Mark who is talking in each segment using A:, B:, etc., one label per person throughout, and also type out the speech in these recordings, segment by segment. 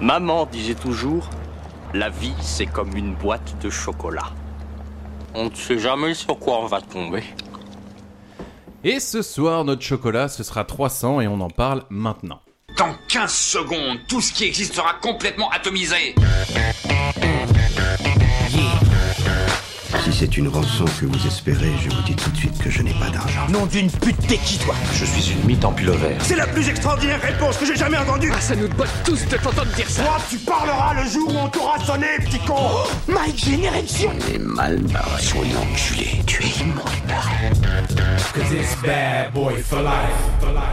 A: Maman disait toujours, la vie c'est comme une boîte de chocolat. On ne sait jamais sur quoi on va tomber.
B: Et ce soir, notre chocolat, ce sera 300 et on en parle maintenant.
C: Dans 15 secondes, tout ce qui existe sera complètement atomisé.
D: Si c'est une rançon que vous espérez, je vous dis tout de suite que je n'ai pas d'argent.
E: Nom d'une pute, t'es qui toi
F: Je suis une mythe en pilover.
G: C'est la plus extraordinaire réponse que j'ai jamais entendue
H: Ah, ça nous botte tous de t'entendre dire ça
G: Toi, tu parleras le jour où on t'aura sonné, petit con oh,
E: My Generation
I: On est mal barré.
J: Soyez enculé, tu es immonde Cause it's bad boy for life, for life.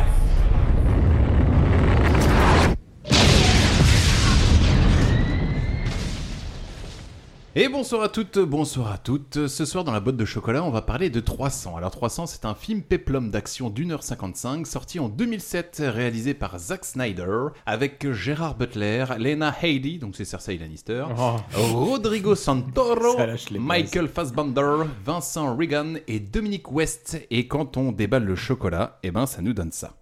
B: Et bonsoir à toutes, bonsoir à toutes. Ce soir dans la boîte de chocolat, on va parler de 300. Alors 300, c'est un film péplum d'action d'1h55 sorti en 2007, réalisé par Zack Snyder, avec Gérard Butler, Lena Headey, donc c'est Cersei Lannister,
K: Oh.
B: Rodrigo Santoro,
K: Ça lâche les
B: Michael Fassbender, Vincent Regan et Dominic West. Et quand on déballe le chocolat, eh ben ça nous donne ça.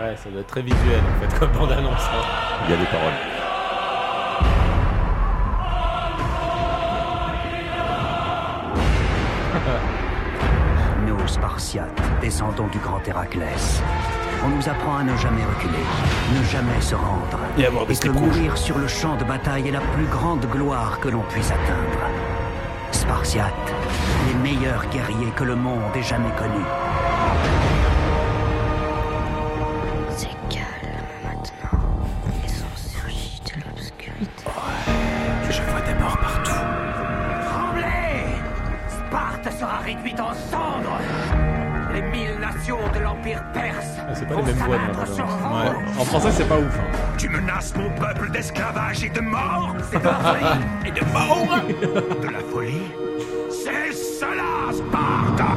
K: Ouais, ça doit être très visuel en fait comme bande annonce. hein.
F: Il y a des paroles.
L: Nous, Spartiates, descendons du grand Héraclès. On nous apprend à ne jamais reculer, ne jamais se rendre.
B: Et avoir des
L: que
B: slips rouges.
L: mourir sur le champ de bataille est la plus grande gloire que l'on puisse atteindre. Spartiates, les meilleurs guerriers que le monde ait jamais connus.
M: C'est calme maintenant. Ils ont surgi de l'obscurité.
L: Je vois des morts partout. Tremblez Sparte sera réduite en cendres Les mille nations de l'Empire perse
K: Ah, C'est pas les mêmes voix dans la bande annonce.
L: Ouais.
K: En français, c'est pas ouf. hein.
G: Tu menaces mon peuple d'esclavage et de mort C'est de la folie Et de mort De la folie C'est cela, Sparta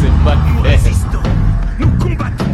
K: C'est pas
G: Nous résistons, nous combattons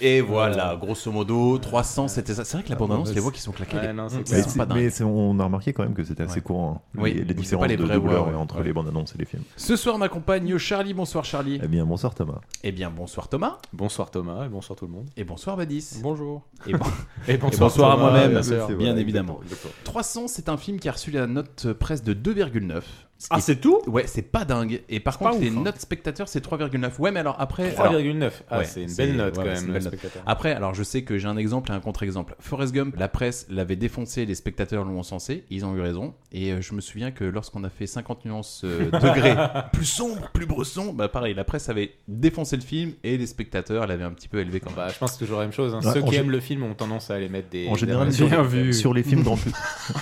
B: Et voilà, grosso modo, 300, c'était ça. C'est vrai que la bande annonce,
K: bah,
B: les voix qui sont claquées,
K: Ouais,
B: les-
K: non, c'est
B: Mmh,
K: clair.
B: Ils
N: Mais,
B: sont
N: c'est-
B: pas dingues.
N: mais c'est- on a remarqué quand même que c'était assez courant. hein.
B: Oui,
N: Les-
B: c'est
N: les
B: pas
N: différences
B: les
N: de
B: vraies
N: doubleurs
B: voix, ouais.
N: entre
B: Ouais.
N: les bandes annonces et les films.
B: Ce soir, m'accompagne Charlie. Bonsoir, Charlie.
N: Eh bien, bonsoir Thomas.
B: Eh bien, bonsoir, Thomas.
K: Bonsoir Thomas et bonsoir tout le monde.
B: Et bonsoir, Badis.
K: Bonjour.
B: Et bon-
K: Et
B: bonsoir à
K: Thomas,
B: moi-même,
K: ma sœur.
N: C'est
B: Ah, bien
N: vrai,
B: évidemment.
N: exactement.
B: 300, c'est un film qui a reçu la note euh, presse de 2,9.
K: Ah,
B: Et-
K: c'est tout
B: Ouais, c'est pas dingue. Et par
K: C'est
B: contre,
K: pas
B: les
K: ouf, hein.
B: notes spectateurs, c'est 3,9. Ouais, mais alors après. alors,
K: 3,9. Ah,
B: ouais,
K: c'est une belle note
B: ouais,
K: quand
B: ouais, c'est une
K: même.
B: belle
K: le
B: note.
K: spectateur.
B: Après, alors je sais que j'ai un exemple et un contre-exemple. Forrest Gump, la presse l'avait défoncé, les spectateurs l'ont encensé, ils ont eu raison. Et euh, je me souviens que lorsqu'on a fait 50 nuances euh, degrés, plus sombre, plus bresson, bah pareil, la presse avait défoncé le film et les spectateurs l'avaient un petit peu élevé quand même.
K: Bah, je pense que c'est toujours la même chose. hein.
N: Ouais,
K: Ceux
N: en
K: qui
N: gé-
K: aiment le film ont tendance à aller mettre des.
N: En général,
K: des-
N: sur,
K: Bien
N: les-
K: vu.
N: sur les films grand pu-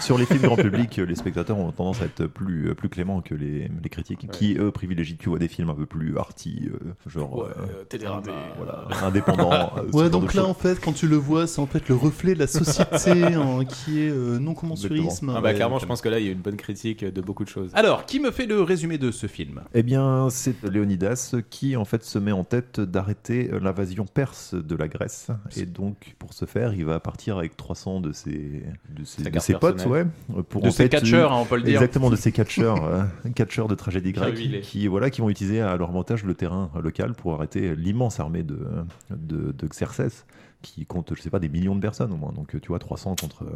N: sur les films grand public, euh, les spectateurs ont tendance à être plus, euh, plus cléments que les, les critiques, qui eux privilégient, tu vois, des films un peu plus arty, euh, genre
K: Ouais,
N: euh,
K: euh, Télérama.
N: voilà, indépendants. euh, ce
O: Ouais,
N: genre
O: donc
N: de
O: là,
N: choses.
O: en fait, quand tu le vois, c'est en fait le reflet de la société hein, qui est euh, non-commensurisme.
K: Ah, bah, clairement, je pense que là, il y a une bonne critique de beaucoup de choses.
B: Alors, qui me fait le résumé de ce film
N: Eh bien, c'est Léonidas qui en fait se met en tête d'arrêter l'invasion perse de la Grèce. Et donc, pour ce faire, il va partir avec 300 de ses, de ses,
K: Sa
N: de
K: garde
N: ses potes, ouais,
K: personnelle.
N: pour
B: De
N: en
B: ces
N: fait,
B: catcheurs, hein, on peut le dire.
N: Exactement, de ces catcheurs, euh, catcheurs de tragédie grecque,
K: Revilés.
N: qui, voilà, qui vont utiliser à leur avantage le terrain local pour arrêter l'immense armée de, de, de Xerxès, qui compte, je sais pas, des millions de personnes au moins. Donc, tu vois, 300 contre, euh,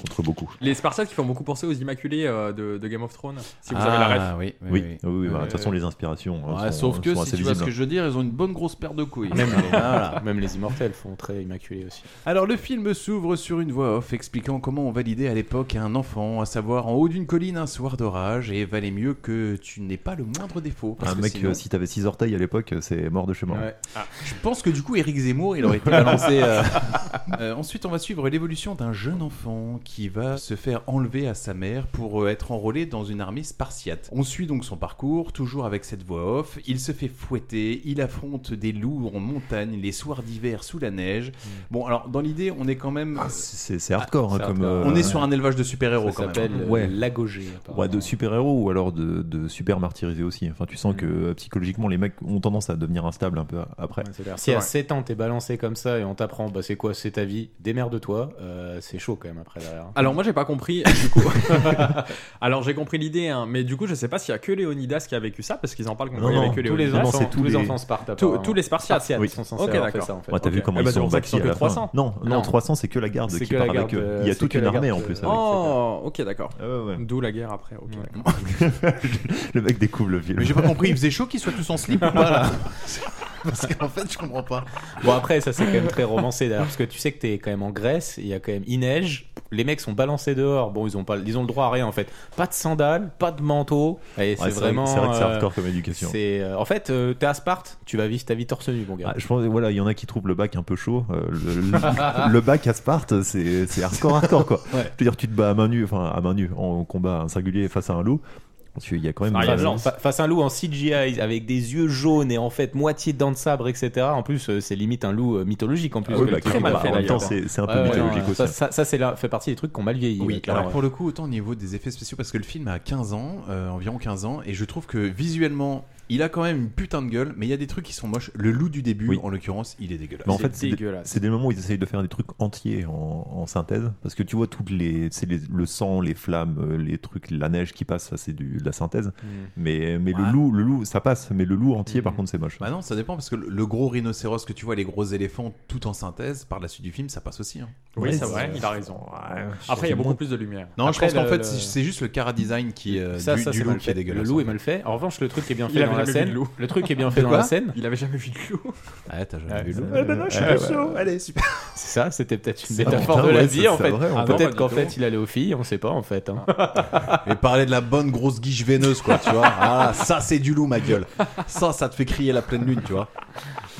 N: contre beaucoup.
P: Les Spartiates qui font beaucoup penser aux Immaculés euh, de, de Game of Thrones. Si vous avez
B: Ah,
P: la ref.
B: oui, oui,
N: Oui,
B: oui.
N: oui, oui, voilà. de toute façon, les inspirations euh,
B: Ouais,
N: sont,
B: sauf que
N: sont
B: si
N: assez
B: tu vois ce
N: visibles.
B: que je veux dire, ils ont une bonne grosse paire de couilles.
K: Même les,
B: Voilà.
K: Ah, même les immortels font très immaculés aussi.
B: Alors le film s'ouvre sur une voix off expliquant comment on validait à l'époque un enfant, à savoir en haut d'une colline un soir d'orage, et valait mieux que tu n'aies pas le moindre défaut. Parce
N: Un
B: que
N: mec,
B: sinon-
N: euh, si t'avais 6 orteils à l'époque, euh, c'est mort de chez mort.
K: Ouais.
B: Je pense que du coup, Eric Zemmour, il aurait été balancé. euh. Euh, ensuite, on va suivre l'évolution d'un jeune enfant qui va se faire enlever à sa mère pour euh, être enrôlé dans une armée spartiate. On suit donc son parcours, toujours avec cette voix off. Il se fait fouetter, il affronte des loups en montagne, les soirs d'hiver sous la neige. Bon, alors dans l'idée, on est quand même.
N: Ah, C'est c'est hardcore, hein,
K: c'est
N: comme.
K: hardcore.
N: euh,
B: On est sur un élevage de super-héros
K: Ça
B: quand même.
K: s'appelle euh,
N: Ouais.
K: l'agogé.
N: ouais, de super-héros ou alors de, de super martyrisés aussi. Enfin, tu
K: Mm.
N: sens que euh, psychologiquement, les mecs ont tendance à devenir instables un peu après.
K: Si à 7 ans t'es balancé comme ça et on t'apprend, bah c'est quoi, c'est ta vie, démerde-toi, euh, c'est chaud quand même après derrière. hein.
P: Alors moi j'ai pas compris euh, du coup. Alors j'ai compris l'idée, hein, mais du coup je sais pas s'il y a que Léonidas qui a vécu ça parce qu'ils en parlent ah, qu'on
K: Non,
P: voyait
K: non,
P: avec que
K: tous les
P: Léonidas.
K: enfants- tous les enfants spartes,
P: Tous-
K: apparemment.
P: tous les Spartiates
K: Spartiates, hein. Ah, oui, sont censés
P: Ok,
K: avoir fait
P: d'accord.
K: ça, en fait.
N: Ouais, t'as
K: Ok.
N: vu comment
P: Ah,
K: Eh ben,
P: bah,
N: ils
K: c'est
N: sont
K: pour ça qu'ils
N: bâtis
K: sont
N: à
K: que
N: la fin.
K: 300.
N: Non, non,
K: Non.
N: 300 c'est que la garde
K: C'est
N: qui
K: que la
N: part avec
K: garde,
N: eux.
K: euh,
N: Il y a
K: c'est
N: toute
K: que
N: une
K: la
N: armée en
K: garde,
N: plus.
K: euh,
N: avec.
P: Oh, ok d'accord. D'où la guerre après. ok, d'accord.
N: Le mec découvre le film.
B: Mais j'ai pas compris, il faisait chaud qu'ils soient tous en slip ou pas là Parce qu'en fait, je comprends pas.
K: Bon, après, ça c'est quand même très romancé d'ailleurs, parce que tu sais que t'es quand même en Grèce, il y a quand même, il neige, les mecs sont balancés dehors. Bon, ils ont, pas, ils ont le droit à rien en fait. Pas de sandales, pas de manteau. Et
N: Ouais,
K: c'est
N: c'est vrai-
K: vraiment.
N: c'est vrai que c'est
K: euh,
N: hardcore comme éducation.
K: c'est, euh, en fait, euh, t'es à Sparte, tu vas vivre ta vie torse nu, mon gars.
N: Ah, je pense voilà, il y en a qui trouvent le bac un peu chaud. Euh, le, le- le bac à Sparte, c'est c'est hardcore, hardcore quoi.
K: Ouais.
N: C'est-à-dire tu te bats à main nue, enfin à main nue, en combat un singulier face à un loup. Parce qu'il y a quand même.
K: Ah, il y a
N: une-
K: de l'or- fa- face à un loup en CGI avec des yeux jaunes et en fait moitié dents de sabre, etc. En plus, euh, c'est limite un loup euh, mythologique en plus.
N: Ah oui,
K: que le
N: bah,
K: truc,
N: très mal
K: bah,
N: fait,
K: en même
N: d'ailleurs.
K: temps, c'est c'est un
N: Ouais,
K: peu
N: ouais,
K: mythologique
N: ouais.
K: aussi. Ça, ça- ça, c'est là, fait partie des trucs qu'on mal vieilli.
B: Oui,
K: clairement.
B: alors pour le coup, autant au niveau des effets spéciaux, parce que le film a 15 ans, euh, environ 15 ans, et je trouve que visuellement, il a quand même une putain de gueule, mais il y a des trucs qui sont moches. Le loup du début, en l'occurrence, il est dégueulasse.
N: Mais en fait, c'est des, c'est des moments où ils essayent de faire des trucs entiers en, en synthèse. Parce que tu vois, toutes les, c'est les- le sang, les flammes, euh, les trucs, la neige qui passe, ça c'est du- de la synthèse. Mais, mais le, loup, le loup, ça passe. Mais le loup entier, par contre, c'est moche.
B: Bah non, ça dépend parce que le- le gros rhinocéros que tu vois, les gros éléphants, tout en synthèse, par la suite du film, ça passe aussi. hein.
P: Oui, c'est vrai, il a raison. Après, il y a beaucoup plus de lumière.
B: Non,
P: Après,
B: je pense
P: le-
B: qu'en fait,
P: le-
B: c'est- c'est juste le cara design qui euh,
K: Ça,
B: du,
K: ça,
B: du
K: c'est
B: loup
K: mal
B: qui est
K: fait.
B: dégueulasse.
K: Le loup est mal fait. En revanche, le truc qui est bien
B: Il
K: fait
B: avait
K: dans la
B: jamais vu
K: scène,
B: de loup.
K: le truc qui est bien
B: De
K: fait dans
B: quoi
K: la scène.
P: Il avait jamais vu de loup.
B: Ouais, Ah, t'as jamais
K: Ouais,
B: vu le loup. Ah,
K: c'est- ouais, ouais.
B: Allez, super.
K: C'est ça, c'était peut-être une
B: C'est-
K: métaphore
B: Ah,
K: de
B: putain,
K: la
B: ouais,
K: vie
B: ça,
K: en
B: c'est
K: fait.
B: vrai, on peut-
K: Peut-être
B: pas
K: qu'en
B: du
K: fait
B: tout.
K: il allait aux filles, on sait pas en fait. hein.
B: Et parler de la bonne grosse guiche veineuse, quoi, tu vois. Ah, ça, c'est du loup, ma gueule. Ça, ça te fait crier la pleine lune, tu vois.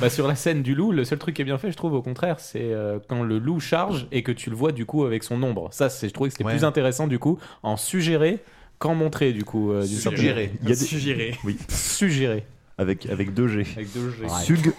K: Bah, sur la scène du loup, le seul truc qui est bien fait, je trouve, au contraire, c'est euh, quand le loup charge et que tu le vois du coup avec son ombre. Ça, c'est- je trouvais que c'était
B: Ouais.
K: plus intéressant du coup en suggérer qu'en montrer du coup. euh, d'une certaine-
B: Suggérer.
K: Il y a des-
P: Suggérer.
N: Oui.
K: Suggérer.
N: Avec, avec deux G.
K: Avec deux G.
N: Sug.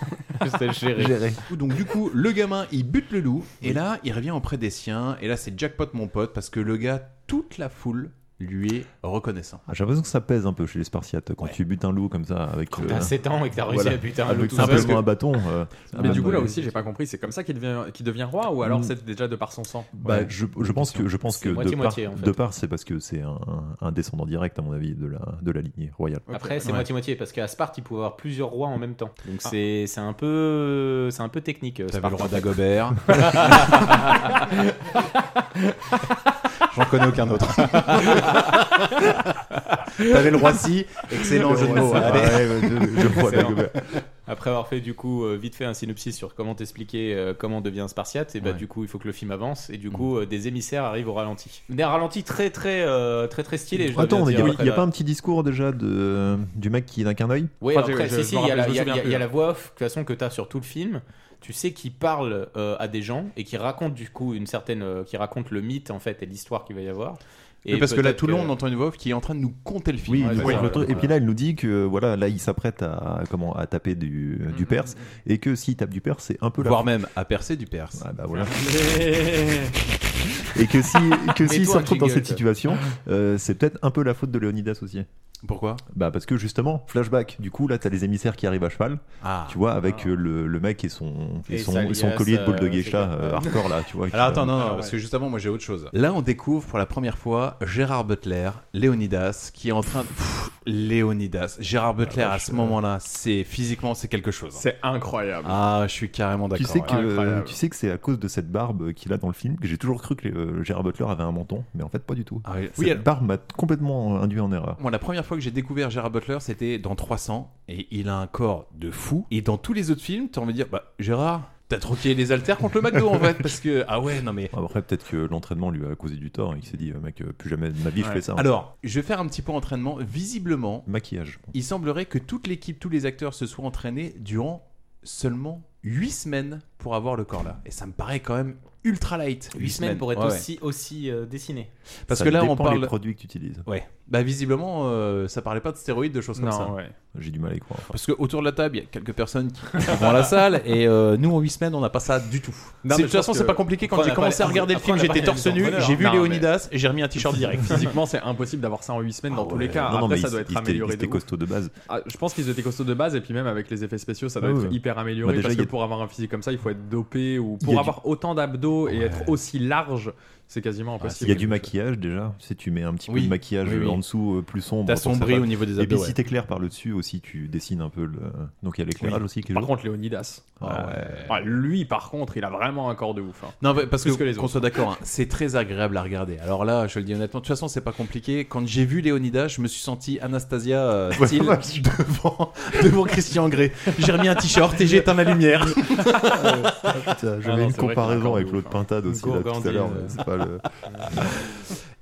K: C'était géré.
B: Donc du coup, le gamin, il bute le loup, et là, il revient auprès des siens, et là, c'est jackpot mon pote, parce que le gars, toute la foule lui est reconnaissant.
N: Ah, J'ai l'impression que ça pèse un peu chez les Spartiates quand tu butes un loup comme ça avec. euh,
K: Quand t'as 7 ans et que t'as réussi à buter un loup
N: Avec
K: tout
N: simplement
K: seul, parce que- Ah,
N: un bâton. euh,
P: Mais
N: un
P: du coup, là
N: bâton.
P: aussi, j'ai pas compris. C'est comme ça qu'il devient, qu'il devient roi ou alors
N: Mm.
P: c'est déjà de par son sang
N: Bah, je, je pense que je pense
P: C'est
N: que de part,
P: moitié-moitié, en fait.
N: de part, c'est parce que c'est un, un descendant direct à mon avis de la de la lignée royale.
K: Après, c'est
N: Ouais.
K: moitié-moitié parce qu'à Sparte, il pouvait avoir plusieurs rois en même temps. Donc
N: Ah.
K: c'est c'est un peu c'est un peu technique. euh,
B: T'avais
K: Sparte.
B: le roi d'Agobert. J'en connais aucun autre. T'avais le roi Si. Excellent
K: Le
B: jeu de
K: roi
B: mots,
K: Si.
B: allez.
K: Ouais, ouais,
B: Le roi
K: Excellent.
B: d'Agobert.
K: Après avoir fait du coup euh, vite fait un synopsis sur comment t'expliquer euh, comment on devient un Spartiate, et bah
B: Ouais.
K: du coup il faut que le film avance et du
N: Mhm.
K: coup euh, des émissaires arrivent au ralenti. Des ralentis très très euh, très très stylés. je dois
N: Attends,
K: bien
N: il
K: dire,
N: n'y a,
K: après
N: y a
K: la-
N: pas un petit discours déjà de, du mec qui n'a qu'un œil
K: Oui,
N: Enfin,
K: après,
N: je- je-
K: si, si,
N: je me
K: il y a la-
N: rappelle,
K: il y,
N: je
K: a- il
N: me
K: y a-
N: souviens
K: il y a la
N: plus.
K: voix off de toute façon que tu as sur tout le film. Tu sais qui parle euh, à des gens et qui raconte du coup une certaine. euh, qui raconte le mythe en fait et l'histoire qu'il va y avoir.
B: Oui, parce que là,
K: peut-être
B: tout le long, on entend une voix off qui est en train de nous compter le film.
N: Oui, il nous raconte le truc. et puis là, elle nous dit que voilà, là, il s'apprête à comment à taper du,
K: Mhm.
N: du perse et que s'il tape du perse, c'est un peu la
B: Voire même à percer du Perse.
N: Ah bah voilà. Et que si que s'il
B: Mets-toi
N: se
B: un
N: retrouve dans
B: jingle,
N: cette
B: toi.
N: situation, euh, c'est peut-être un peu la faute de Léonidas aussi.
B: Pourquoi
N: Bah parce que justement, flashback. Du coup, là, t'as les émissaires qui arrivent à cheval.
B: Ah.
N: tu vois, avec euh, le, le mec et son et
B: Et
N: son,
B: sa
N: et son
B: liasse,
N: collier de boule de
B: euh,
N: geisha
B: c'est
N: euh,
B: quoi.
N: hardcore là, tu vois. qui-
B: Alors attends, non, non,
N: Ah, ouais.
B: parce que justement, moi j'ai autre chose. Là, on découvre pour la première fois Gérard Butler, Léonidas, qui est en train de. Pff, Léonidas. Gérard Butler, à ce moment-là, c'est physiquement, c'est quelque chose.
P: C'est incroyable.
B: Ah, je suis carrément
N: Tu
B: d'accord.
N: sais, que,
B: ouais.
N: euh, tu sais que c'est à cause de cette barbe euh, qu'il a dans le film que j'ai toujours cru que euh, Gérard Butler avait un menton, mais en fait pas du tout.
B: oui.
N: cette
B: Ah. Oui, elle-
N: barbe m'a complètement induit en erreur.
B: Moi, la première fois que j'ai découvert Gérard Butler, c'était dans 300, et il a un corps de fou. Et dans tous les autres films, t'as envie de dire, bah, Gérard, t'as troqué les haltères contre le McDo, en fait, parce que, ah ouais, non mais.
N: Après, peut-être que l'entraînement lui a causé du tort et qu'il s'est dit, euh, mec, euh, plus jamais de ma vie je fais ça. hein.
B: Alors, je vais faire un petit point entraînement. Visiblement,
N: maquillage.
B: il semblerait que toute l'équipe, tous les acteurs se soient entraînés durant seulement 8 semaines pour avoir le corps là. Et ça me paraît quand même ultra light.
K: 8 semaines pour être
B: Ouais, ouais.
K: aussi, aussi euh, dessiné.
B: Parce
N: Ça
B: que là, on
N: dépend
B: parle.
N: des produits que tu utilises.
B: Ouais. Bah, visiblement, euh, ça parlait pas de stéroïdes, de choses comme
N: Ah
B: ça.
N: J'ai du mal à y croire.
B: Parce que autour de la table, il y a quelques personnes qui qui vont à la salle et euh, nous en 8 semaines, on n'a pas ça du tout.
P: Non, mais
B: C'est- de
P: je
B: toute façon,
P: pense
B: c'est
P: que-
B: pas compliqué. Quand
P: Après, on
B: j'ai
P: a
B: commencé
P: pas-
B: à regarder le
P: après,
B: film,
P: on a pas
B: j'étais
P: les
B: torse nu,
P: entraîneurs.
B: j'ai vu
P: Non, mais-
B: Léonidas et j'ai remis un t-shirt direct.
P: Physiquement, c'est impossible d'avoir ça en 8 semaines dans tous les
N: Non,
P: cas.
N: non,
P: Ah, Après,
N: mais
P: ça
N: ils-
P: doit
N: ils
P: être
N: étaient-
P: amélioré.
N: ils étaient
P: ouf.
N: costauds de base.
P: Ah, je pense qu'ils étaient costauds de base et puis même avec les effets spéciaux, ça doit
N: Ah
P: être
N: ouais.
P: hyper
N: Bah,
P: amélioré
N: déjà,
P: parce
N: il
P: que
N: y a-
P: pour avoir un physique comme ça, il faut être dopé ou
N: Il y
P: pour
N: a
P: avoir autant d'abdos et être aussi large C'est quasiment
N: Ah, S'il
P: impossible.
N: y a du maquillage déjà, si tu mets un petit
P: Oui.
N: peu de maquillage
P: Oui, oui.
N: en dessous euh, plus sombre,
B: T'assombris
N: pour que ça
B: au niveau des
N: Et puis
B: abdos, ouais.
N: si t'éclaires par le dessus aussi, tu dessines un peu le. Donc il y a l'éclairage
P: Oui.
N: aussi qui
P: Par
N: joue.
P: contre, Léonidas.
N: Ah ouais.
P: Ah, lui, par contre, il a vraiment un corps de ouf. hein.
B: Non, mais parce que,
P: Plus les
B: qu'on
P: autres.
B: soit d'accord, hein, c'est très agréable à regarder. Alors là, je le dis honnêtement, de toute façon, c'est pas compliqué. Quand j'ai vu Léonida, je me suis senti Anastasia euh,
O: Ouais,
B: Steele
O: moi,
B: devant, devant Christian Grey. J'ai remis un t-shirt et j'ai éteint ma lumière.
P: Ah
N: Putain, je mets une comparaison avec
P: hein.
N: l'autre pintade aussi là tout à l'heure.
P: euh.
N: mais c'est pas le-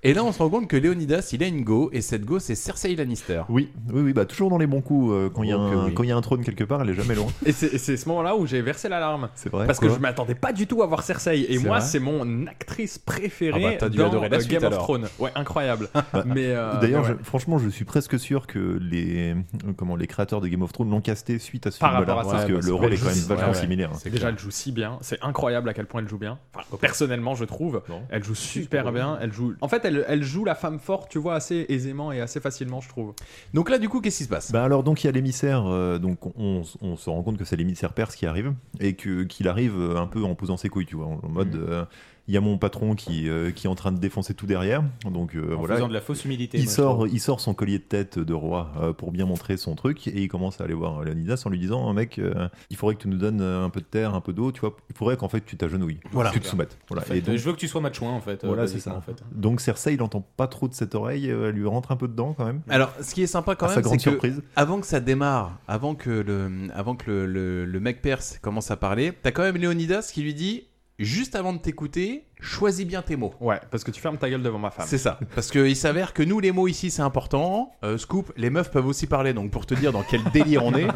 B: Et là, on se rend compte que Léonidas, il a une go, et cette go, c'est Cersei Lannister.
N: Oui, oui, oui, bah toujours dans les bons coups. euh, quand il y a
B: Oh que
N: un-
B: oui.
N: quand il y a un trône quelque part, elle est jamais loin.
P: Et c'est et c'est ce moment-là où j'ai versé l'alarme.
N: C'est vrai,
P: Parce que
N: quoi.
P: je m'attendais pas du tout à voir Cersei. Et
N: C'est
P: moi,
N: vrai
P: c'est mon actrice préférée
N: Ah bah, t'as dû
P: dans
N: adorer la
P: euh,
N: suite,
P: Game
N: alors.
P: of Thrones. Ouais, incroyable.
N: Bah,
P: mais euh,
N: D'ailleurs,
P: mais ouais.
N: je- franchement, je suis presque sûr que les, euh, comment, les créateurs de Game of Thrones l'ont casté suite à ce
P: par
N: film-là.
P: rapport à ça,
N: parce que le rôle est quand même vachement similaire. hein.
P: Déjà, elle joue si bien. C'est incroyable à quel point elle joue bien. Enfin, personnellement, je trouve. Elle joue super bien. Elle joue. En fait, elle, elle joue la femme forte, tu vois, assez aisément et assez facilement, je trouve.
B: Donc là, du coup, qu'est-ce qui se passe
N: bah alors donc il y a l'émissaire, euh, donc on, on se rend compte que c'est l'émissaire perse qui arrive et que qu'il arrive euh, un peu en posant ses couilles, tu vois, en en mode euh, il y a mon patron qui euh, qui est en train de défoncer tout derrière, donc euh,
K: En
N: voilà.
K: faisant de la fausse humilité,
N: Il
K: moi, je
N: sort,
K: trouve.
N: il sort son collier de tête de roi euh, pour bien montrer son truc et il commence à aller voir Leonidas en lui disant mec, euh, il faudrait que tu nous donnes euh, un peu de terre, un peu d'eau, tu vois, il faudrait qu'en fait tu t'agenouilles,
K: Voilà.
N: tu te soumettes, voilà.
K: En fait,
N: Et donc-
K: je veux que tu sois machoin en fait. euh,
N: voilà, c'est
K: basiquement,
N: ça.
K: En fait.
N: Donc Cersei, il entend pas trop de cette oreille, euh, elle lui rentre un peu dedans quand même.
B: Alors, ce qui est sympa quand
N: À sa
B: même, c'est
N: grande
B: que
N: surprise.
B: avant que ça démarre, avant que le, avant que le, le- le mec perse commence à parler, t'as quand même Léonidas qui lui dit juste avant de t'écouter, choisis bien tes mots.
P: Ouais, parce que tu fermes ta gueule devant ma femme.
B: C'est ça, parce qu'il s'avère que nous les mots ici c'est important. Euh, Scoop, les meufs peuvent aussi parler, donc pour te dire dans quel délire on est.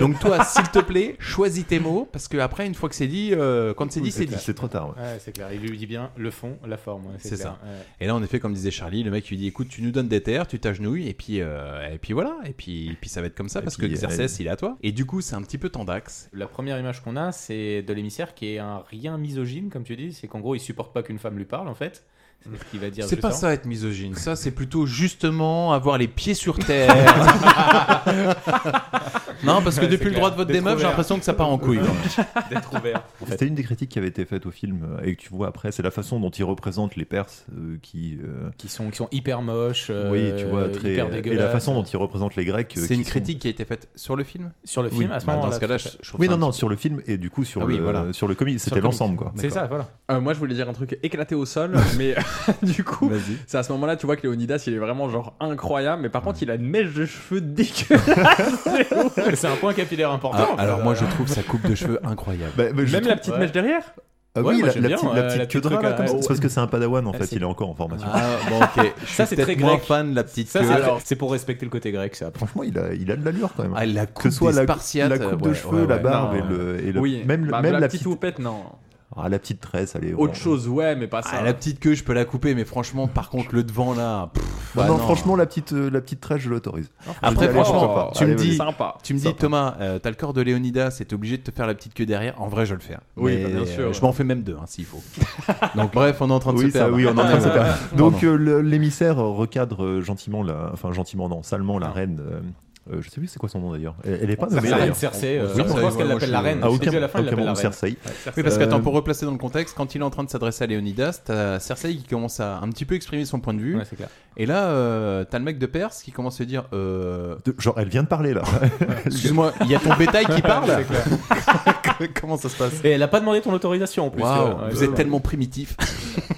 B: Donc toi, s'il te plaît, choisis tes mots parce que après, une fois que c'est dit, euh, quand c'est dit, c'est dit.
N: trop tard.
K: Ouais, c'est clair. Il lui dit bien le fond, la forme. ouais,
B: C'est ça.
K: clair, ouais.
B: Et là, en effet, comme disait Charlie, le mec lui dit écoute, tu nous donnes des terres, tu t'agenouilles, et puis, euh, et puis voilà, et puis, et puis ça va être comme ça, parce que
K: puis,
B: Xerxes,
K: euh,
B: il est à toi. Et du coup, c'est un petit peu tendax.
K: La première image qu'on a, c'est de l'émissaire qui est un rien misogyne, comme tu dis. C'est qu'en gros, il supporte pas qu'une femme lui parle, en fait. C'est ce qu'il va dire.
B: C'est pas
K: juste
B: ça être misogyne, ça c'est plutôt justement avoir les pieds sur terre. non, parce que
K: Ouais,
B: depuis
K: c'est
B: le
K: clair.
B: droit de vote des
K: D'être
B: meufs, j'ai
K: ouvert.
B: l'impression que ça part en couille.
K: D'être ouvert.
N: C'était une des critiques qui avait été faite au film euh, et que tu vois après, c'est la façon dont ils représentent les Perses euh, qui. euh,
K: Qui sont, qui sont hyper moches. euh,
N: oui, tu vois, très.
K: hyper
N: et
K: dégueulasses.
N: la façon dont ils représentent les Grecs. euh,
B: C'est
N: qui
B: une
N: sont-
B: critique qui a été faite sur le film
K: Sur le
N: Oui,
K: film, à ce
N: bah,
K: moment-là.
N: dans ce
B: cas-là,
K: tout à fait.
B: je-
N: Oui, non, non, sur le film et du coup sur
K: Ah
N: le,
K: oui, voilà.
N: sur le comique.
K: Sur
N: C'était
K: le comique.
N: l'ensemble, quoi.
K: C'est ça, voilà.
P: Euh, moi, je voulais dire un truc éclaté au sol, mais euh, du coup, c'est à ce moment-là, tu vois que Léonidas, il est vraiment genre incroyable, mais par contre, il a une mèche de cheveux dégueulasse.
K: C'est un point capillaire important.
B: Ah, alors moi je trouve sa coupe de cheveux incroyable.
N: Bah, bah, je
P: Même
N: trouve-
P: la petite
K: Ouais.
P: mèche derrière
N: Ah
K: Ouais,
N: oui,
K: moi,
N: la,
K: j'aime
N: la
K: bien,
N: petite,
K: euh,
N: la
K: la
N: petite
K: petite
N: queue de rat,
K: truc
N: là,
K: à-
N: comme ça.
K: oh.
N: C'est parce que c'est un padawan en
K: Ah,
N: fait,
K: c'est-
N: il est encore en formation.
B: Ah bon ok, je suis
K: Ça, c'est très
B: peut-être moins
K: grec.
B: fan de la petite
K: Ça,
B: queue.
K: c'est- c'est pour respecter le côté grec, ça.
N: Franchement, il a, il a de l'allure quand même.
B: Ah, la
N: que
B: coupe
N: ce soit
B: des
N: la,
B: Spartiates,
N: la coupe de
B: ouais,
N: cheveux,
B: ouais,
N: la
B: ouais.
N: barbe
B: Non,
N: et le. et le-
P: Oui,
N: même
P: bah,
N: même
P: la,
N: la
P: petite
N: petite.
P: toupette, non.
N: Ah, la petite tresse, elle est.
P: Autre chose, ouais, mais pas ça.
B: Ah, la petite queue, je peux la couper, mais franchement, par contre, le devant là. pff,
N: Non,
B: bah
N: non,
B: non.
N: franchement, la petite, euh, la petite tresse, je l'autorise.
B: Après,
N: Allez,
B: franchement,
N: sympa.
B: tu me
N: Allez,
B: dis,
N: vas-y.
B: tu me dis, Thomas, euh, t'as le corps de Léonidas, et t'es obligé de te faire la petite queue derrière. En vrai, je le fais. hein.
N: Oui,
B: Mais,
N: bah, bien sûr.
B: euh, Je m'en fais même deux, hein, s'il faut. Donc, bref, on est en train de
N: oui,
B: se perdre.
N: Ça, oui, on en est, on se perd.
B: Non,
N: Donc
B: non.
N: euh, le- l'émissaire euh, recadre euh, gentiment, la, enfin gentiment non, salement la reine. euh, euh, je sais plus c'est quoi son nom d'ailleurs. Elle, elle est pas
K: Cersei.
N: nommée.
K: La reine
N: d'ailleurs.
K: Cersei, euh,
N: Oui,
K: je pense
N: on- ouais,
K: qu'elle
N: moi,
K: l'appelle
N: je- Ah,
K: la reine. Je
N: À aucun,
K: sais que à la fin,
N: à
K: elle
N: aucun
K: l'appelle
N: moment
K: la reine.
N: Cersei.
B: Oui, parce qu'attends,
N: Euh,
B: pour replacer dans le contexte, quand il est en train de s'adresser à Léonidas, t'as Cersei qui commence à un petit peu exprimer son point de vue.
K: Ouais, c'est clair.
B: Et là, euh, t'as le mec de Perse qui commence à dire euh,
N: de- Genre, elle vient de parler là.
B: Excuse-moi, il y a ton bétail qui parle
K: C'est
B: Comment ça se passe
K: Et elle a pas demandé ton autorisation en plus.
B: Waouh,
K: euh, ouais,
B: vous
K: ouais.
B: êtes tellement primitif.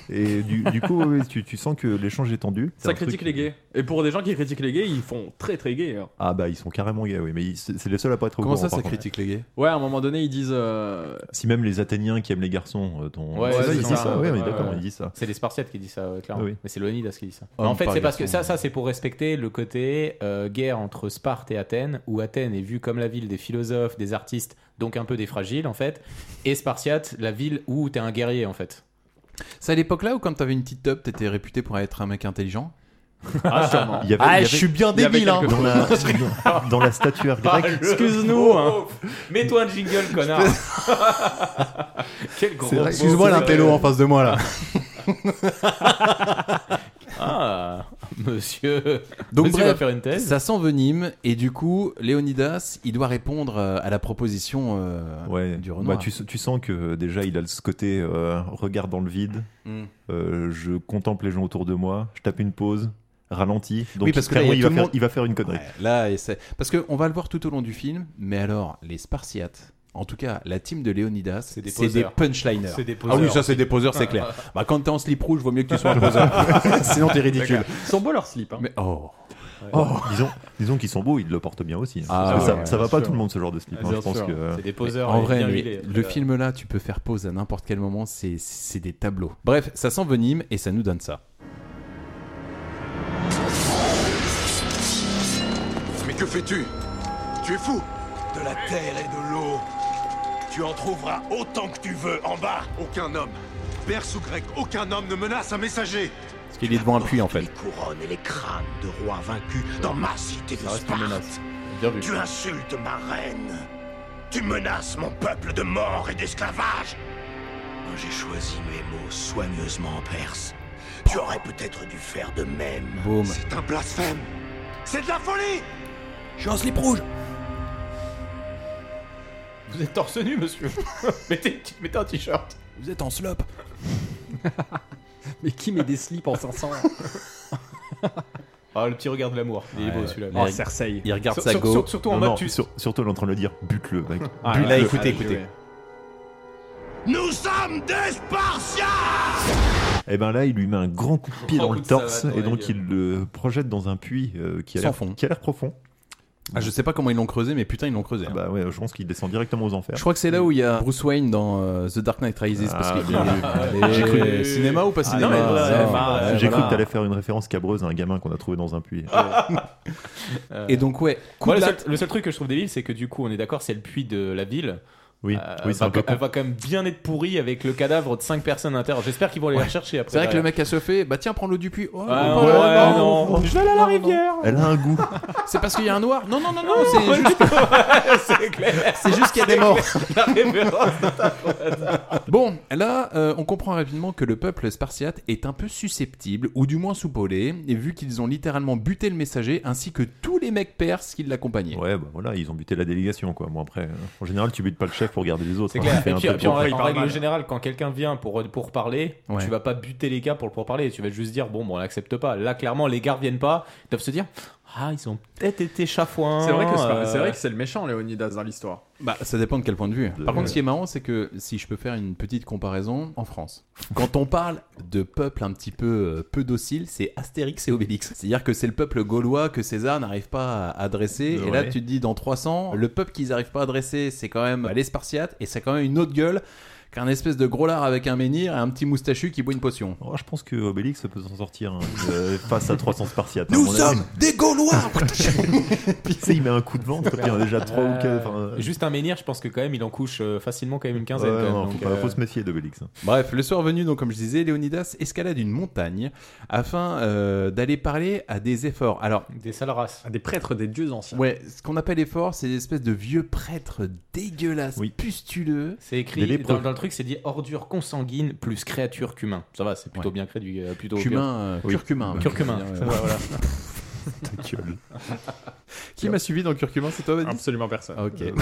N: Et du, du coup, ouais, tu, tu sens que l'échange est tendu. C'est
P: Ça
N: un truc-
P: critique les
K: euh,
P: gays. Et pour des gens qui critiquent les gays, ils font très très gays. hein.
N: Ah bah ils sont carrément gays, oui, mais ils- c'est c'est les seuls à pas être au
B: Comment
N: courant,
B: ça,
N: par
B: ça
N: contre.
B: critique les gays
P: Ouais, à un moment donné, ils disent. euh,
N: Si même les Athéniens qui aiment les garçons, euh, ton...
K: Ouais,
N: c'est
K: ouais,
N: ça,
K: c'est
N: ils
K: ça,
N: disent ça.
K: ouais,
N: Ouais, on est
K: ouais,
N: d'accord,
K: ouais.
N: ils disent ça.
K: C'est les Spartiates qui disent ça, ouais, clairement.
N: Ah oui.
K: Mais c'est Leonidas qui dit ça.
P: Ah,
N: Homme
K: en fait,
N: par
K: c'est parce que
N: garçon.
K: ça, ça c'est pour respecter le côté euh, guerre entre Sparte et Athènes, où Athènes est vue comme la ville des philosophes, des artistes, donc un peu des fragiles en fait, et Spartiate, la ville où t'es un guerrier en fait.
B: C'est à l'époque là où, quand t'avais une petite top, t'étais réputé pour être un mec intelligent
P: Ah, sûrement.
N: Il y avait- il y avait-
P: il y avait quelque
N: Dans la,
P: chose.
N: dans la statuaire grecque,
K: Ah,
P: Excuse-nous, hein.
K: Mets-toi un jingle, connard Quel gros
B: C'est vrai.
K: mot,
B: Excuse-moi
K: c'est
B: l'intello
K: vrai.
B: en face de moi là.
K: Ah, Monsieur.
B: Donc
K: Monsieur
B: bref,
K: va faire une thèse.
B: ça s'envenime et du coup, Léonidas, il doit répondre euh, à la proposition euh,
N: Ouais.
B: du
N: Bah,
B: Renoir.
N: tu, s- tu sens que euh, déjà il a ce côté euh, regard dans le vide.
B: Mm.
N: Euh, je contemple les gens autour de moi. Je tape une pause, ralenti. Donc
B: oui, parce que là,
N: clairement,
B: y a
N: il,
B: tout
N: va
B: le
N: faire,
B: monde-
N: il va faire une connerie.
B: Ouais, là, et c'est- parce que on va le voir tout au long du film, mais alors les Spartiates. En tout cas, la team de Léonidas, c'est
K: des
B: des,
K: poseurs.
B: punchliners.
K: C'est des
B: ah oui,
K: poseurs.
B: ça c'est des poseurs, c'est clair. Bah, quand t'es en slip rouge, vaut mieux que tu sois un poseur. Sinon, t'es ridicule.
N: D'accord.
P: Ils sont beaux leurs slips. hein.
B: Mais oh.
N: Oh, disons disons qu'ils sont beaux, ils le portent bien aussi.
B: Ah,
N: Parce que ça,
B: ouais,
N: ça va
B: bien
N: pas
B: sûr.
N: tout le monde ce genre de slip.
B: Ah,
N: hein,
B: bien
N: je pense
B: sûr.
N: que...
K: C'est des poseurs
B: En vrai,
K: bien
B: mais
K: huilés.
B: le film là, tu peux faire pause à n'importe quel moment, c'est- c'est des tableaux. Bref, ça s'envenime et ça nous donne ça.
E: Ah, Mais que fais-tu Tu es fou De la terre et de l'eau. Tu en trouveras autant que tu veux en bas. Aucun homme, perse ou grec, aucun homme ne menace un messager.
B: Parce qu'il est devant un puits en fait.
E: Les couronnes et les crânes de rois vaincus dans ma cité de Sparte. Tu insultes ma reine. Tu menaces mon peuple de mort et d'esclavage. J'ai choisi mes mots soigneusement en perse. Tu aurais peut-être dû faire de même.
B: Boum.
E: C'est un blasphème. C'est de la folie Je suis en slip rouge.
K: Vous êtes torse nu, monsieur. mettez, mettez un t-shirt.
B: Vous êtes en slop.
P: Mais qui met des slips en 500
K: Ah, le petit regard de l'amour. Il est beau celui-là.
P: Oh, Cersei.
B: Il regarde
K: Sur-
B: sa
K: sur-
B: go.
K: sur- surtout en
N: Non,
K: mode
N: non,
K: tu-
N: sur- surtout, elle est en train de le dire, bute-le, mec.
K: Ah,
N: Bute-le.
K: là,
B: écoutez,
K: Ah,
B: écoutez.
K: ouais.
E: Nous sommes des Spartiates
N: Et ben là, il lui met un grand coup de pied
K: Grand coup
N: dans le
K: de savate
N: torse
K: dans la
N: et donc
K: gueule.
N: il le projette dans un puits euh, qui a
B: Sans
N: l'air-
B: fond.
N: qui a l'air profond.
B: Ah, je sais pas comment ils l'ont creusé, mais putain, ils l'ont creusé.
N: Ah bah ouais, je pense qu'il descend directement aux enfers.
B: Je crois que c'est là où il y a Bruce Wayne dans euh, The Dark Knight Rises. parce
N: Ah,
B: que-
N: bien vu.
B: Allez,
N: J'ai cru-
B: Cinéma ou pas
N: Ah,
B: cinéma
N: non, mais ouais,
B: Non,
N: bah,
B: ouais,
N: J'ai cru
B: voilà.
N: que t'allais faire une référence cabreuse à un gamin qu'on a trouvé dans un puits.
B: Et donc, ouais, coup
K: Moi,
B: de
K: le, seul,
B: latte.
K: le seul truc que je trouve débile, c'est que du coup, on est d'accord, c'est le puits de la ville.
N: Oui,
K: Euh,
N: oui,
K: elle,
N: c'est un
K: va,
N: peu
K: elle va quand même bien être pourrie avec le cadavre de 5 personnes à l'intérieur. J'espère qu'ils vont aller la chercher après.
B: C'est vrai que le
K: derrière.
B: mec a chauffé. Bah tiens, prends l'eau du puits. Oh,
K: Ah,
B: non,
K: ouais,
B: pas-
K: ouais, non. Je vais aller à la rivière.
N: Elle a un goût.
B: C'est parce qu'il y a un noir. Non, non, non, non. C'est juste.
K: c'est clair.
B: C'est juste qu'il y a des morts.
K: La référence de ta-
B: Bon, là, euh, on comprend rapidement que le peuple spartiate est un peu susceptible, ou du moins soupolé, et vu qu'ils ont littéralement buté le messager ainsi que tous les mecs perses qui l'accompagnaient.
N: Ouais, bah voilà, ils ont buté la délégation, quoi. Moi, après, euh, en général, tu butes pas le chef pour garder les autres.
K: C'est
N: hein.
K: clair.
N: Tu fais
K: Et
N: un
K: puis,
N: peu
K: puis en,
N: pour-
K: règle- en règle générale, quand quelqu'un vient pour, pour parler,
B: Ouais.
K: tu vas pas buter les gars pour le pourparler. Tu vas juste dire, bon, bon on l'accepte pas. Là, clairement, les gars reviennent pas. Ils doivent se dire, ah, ils ont peut-être été chafouins.
P: C'est vrai que c'est pas-
K: euh,
P: c'est vrai que c'est le méchant, Léonidas, dans l'histoire.
B: Bah, ça dépend de quel point de vue. Par
N: Ouais.
B: contre, ce qui est marrant, c'est que si je peux faire une petite comparaison, en France, quand on parle de peuple un petit peu euh, peu docile, c'est Astérix et Obélix. C'est-à-dire que c'est le peuple gaulois que César n'arrive pas à dresser. Et là,
N: Ouais.
B: tu te dis, dans 300, le peuple qu'ils n'arrivent pas à dresser, c'est quand même bah, les Spartiates, et c'est quand même une autre gueule qu'un espèce de gros lard avec un menhir et un petit moustachu qui boit une potion.
N: Oh, je pense que Obélix peut s'en sortir hein, euh, face à 300 Spartiates. hein,
E: Nous
N: à mon avis.
E: sommes des Gaulois
N: Tu sais, il met un coup de ventre, il y en a déjà 3 ou 4.
K: Juste un menhir, je pense que quand même, il en couche euh, facilement quand même une quinzaine. quand même. Donc,
N: faut,
K: euh,
N: faut se méfier d'Obélix. hein.
B: Bref, le soir venu, donc comme je disais, Léonidas escalade une montagne afin euh, d'aller parler à des efforts. Alors,
K: euh, Des sales races.
P: Ah, Des prêtres des dieux anciens.
B: Ouais, ce qu'on appelle effort, c'est des espèces de vieux prêtres dégueulasses,
N: Oui.
B: pustuleux.
K: C'est
N: Des
K: écrit
N: lépreux.
K: dans, dans le truc, c'est dit ordure consanguine plus créature qu'humain. Ça va, c'est plutôt bien crédu, euh, plutôt
B: Cumin, euh,
N: Oui.
B: curcumin.
K: bien. Curcumin.
B: Ouais, ouais.
K: Ça va, voilà.
N: Ta gueule.
B: Qui m'a suivi dans curcumin, c'est toi, Baptiste
P: Absolument personne.
B: Ah, Ok.
N: Euh,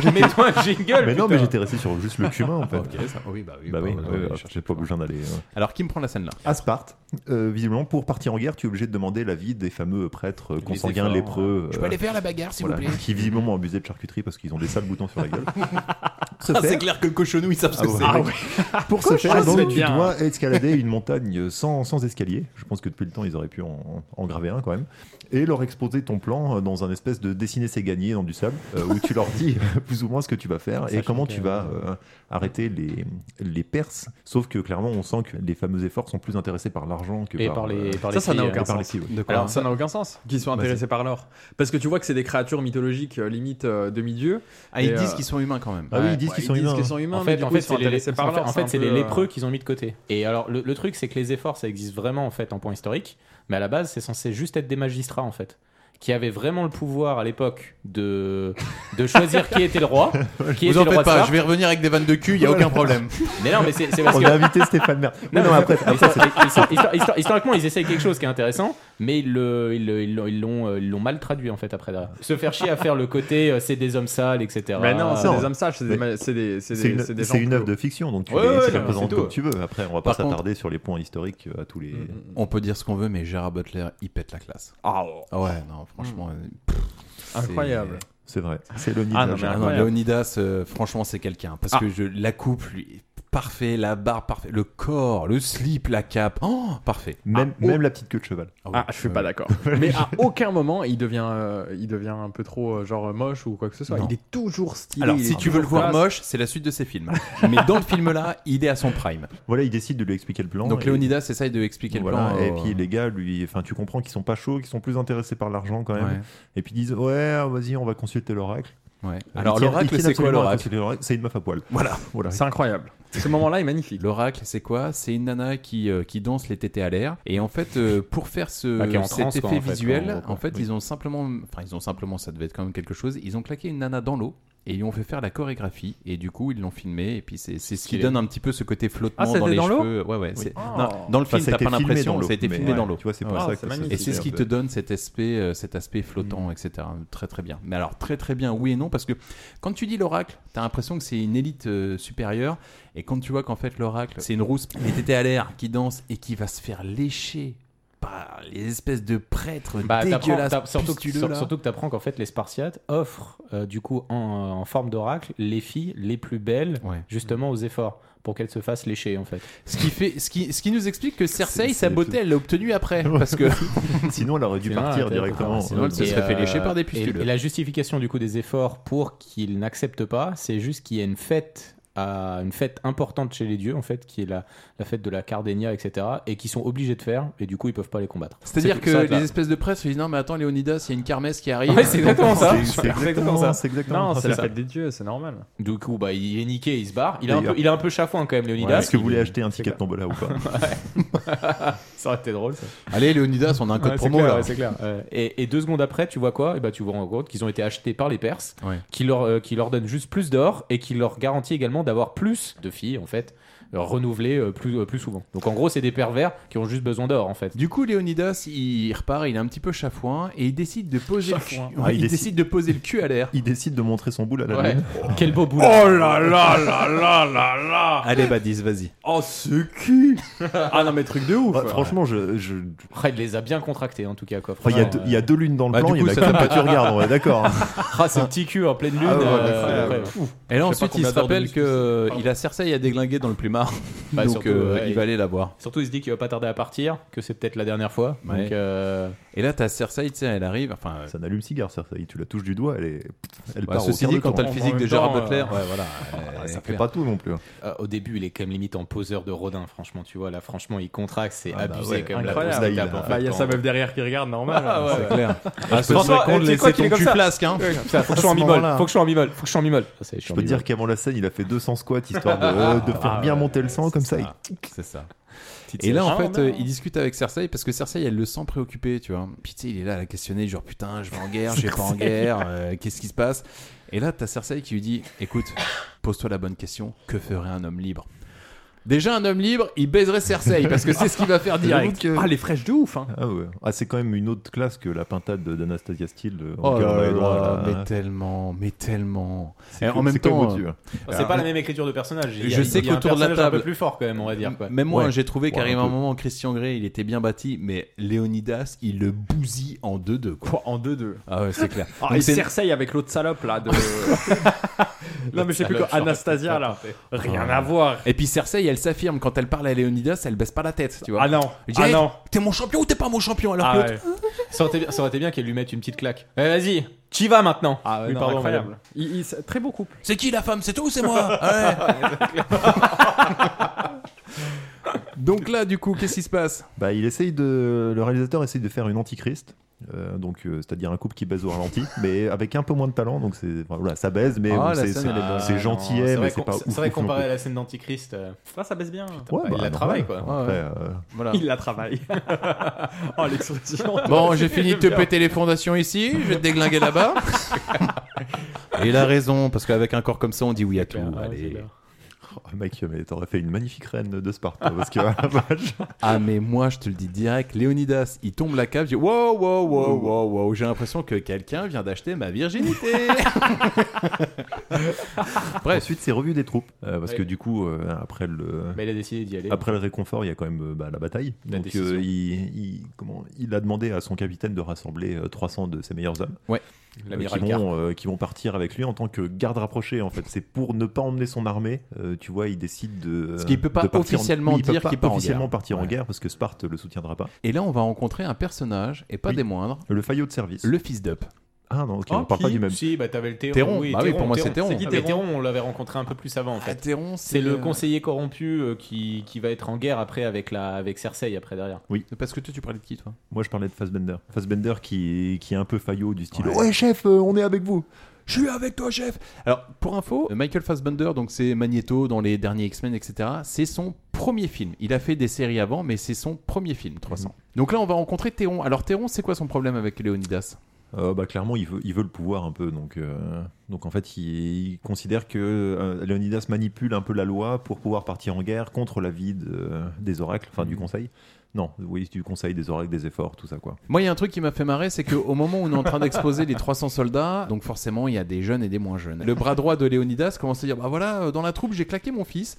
N: j'étais-
K: Mets-toi un jingle.
N: mais non,
K: putain.
N: mais j'étais resté sur juste le cumin en fait.
B: Ok, ça- oui, bah oui.
N: Bah oui,
B: bah,
N: ouais,
B: ouais,
N: ouais,
B: je-
N: j'ai pas besoin d'aller. euh,
B: Alors, qui me prend la scène là
N: À Sparte, euh, visiblement, pour partir en guerre, tu es obligé de demander l'avis des fameux prêtres euh, consanguins
K: efforts,
N: lépreux. euh,
B: faire la bagarre, s'il
N: voilà, qui visiblement ont abusé de charcuterie parce qu'ils ont des sales boutons sur la gueule. Ce
B: Ah,
N: faire-
B: c'est clair que le cochonou, il savent ce
N: Ah
B: que
N: ouais.
B: c'est.
N: Ah ouais. Pour ce faire,
P: Cochon,
N: donc,
P: c'est
N: tu
P: bien. hein.
N: dois hein. escalader une montagne sans, sans escalier. Je pense que depuis le temps, ils auraient pu en, en graver un quand même. Et leur exposer ton plan euh, dans un espèce de dessiner ses gagnés dans du sable, euh, où tu leur dis plus ou moins ce que tu vas faire et comment tu vas euh, arrêter les, les Perses. Sauf que clairement, on sent que les fameux efforts sont plus intéressés par l'argent que
K: Et par les, par les
P: ça, ça n'a
K: filles,
P: aucun
K: euh,
N: par les
P: sens.
N: filles, ouais.
B: De quoi
P: Alors ça n'a aucun sens qu'ils soient intéressés par l'or. Parce que tu vois que c'est des créatures mythologiques, euh, limite euh, demi-dieux.
B: Ah, ils
P: Et,
B: disent
P: euh,
B: qu'ils sont humains quand même.
N: Ah oui, ils disent
P: ouais,
N: qu'ils sont humains.
P: Bah, qu'ils sont humains,
K: En
P: mais
K: fait,
P: du
K: en
P: coup,
K: fait,
P: ils sont
K: c'est les,
P: intéressés par
K: en fait-
P: l'or.
K: en fait, c'est
P: un
K: les
P: peu, euh,
K: lépreux qu'ils ont mis de côté. Et alors, le, le truc, c'est que les efforts, ça existe vraiment en fait en point historique, mais à la base, c'est censé juste être des magistrats en fait, qui avaient vraiment le pouvoir à l'époque de de choisir qui était le roi, qui
B: Vous
K: était
B: en faites
K: le roi de
B: pas,
K: Sparte.
B: je vais revenir avec des vannes de cul, il y a aucun problème.
K: Mais non, mais c'est c'est parce
N: On
K: que
N: a invité Stéphane Mer. Oui, Oh, non, mais après,
K: Mais histori- histori- histori- historiquement, ils essayent quelque chose qui est intéressant, mais ils le- ils le- ils l'ont ils l'ont, euh, ils l'ont mal traduit en fait après derrière. Se faire chier à faire le côté euh, c'est des hommes sales, etc.
P: Mais non, c'est
K: Euh,
P: des hommes sages, c'est des, ma- c'est des, c'est
N: C'est
P: des,
N: une,
P: c'est des gens
N: c'est une
P: plus
N: œuvre
P: hauts.
N: de fiction, donc tu
P: Ouais,
N: les-
P: ouais,
N: tu la
P: non,
N: présentes
P: c'est
N: comme
P: tout.
N: tu veux. Après, on va
B: Par Mm,
N: pas s'attarder sur les points historiques euh, à tous les.
B: On peut dire ce qu'on veut, mais Gérard Butler, il pète la classe.
P: Ah
B: ouais, non, franchement. euh, pff, c'est-
P: Incroyable.
N: C'est vrai. C'est
B: Ah
N: Leonidas.
B: non, mais
N: Gérard.
B: incroyable. Leonidas, euh, franchement, c'est quelqu'un. Parce que je, la coupe, lui, parfait, la barre, parfait, le corps, le slip, la cape, oh, parfait.
N: Même,
B: Ah,
N: même
B: oh.
N: la petite queue de cheval.
P: Ah, je suis pas d'accord. Mais à aucun moment il devient, euh, il devient un peu trop euh, genre moche ou quoi que ce soit.
B: Non.
P: Il est toujours stylé.
B: Alors,
P: il
B: si
P: est
B: tu veux le
P: toujours
B: voir
P: classe.
B: moche, c'est la suite de ses films. Mais dans le film-là, il est à son prime.
N: Voilà, il décide de lui expliquer le plan.
B: Donc,
N: et-
B: Léonidas essaye de expliquer
N: Voilà,
B: le plan. euh,
N: et
B: au-
N: puis les gars, lui, enfin, tu comprends qu'ils sont pas chauds, qu'ils sont plus intéressés par l'argent quand même.
B: Ouais.
N: Et puis ils disent ouais, vas-y, on va consulter l'oracle.
B: Ouais.
N: Euh,
B: Alors,
N: ils tiennent-
B: l'oracle,
N: ils tiennent
B: c'est quoi
N: absolument à
B: l'oracle
N: consulter C'est une meuf à poil.
B: Voilà.
N: Voilà.
P: C'est incroyable. Ce moment-là est magnifique.
B: L'oracle, c'est quoi C'est une nana qui, euh, qui danse les tétés à l'air. Et en fait, euh, pour faire ce,
K: Ah, qui est en
B: cet
K: transe,
B: effet
K: quoi, en fait,
B: visuel,
K: en
B: en
K: gros,
B: fait,
K: quoi. Oui.
B: ils ont simplement, enfin, ils ont simplement, ça devait être quand même quelque chose. Ils ont claqué une nana dans l'eau. Et ils lui ont fait faire la chorégraphie et du coup ils l'ont filmé et puis c'est c'est ce qui
K: Stylé.
B: donne un petit peu ce côté
K: Ah,
B: flottement
K: c'était
B: dans les
K: dans l'eau
B: cheveux. Ouais ouais.
K: Oui.
B: c'est-
K: Ah.
B: non, dans le
N: Enfin,
B: film
N: ça a
B: t'as
N: été
B: pas
N: filmé dans
B: l'impression,
N: l'eau,
B: ça a été
N: mais
B: filmé
N: ouais,
B: dans l'eau.
N: tu vois, c'est pour
B: Ouais.
N: ça Ah, que c'est ça- magnifique.
B: Et c'est ce qui te donne cet aspect euh, cet aspect flottant etc. Très très bien. Mais alors très très bien oui et non parce que quand tu dis l'oracle t'as l'impression que c'est une élite euh, supérieure et quand tu vois qu'en fait l'oracle c'est une rousse les tétés à l'air qui danse et qui va se faire lécher par les espèces de prêtres
K: Bah, t'apprends-
B: dégueulasses
K: t'app- surtout, que,
B: pustuleux,
K: sur-
B: là.
K: surtout que t'apprends qu'en fait les Spartiates offrent euh, du coup en, en forme d'oracle les filles les plus belles justement aux efforts pour qu'elles se fassent lécher en fait.
B: Ce qui fait, ce qui, ce qui nous explique que Cersei,
K: C'est-
B: sa
K: c'est-
B: beauté, elle l'a obtenue après, parce que
N: sinon elle aurait dû partir directement.
B: Sinon, elle se
K: Et,
B: serait fait
K: euh,
B: lécher par des
K: et-
B: pustules.
K: Et, la justification du coup des efforts pour qu'ils n'acceptent pas, c'est juste qu'il y a une fête. À une fête importante chez les dieux en fait qui est la, la fête de la Cardénia etc et qui sont obligés de faire et du coup ils peuvent pas les combattre
B: C'est-à-dire
K: tout.
B: que
K: Ça,
B: les
K: là.
B: espèces de presse se disent non mais attends Léonidas, il y a une kermesse qui arrive.
K: Ouais, c'est exactement ça. C'est exactement ça.
N: C'est
K: exactement-
P: Non, c'est la
K: c'est ça.
P: fête des dieux, c'est normal.
K: Du coup, bah, il est niqué, il se barre. Il est un
N: D'ailleurs.
K: peu, il est un peu chafouin quand même, Leonidas.
N: Voilà, Est-ce que vous
K: Il-
N: voulez acheter un ticket de tombola ou pas
K: ça aurait été drôle. Ça.
B: Allez Léonidas, on a un code
K: Ouais, c'est
B: promo
K: clair,
B: là.
K: ouais, c'est clair. Ouais. Euh, Et, et deux secondes après, tu vois quoi Et bah, tu vois en compte qu'ils ont été achetés par les Perses,
B: Ouais.
K: qui leur euh, qui leur donnent juste plus d'or et qui leur garantit également d'avoir plus de filles en fait euh, renouvelées euh, plus euh, plus souvent. Donc en gros, c'est des pervers qui ont juste besoin d'or en fait.
B: Du coup, Léonidas, il repart, il est un petit peu chafouin et il décide de poser le cul.
K: Chafouin.
B: Ouais,
N: Ah,
B: il,
N: il
B: décide...
N: décide-
B: de poser le cul à l'air.
N: Il décide de montrer son boule à la
K: Ouais.
N: lune.
K: Quel beau boulot.
G: Oh là là là là là là
B: Ah. Allez Badis, vas-y.
P: Oh ce cul Ah non mais truc de ouf
N: Ouais, Franchement, je. je-
K: Red les a bien contractés en tout cas quoi.
N: enfin, il y a
K: Franchement,
N: deux- il y, a deux lunes dans le
B: Bah,
N: plan,
B: du
N: il y en
B: coup,
N: a
B: ça
N: qu'une
B: t'a
N: que
B: pas-
N: tu regardes, ouais, d'accord.
K: Ah, ce petit cul en pleine lune.
N: Ah ouais,
K: euh,
N: incroyable.
K: après, ouais.
B: Et là
K: Je sais pas
B: ensuite, il
K: combien
B: se
K: d'heures de
B: rappelle
K: muscu
B: que euh, il a Cersei à déglinguer dans le plumard,
K: Bah,
B: donc
K: surtout,
B: euh,
K: ouais,
B: il va aller la voir.
K: Surtout, il se dit qu'il va pas tarder à partir, que c'est peut-être la dernière fois.
B: Ouais.
K: Donc, euh,
B: Et là, t'as Cersei, tu sais, elle arrive. Enfin, euh,
N: Ça n'allume cigare, ça. ça, Tu la touches du doigt, elle est. Elle
B: Bah,
N: part au
B: ceci
N: quart de
B: dit, quand
N: tour.
B: t'as le
K: En
B: physique
K: même
B: de Gérard
K: temps,
B: Butler,
K: euh,
B: ouais, voilà,
N: Ah,
B: elle est
N: Ça fait
B: claire.
N: pas tout non plus.
K: euh, au début, il est quand même limite en poseur de Rodin, franchement, tu vois. Là, franchement, il contracte, c'est
N: Ah bah
K: abusé
N: ouais,
K: comme la
P: incroyable.
K: grosse
N: Là, il
K: étape, en
N: a-
K: fait, hein.
P: Bah, il y a
K: quand-
P: sa meuf derrière qui regarde normal.
K: Ah ouais, ouais.
B: clair. Ah, ce
K: François,
B: serait con de
K: tu sais
B: laisser
K: quoi qu'il est
B: ton
K: comme
B: cul
K: ça
B: flasque, hein.
K: Ouais, putain, faut que je sois en
N: À ce
K: bimol,
N: moment-là.
K: faut que je sois en bimol, faut que je sois en bimol. Ça, c'est-
N: Je
K: en
N: peux te
K: bimol.
N: dire qu'avant la scène, il a fait 200 squats histoire de, de faire bien monter le sang comme ça. il-
B: Ah, C'est ça.
N: Petite
B: Et là, en
N: sécheresse.
B: fait, euh, il discute avec Cersei parce que Cersei, elle le sent préoccupé, tu vois. Puis tu sais, il est là à la questionner, genre putain, je vais en guerre, je vais pas en guerre, euh, qu'est-ce qui se passe Et là, t'as Cersei qui lui dit écoute, pose-toi la bonne question, que ferait un homme libre Déjà, un homme libre, il baiserait Cersei parce que c'est ce qu'il va faire direct.
N: J'avoue que-
P: Ah les fraîches de ouf hein.
N: Ah ouais. Ah, c'est quand même une autre classe que la pintade de- d'Anastasia Steele. euh,
B: Oh
N: auquel
B: là
N: on avait
B: là,
N: droit à la-
B: mais tellement, mais tellement.
N: C'est
B: Et
N: que-
B: en même
N: c'est quand même
B: temps,
N: au-dessus, hein.
K: C'est pas la même écriture de personnage. Il y a-
B: Je
K: il y
B: sais
K: a un
B: qu'autour de la
K: personnage un peu
B: table-
K: plus fort quand même, on va dire. quoi.
B: Même moi,
N: Ouais.
B: j'ai trouvé
N: Ouais,
B: qu'arrive
N: un
B: un
N: peu.
B: moment, Christian Grey, il était bien bâti, mais Léonidas, il le bousille en deux deux. Quoi.
P: Quoi, en 2-2.
B: Ah ouais, c'est clair.
P: Ah,
B: Donc
P: et
B: c'est-
P: Cersei avec l'autre salope là de. non mais je sais plus quoi,
K: L'autre salope,
P: Anastasia là. Rien à voir.
B: Et puis Cersei, elle s'affirme quand elle parle à Léonidas, elle baisse pas la tête, tu vois.
P: Ah non,
B: Elle dit,
P: ah
B: Hey,
P: non.
B: T'es mon champion ou t'es pas mon champion alors
P: Ah
B: que
P: ouais.
B: l'autre-
K: Ça aurait été bien- ça aurait été bien qu'elle lui mette une petite claque. Eh, vas-y, t'y vas maintenant.
P: Ah ouais,
K: Oui,
P: non,
K: pardon,
P: incroyable.
K: madame.
P: Il- il- c'est- très beau couple.
B: C'est qui la femme C'est toi ou c'est moi Ouais. Donc là, du coup, qu'est-ce qui se passe
N: Bah, il essaye de, le réalisateur essaye de faire une antichrist. euh, donc, euh, c'est-à-dire un couple qui baise au ralenti, mais avec un peu moins de talent. Donc, c'est enfin, voilà, ça baise, mais
B: Ah,
N: bon,
B: la
N: c'est-
B: scène,
N: c'est
B: elle est bonne.
N: c'est
K: Ah, non,
N: gentillet, mais
K: vrai
N: c'est
K: qu'on-
N: pas ouf.
K: C'est vrai
N: ouf non
K: comparé à
N: plus.
K: la scène d'Antichrist, euh,
P: Ah, Ça, ça baisse bien.
N: Ouais,
K: il
N: bah,
K: la
N: normal.
K: travaille quoi.
B: Ouais,
N: Après,
B: ouais.
N: euh,
B: Voilà.
P: Il la travaille. oh l'expression.
B: Bon, j'ai fini de te péter les fondations ici, je vais te déglinguer là-bas. Et il a raison, parce qu'avec un corps comme ça, on dit oui à tout.
K: Ouais,
B: Allez.
K: c'est clair.
N: Oh, mec, mais t'aurais fait une magnifique reine de Sparte. toi, parce que, ah, la vache.
B: Ah mais moi je te le dis direct, Léonidas, il tombe la cave, je dis wow wow wow wow wow, j'ai l'impression que quelqu'un vient d'acheter ma virginité.
N: Bref. Ensuite, c'est revue des troupes. euh, parce
K: Ouais.
N: que du coup, euh, après le.
K: Mais Bah, il a décidé d'y aller.
N: Après le réconfort, il y a quand même euh, bah, la bataille.
K: La
N: Donc,
K: décision.
N: euh, il, il- comment, il a demandé à son capitaine de rassembler euh, 300 de ses meilleurs hommes.
B: Ouais.
N: Euh, qui,
K: L'amiral Carr.
N: vont, euh, qui vont partir avec lui en tant que garde rapproché. En fait, c'est pour ne pas emmener son armée. euh, tu vois, il décide de.
B: Ce qu'il peut pas
N: de partir en-
B: officiellement
N: Oui, il peut
B: dire
N: pas
B: qu'il part en
N: officiellement
B: guerre.
N: partir en
B: Ouais.
N: guerre parce que Sparte le soutiendra pas.
B: Et là on va rencontrer un personnage et pas des moindres,
N: le faillot de service,
B: le fils d'up.
N: Ah non, ok,
K: Hein,
N: on parle pas du même.
K: Si, bah t'avais le Théron.
B: Théron,
K: oui,
B: bah oui, pour moi, c'est Théron.
K: C'est qui
B: Ah,
K: Mais
B: Théron.
K: Théron, on l'avait rencontré un peu plus avant en fait.
B: Théron,
K: c'est
B: c'est,
K: le
B: euh,
K: conseiller corrompu euh, qui, qui va être en guerre après avec, la, avec Cersei après derrière.
N: Oui.
B: Parce que toi tu parlais de qui toi
N: Moi, je parlais de Fassbender. Fassbender qui, qui est un peu faillot du style.
B: Ouais,
N: chef, on est avec vous.
B: Je suis avec toi, chef. Alors, pour info, Michael Fassbender, donc c'est Magneto dans les derniers X-Men, etc. C'est son premier film. Il a fait des séries avant, mais c'est son premier film, 300. Donc là, on va rencontrer Théron. Alors, Théron, c'est quoi son problème avec Léonidas
N: Euh, bah, clairement, il veut, il veut le pouvoir un peu. Donc, euh, donc en fait, il, il considère que euh, Léonidas manipule un peu la loi pour pouvoir partir en guerre contre l'avis de- des oracles, enfin du
B: Mhm.
N: conseil. Non, oui, du conseil, des oracles, des efforts, tout ça quoi.
B: Moi, il y a un truc qui m'a fait marrer, c'est qu'au moment où on est en train d'exposer les 300 soldats, donc forcément, il y a des jeunes et des moins jeunes. Le bras droit de Léonidas commence à dire Bah voilà, euh, dans la troupe, j'ai claqué mon fils.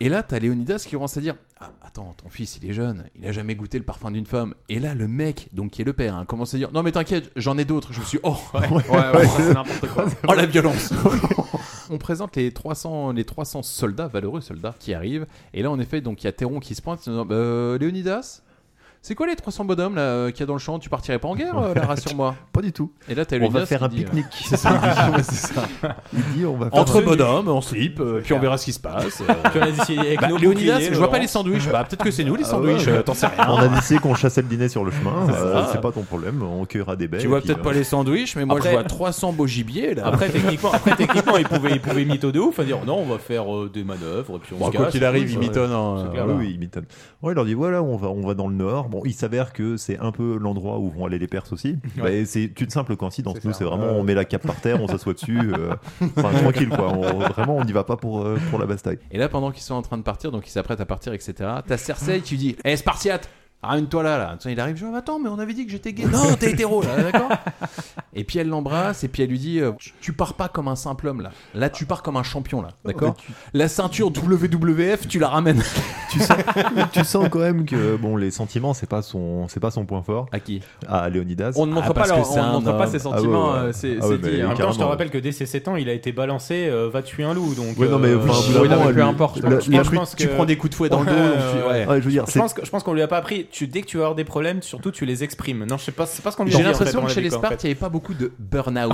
B: Et là, t'as Léonidas qui commence à dire Ah, attends, ton fils, il est jeune, il a jamais goûté le parfum d'une femme. Et là, le mec, donc qui est le père, hein, commence à dire Non, mais t'inquiète, j'en ai d'autres. Je me suis Oh,
K: c'est n'importe quoi.
B: Oh la violence On présente les 300, les 300 soldats, valeureux soldats, qui arrivent. Et là, en effet, donc il y a Théron qui se pointe. en disant, Euh, Léonidas c'est quoi les 300 bonhommes là euh, qu'il y a dans le champ Tu partirais pas en guerre, euh, Lara, sur moi
N: Pas du tout.
B: Et là, t'as
N: On
B: Léonidas
N: va faire
B: qui
N: un
B: dit, euh,
N: pique-nique.
B: C'est ça.
N: Ouais, c'est ça. Il dit, on va faire
B: Entre
N: un-
B: bonhommes, en slip, euh, puis on verra ce qui se passe. euh.
K: Puis on a décidé avec
B: Bah,
K: nos
B: Léonidas,
K: boucliers,
B: je vois pas
K: Laurent.
B: les sandwichs. Bah, peut-être que c'est nous les
N: Ah
B: sandwichs,
N: ouais.
B: euh, t'en sais rien.
N: On a décidé qu'on chassait le dîner sur le chemin.
B: C'est
N: euh,
B: ça.
N: C'est pas ton problème. On cueillera des baies.
B: Tu vois
N: et puis,
B: peut-être
N: euh,
B: pas les sandwichs, mais moi
K: Après-
B: je vois 300 beaux gibiers là.
K: Après techniquement, après, techniquement ils, pouvaient, ils pouvaient mytho de ouf, à dire non, on va faire euh, des manœuvres, puis on
N: Bon,
K: se
N: quoi
K: casse,
N: qu'il arrive,
K: c'est
N: il
K: cool, ça.
N: mitonne.
B: euh.
N: hein.
K: C'est clair,
N: Oui,
K: là.
N: oui, il mitonne. Ouais, il leur dit voilà, on va, on va dans le nord. Bon, il s'avère que c'est un peu l'endroit où vont aller les Perses aussi.
K: Ouais.
N: Bah, c'est une simple coïncidence.
K: C'est
N: Nous,
K: ça.
N: c'est vraiment,
K: Ouais.
N: on met la cape par terre, on s'assoit dessus. euh, Enfin, tranquille, quoi. On- vraiment, on n'y va pas pour, euh, pour la bastaille.
B: Et là, pendant qu'ils sont en train de partir, donc ils s'apprêtent à partir, etc., t'as Cersei qui lui dit Hé Spartiate, ramène-toi là, là. Il arrive, genre, attends, mais on avait dit que j'étais gay. non, t'es hétéro, là, d'accord Et puis elle l'embrasse, et puis elle lui dit euh, tu, tu pars pas comme un simple homme, là. Là, tu pars comme un champion, là, d'accord La ceinture WWF, tu la ramènes.
N: tu sens, tu sens quand même que bon, les sentiments, c'est pas son, c'est pas son point fort.
B: À qui Ah,
N: À Léonidas. Ah
P: On ne montre pas leur- on ne montre pas ses sentiments, euh, c'est-
N: c'est
P: c'est dit, hein.
K: En même temps, je te rappelle que dès ses 7 ans, il a été balancé, euh, va tuer un loup. Donc,
N: Ouais, non, mais,
K: euh,
N: enfin, au bout d'un
K: oui, non,
N: moment,
K: mais peu
N: elle-
K: importe.
N: la- la
K: je
N: rue-
K: pense
N: tu
K: que-
N: prends des coups de fouet dans le dos, donc tu- ouais. Ouais, je veux dire, c'est-
K: pense, que- je pense qu'on lui a pas appris. Tu, dès que tu vas avoir des problèmes, surtout tu les exprimes. Non, je sais pas, c'est pas ce qu'on lui a
B: J'ai
K: dit, en
B: l'impression
K: fait, on
B: que
K: l'a
B: chez
K: dit,
B: les
K: quoi, en
B: Spartes, il
K: fait.
B: n'y avait pas beaucoup de burn-out.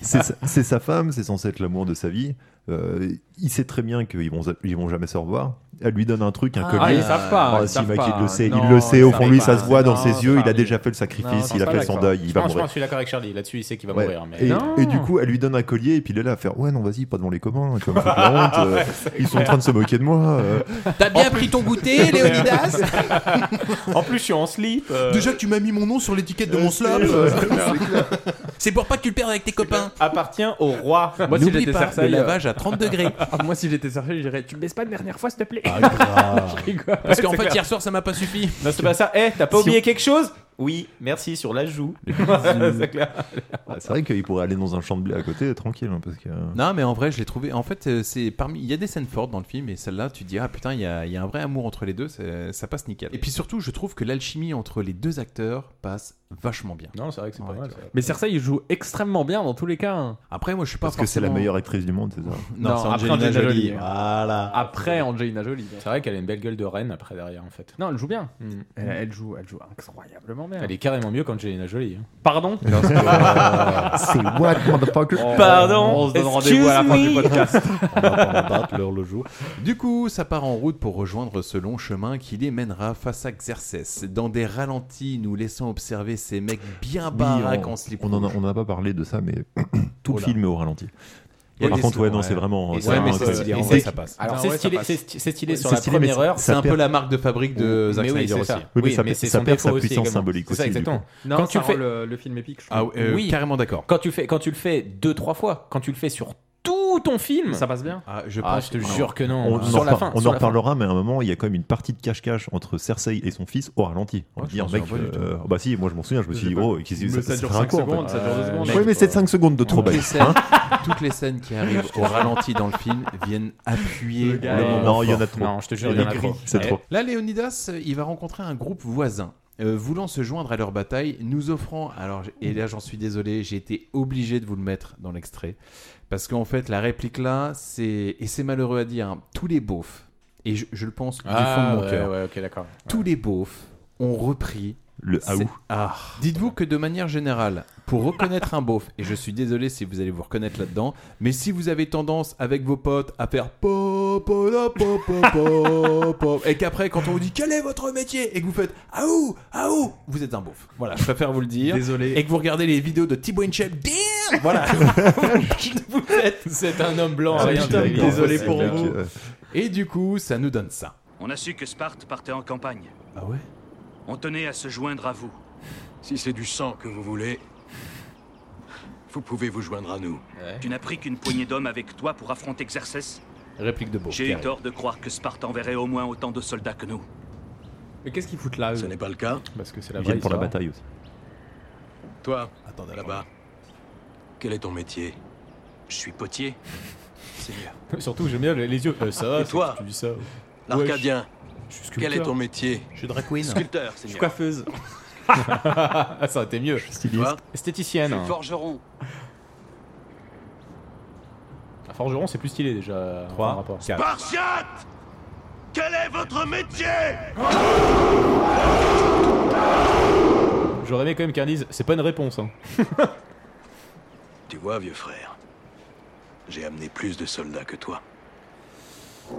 N: c'est sa- c'est sa femme, c'est censé être l'amour de sa vie. Euh, il sait très bien qu'ils vont, ils vont jamais se revoir. Elle lui donne un truc, un
K: Ah,
N: collier.
K: ils savent pas, ils
N: si,
K: savent
N: mec,
K: pas.
N: il le sait,
K: Non,
N: il le sait.
K: ils
N: Au fond, de lui,
K: savent
N: ça se voit
K: pas.
N: dans
K: Non,
N: ses
K: c'est
N: yeux.
K: pas
N: Il a
K: lui.
N: déjà fait le
K: Non,
N: sacrifice,
K: je
N: il a
K: pense
N: fait
K: pas,
N: son
K: d'accord.
N: deuil, il
K: Je
N: va
K: pense- Je
N: mourir.
K: pense qu'il a correct Charlie. Là-dessus, il sait qu'il va
N: Ouais.
K: mourir. mais-
N: et,
K: Non.
N: et du coup, elle lui donne un collier, et puis il est là à faire Ouais, non, vas-y, pas devant les communs, tu vas me foutre la honte, euh,
K: Ouais, c'est
N: ils sont en
K: clair.
N: train de se moquer de moi. euh.
B: T'as bien pris ton goûter, Léonidas
K: En plus, je suis en slip. euh,
B: Déjà que tu m'as mis mon nom sur l'étiquette de mon slop. euh,
K: euh,
B: Eh C'est pour pas que tu le perdes avec tes copains.
K: Appartient au roi.
P: Moi, si j'étais
B: pas,
P: Cersei,
B: le
P: euh,
B: lavage à 30 degrés. Ah,
P: Ah, moi, si j'étais Cersei, je dirais Tu me baisses pas une dernière fois, s'il te plaît Je rigole.
B: Parce qu'en
P: C'est
B: fait,
P: clair.
B: hier soir, ça m'a pas suffi.
K: Non, c'est pas ça. Eh, t'as pas
P: Si
K: oublié
P: on-
K: quelque chose Oui, merci sur la joue. c'est clair.
N: Ouais, C'est vrai qu'il pourrait aller dans un champ de blé à côté, tranquille, hein, parce que.
B: Non, mais en vrai, je l'ai trouvé. En fait, euh, c'est parmi. Il y a des scènes fortes dans le film, et celle-là, tu te dis ah putain, il y, a, il y a un vrai amour entre les deux. c'est- Ça passe nickel. Et puis surtout, je trouve que l'alchimie entre les deux acteurs passe vachement bien.
K: Non, c'est vrai que
N: Ah,
K: c'est pas mal.
P: Mais Cersei, il joue extrêmement bien dans tous les cas. hein.
B: Après, moi, je suis pas
N: Parce que c'est la
B: forcément-
N: meilleure actrice du monde, c'est ça
B: Non, c'est
P: après
B: Angelina, Jolie. Voilà.
P: Après Angelina Jolie.
K: C'est vrai qu'elle a une belle gueule de reine après derrière en fait.
P: Non, elle joue bien.
K: Mm.
P: Elle, elle joue, elle joue incroyablement bien.
K: Elle est carrément mieux qu'Angelina Jolie. hein.
P: Pardon
N: euh, C'est what, motherfucker
K: Pardon
P: On se donne rendez-vous à la fin du
K: Excuse me.
P: podcast.
B: On va pas en battre l'heure le jour. Du coup, ça part en route pour rejoindre ce long chemin qui les mènera face à Xerxes. Dans des ralentis, nous laissons observer ces mecs bien
N: Oui,
B: baraques
N: on-
B: en slip.
N: on en a- on n'a pas parlé de ça, mais tout le
B: Oula.
N: film est au ralenti.
B: Il y a
N: Par
B: des
N: contre, ouais,
B: sons,
N: non,
B: ouais.
N: c'est vraiment.
B: Et
N: c'est
B: ouais,
N: vraiment
B: mais c'est
N: que-
B: stylé, en
N: dès
B: vrai,
N: que-
B: ça passe.
K: Alors,
B: Alors,
K: c'est
B: Ah ouais, ça
K: stylé,
B: passe.
K: c'est sti- c'est stylé
B: Ouais,
K: sur
B: c'est
K: la
B: stylé, mais
K: première
B: ça-
K: heure.
B: c'est un peu la marque de fabrique de
K: Mais
B: Zack
K: oui,
B: Snyder
K: c'est
B: aussi.
K: ça.
B: Oui,
N: Oh, mais ça-
K: c'est
N: ça
K: son
N: perd sa
K: défaut aussi,
N: puissance
K: également.
N: symbolique
K: C'est ça,
N: aussi, du
K: exactement.
N: coup.
P: Non,
K: Quand
P: ça
K: tu le
P: rend
K: fais,
P: le, le film épique, je trouve.
B: Ah, ouais, euh,
K: Oui.
B: Carrément d'accord.
K: quand tu le fais, quand tu le fais deux trois fois, quand tu le fais sur tout tout ton film. Ah,
P: Ça passe bien
B: Ah,
K: je,
N: Ah,
K: te jure que non.
N: On, on en,
K: sur la
N: repar-
K: fin,
N: on
K: sur
N: en
K: la fin.
N: reparlera, mais à un moment, il y a quand même une partie de cache-cache entre Cersei et son fils au ralenti. On
K: Ouais,
N: dit,
K: je
N: un
K: m'en
N: mec,
K: souviens pas du
N: euh, bah si, moi je m'en souviens, je me suis dit,
B: pas.
N: oh, qu'est-ce que
B: Mais ça
N: ça
B: dure
N: sera
B: cinq
N: quoi, en
B: secondes,
N: fait
B: ça dure deux secondes.
N: Oui, mais c'est 5 secondes de trop
B: toutes,
N: bête.
B: les scènes, toutes les scènes qui arrivent au ralenti dans le film viennent appuyer
N: Le
B: le,
N: gars,
B: moment
N: non, il y en
B: fort.
N: a trop. Non, je te jure, il y en a
B: est
N: trop.
B: gris.
N: C'est
K: Eh,
N: trop.
B: Là, Léonidas, euh, il va rencontrer un groupe voisin. euh, voulant se joindre à leur bataille, nous offrant, alors j- et là j'en suis désolé, j'ai été obligé de vous le mettre dans l'extrait, parce qu'en fait la réplique là, c'est et c'est malheureux à dire, hein, tous les beaufs, et je, je le pense du
K: Ah,
B: fond de mon
K: ouais,
B: cœur,
K: ouais, ok, d'accord.
B: tous les beaufs ont repris
N: le
B: haou. Ah Dites-vous que de manière générale, pour reconnaître un beauf, et je suis désolé si vous allez vous reconnaître là-dedans, mais si vous avez tendance avec vos potes à faire po po la, po po po po, et qu'après quand on vous dit quel est votre métier et que vous faites ah aou aou, vous êtes un beauf. Voilà, je préfère vous le dire. Désolé. Et que vous regardez les vidéos de Thibaut Inchep, damn, voilà. vous êtes,
K: c'est un homme blanc.
B: Ah,
K: rien
B: putain,
K: de-
B: désolé
K: c'est
B: pour
K: clair.
B: vous. Et du coup, ça nous donne ça.
F: On a su que Sparte partait en campagne.
B: Ah ouais
F: On tenait à se joindre à vous.
E: Si c'est du sang que vous voulez, vous pouvez vous joindre à nous.
F: Tu n'as pris qu'une poignée d'hommes avec toi pour affronter Xerxès
B: Réplique de beau.
F: J'ai eu tort de croire que Sparte enverrait au moins autant de soldats que nous.
P: Mais qu'est-ce qu'ils foutent là Ce n'est
E: pas le cas.
P: Parce que c'est
N: Ils viennent pour la bataille aussi.
E: Toi, là-bas, quel est ton métier Je suis potier. Seigneur.
K: Surtout, j'aime bien les les yeux. Euh, ça,
E: Et
K: c'est
E: toi
K: que tu dis ça.
E: L'Arcadien,
K: sculpteur.
E: quel est ton métier
B: Je suis drag queen.
E: Sculpteur,
K: Je suis
E: Seigneur.
K: coiffeuse. ça aurait été mieux.
E: Styliste.
K: Esthéticienne.
E: Je suis forgeron.
K: Un forgeron, c'est plus stylé déjà. 3,
E: Spartiate Quel est votre métier
K: J'aurais aimé quand même qu'un dise, c'est pas une réponse. Hein.
E: Tu vois, vieux frère, j'ai amené plus de soldats que toi.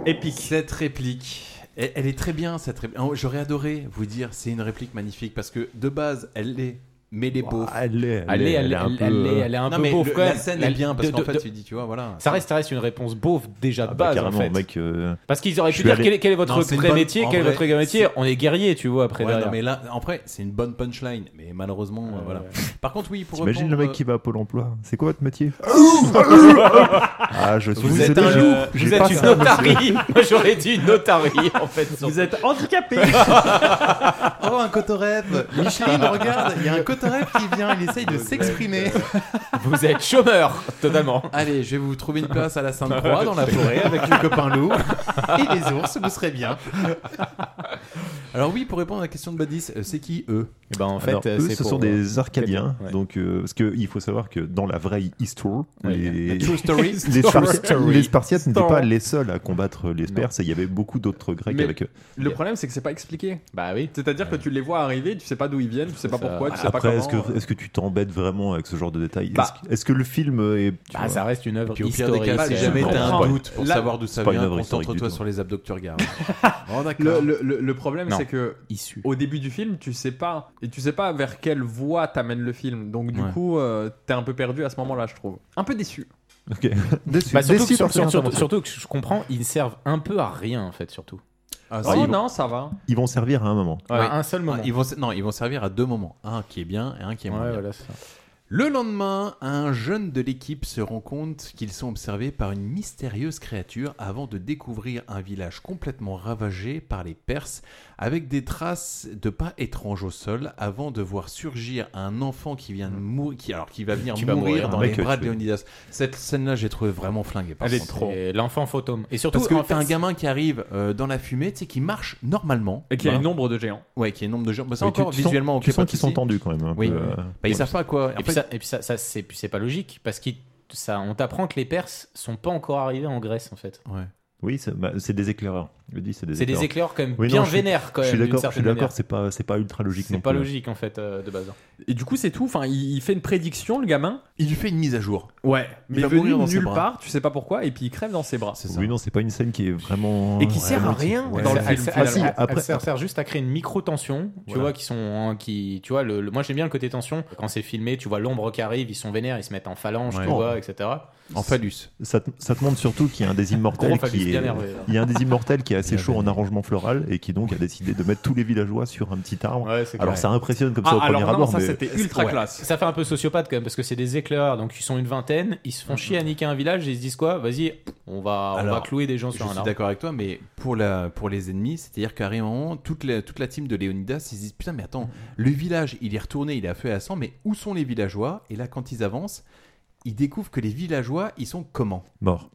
B: Épique. Cette réplique. Elle, elle est très bien, cette réplique. Oh, J'aurais adoré vous dire, c'est une réplique magnifique parce que de base, elle l'est. Mais les beaufs.
N: Elle est, euh,
K: Elle est, elle est, elle est, elle est un
B: Non,
K: peu
B: mais
K: beauf
B: le-
K: quand même.
B: La scène
K: La-
B: est bien parce
K: de-
B: qu'en
K: de-
B: fait,
K: de-
B: tu dis, tu vois, voilà.
K: Ça reste, ça reste une réponse beauf déjà de
N: Bah,
K: base en
N: carrément,
K: fait.
N: mec. euh,
K: Parce qu'ils auraient pu
N: je suis
K: dire
N: allé-
K: quel est, quel est votre
B: Non, c'est une
K: vrai
B: bonne-
K: métier,
B: en
K: quel est
B: vrai,
K: votre vrai métier.
B: c'est-
K: On est guerrier, tu vois, après
B: Ouais,
K: derrière.
B: non, mais là, après, c'est une bonne punchline. Mais malheureusement, euh, voilà. Par contre, oui, pour
N: T'imagines le
B: répondre,
N: mec qui va à Pôle emploi C'est quoi votre métier Ah, je suis
K: Vous êtes,
N: désolé,
K: un-
N: j'ai-
K: euh,
N: j'ai
K: vous êtes
N: pas
K: une
N: ça,
K: otarie.
N: monsieur.
K: Moi, J'aurais dit une otarie en fait. Vous
P: êtes handicapé.
B: Oh, un cotorève Micheline, regarde, il y a un cotorève qui vient, il essaye de s'exprimer.
K: Vous êtes chômeur, totalement.
B: Allez, je vais vous trouver une place à la Sainte-Croix dans la forêt avec le copain loup et les ours, vous serez bien. Alors oui, pour répondre à la question de Badis, euh, c'est qui eux
K: Eh ben en
N: Alors,
B: euh,
N: eux, ce sont des Arcadiens, donc euh, parce que il faut savoir que dans la vraie histoire, les,
B: La true story.
N: les
B: Story.
N: Spar-
B: Story.
N: les Spartiates n'étaient
B: Story.
N: pas les seuls à combattre les Perses, et il y avait beaucoup d'autres Grecs
P: Mais
N: avec eux.
P: Le problème, c'est que c'est pas expliqué.
B: euh,
K: Bah oui.
P: C'est-à-dire que tu les vois arriver, tu sais pas d'où ils viennent, tu sais pas pourquoi, tu sais bah, pas
N: Après,
P: comment. euh.
N: est-ce que, est-ce que tu t'embêtes vraiment avec ce genre de détails Est-ce
P: Bah.
N: que- Est-ce que le film est. tu
K: Bah,
N: vois-
K: ça reste une œuvre
B: Puis au pire des
K: historique.
B: cas, si
K: euh,
B: jamais
K: je
B: t'as
K: comprends.
B: un doute pour
K: Là-
B: savoir d'où ça
N: c'est pas une
B: vient,
N: œuvre historique
B: concentre-toi
N: du tout.
B: sur les abdos que tu regardes.
P: le, le- le- le problème,
K: Non.
P: c'est que
K: Issu.
P: au début du film, tu sais pas et tu sais pas vers quelle voie t'amène le film. Donc du
K: Ouais.
P: coup, euh, t'es un peu perdu à ce moment-là, je trouve. Un peu déçu.
N: Ok.
K: Bah, surtout,
N: Déçu
K: que,
N: par cette
K: surtout-
N: intervention.
K: surtout que je comprends, ils servent un peu à rien en fait, surtout. Ah,
P: ça, Oh, ils vont- non, ça va.
N: Ils vont servir à un moment.
K: Ouais, à un seul moment.
B: Ah, ils vont, se- non, ils vont servir à deux moments. Un qui est bien et un qui est moins
K: Ouais,
B: bien.
K: voilà, c'est ça.
B: Le lendemain, un jeune de l'équipe se rend compte qu'ils sont observés par une mystérieuse créature avant de découvrir un village complètement ravagé par les Perses avec des traces de pas étranges au sol avant de voir surgir un enfant qui vient de mourir, qui, alors, qui va venir
K: Mm. Qui va
B: mourir,
K: mourir,
B: dans
K: un
B: les
K: mec,
B: bras
K: tu
B: de
K: veux.
B: Léonidas. Cette scène-là, j'ai trouvé vraiment flinguée. Par
K: Elle est
B: contre.
K: trop. Et L'enfant fantôme. Et surtout,
B: Parce que
K: en
B: t'as
K: fait,
B: un gamin qui arrive euh, dans la fumée, tu sais, qui marche normalement.
P: Et qui a
B: Voilà.
P: une ombre de géant.
B: Ouais, qui est nombre de gens. Bah, ça
N: Mais tu-
B: encore,
N: tu sens-
B: visuellement,
N: tu
B: ok, pas
N: sens
B: de
N: qu'ils sont
B: souci.
N: tendus quand même. un
B: Oui.
N: peu, euh,
B: Bah, ils savent pas quoi.
K: Et puis, ça, et puis ça, ça, c'est c'est pas logique parce qu'on ça, on t'apprend que les Perses sont pas encore arrivés en Grèce en fait.
N: Oui, c'est bah, c'est des éclaireurs. Je dis, c'est des
K: C'est des
N: éclaireurs.
K: éclaireurs quand même
N: Oui,
K: bien
N: je suis-
K: vénères, quand
N: je suis
K: même, d'une
N: d'accord, Je suis
K: certaine
N: d'accord,
K: manière.
N: c'est pas, c'est pas ultra logique non
K: C'est pas
N: plus. hein.
K: logique en fait euh, de base.
P: Et du coup, c'est tout. Enfin, il, il fait une prédiction, le gamin.
B: Il lui fait une mise à jour.
P: Ouais.
B: Il
P: Mais
B: va
P: venu
B: mourir dans ses
P: nulle
B: bras.
P: part, tu sais pas pourquoi, et puis il crève dans ses bras.
N: Oui, non, c'est pas une scène qui est vraiment.
P: Et qui sert à rien
N: Ouais.
P: dans le
K: Elle,
P: film.
K: elle-
N: Ah, si,
K: elle-
N: après-
K: elle sert, sert juste à créer une micro tension, tu
N: Voilà.
K: vois, qui sont, hein, qui, tu vois, le, le- moi j'aime bien le côté tension. Quand c'est filmé, tu vois l'ombre qui arrive, ils sont vénères, ils se mettent en phalange,
N: Ouais.
K: tu vois, etc.
B: En phallus.
N: Ça te, ça te montre surtout qu'il y a un des
K: Gros
N: immortels
K: phallus.
N: qui qui
K: bien
N: est-
K: nerveux, là.
N: il y a un des immortels qui est assez chaud en arrangement floral et qui donc a décidé de mettre tous les villageois sur un petit arbre. alors ça impressionne comme ça
P: Ah,
N: au premier abord, mais
K: Ouais. Ça fait un peu sociopathe quand même parce que c'est des éclairs, donc ils sont une vingtaine, ils se font chier à niquer un village et ils se disent quoi Vas-y, on va, on va clouer des gens
B: je
K: sur un
B: suis
K: arbre.
B: d'accord avec toi, mais pour, la, pour les ennemis, c'est-à-dire carrément, toute la, toute la team de Léonidas, ils se disent Putain, mais attends, le village, il est retourné, il est à feu et à sang, mais où sont les villageois Et là, quand ils avancent, ils découvrent que les villageois, ils sont comment
N: Morts.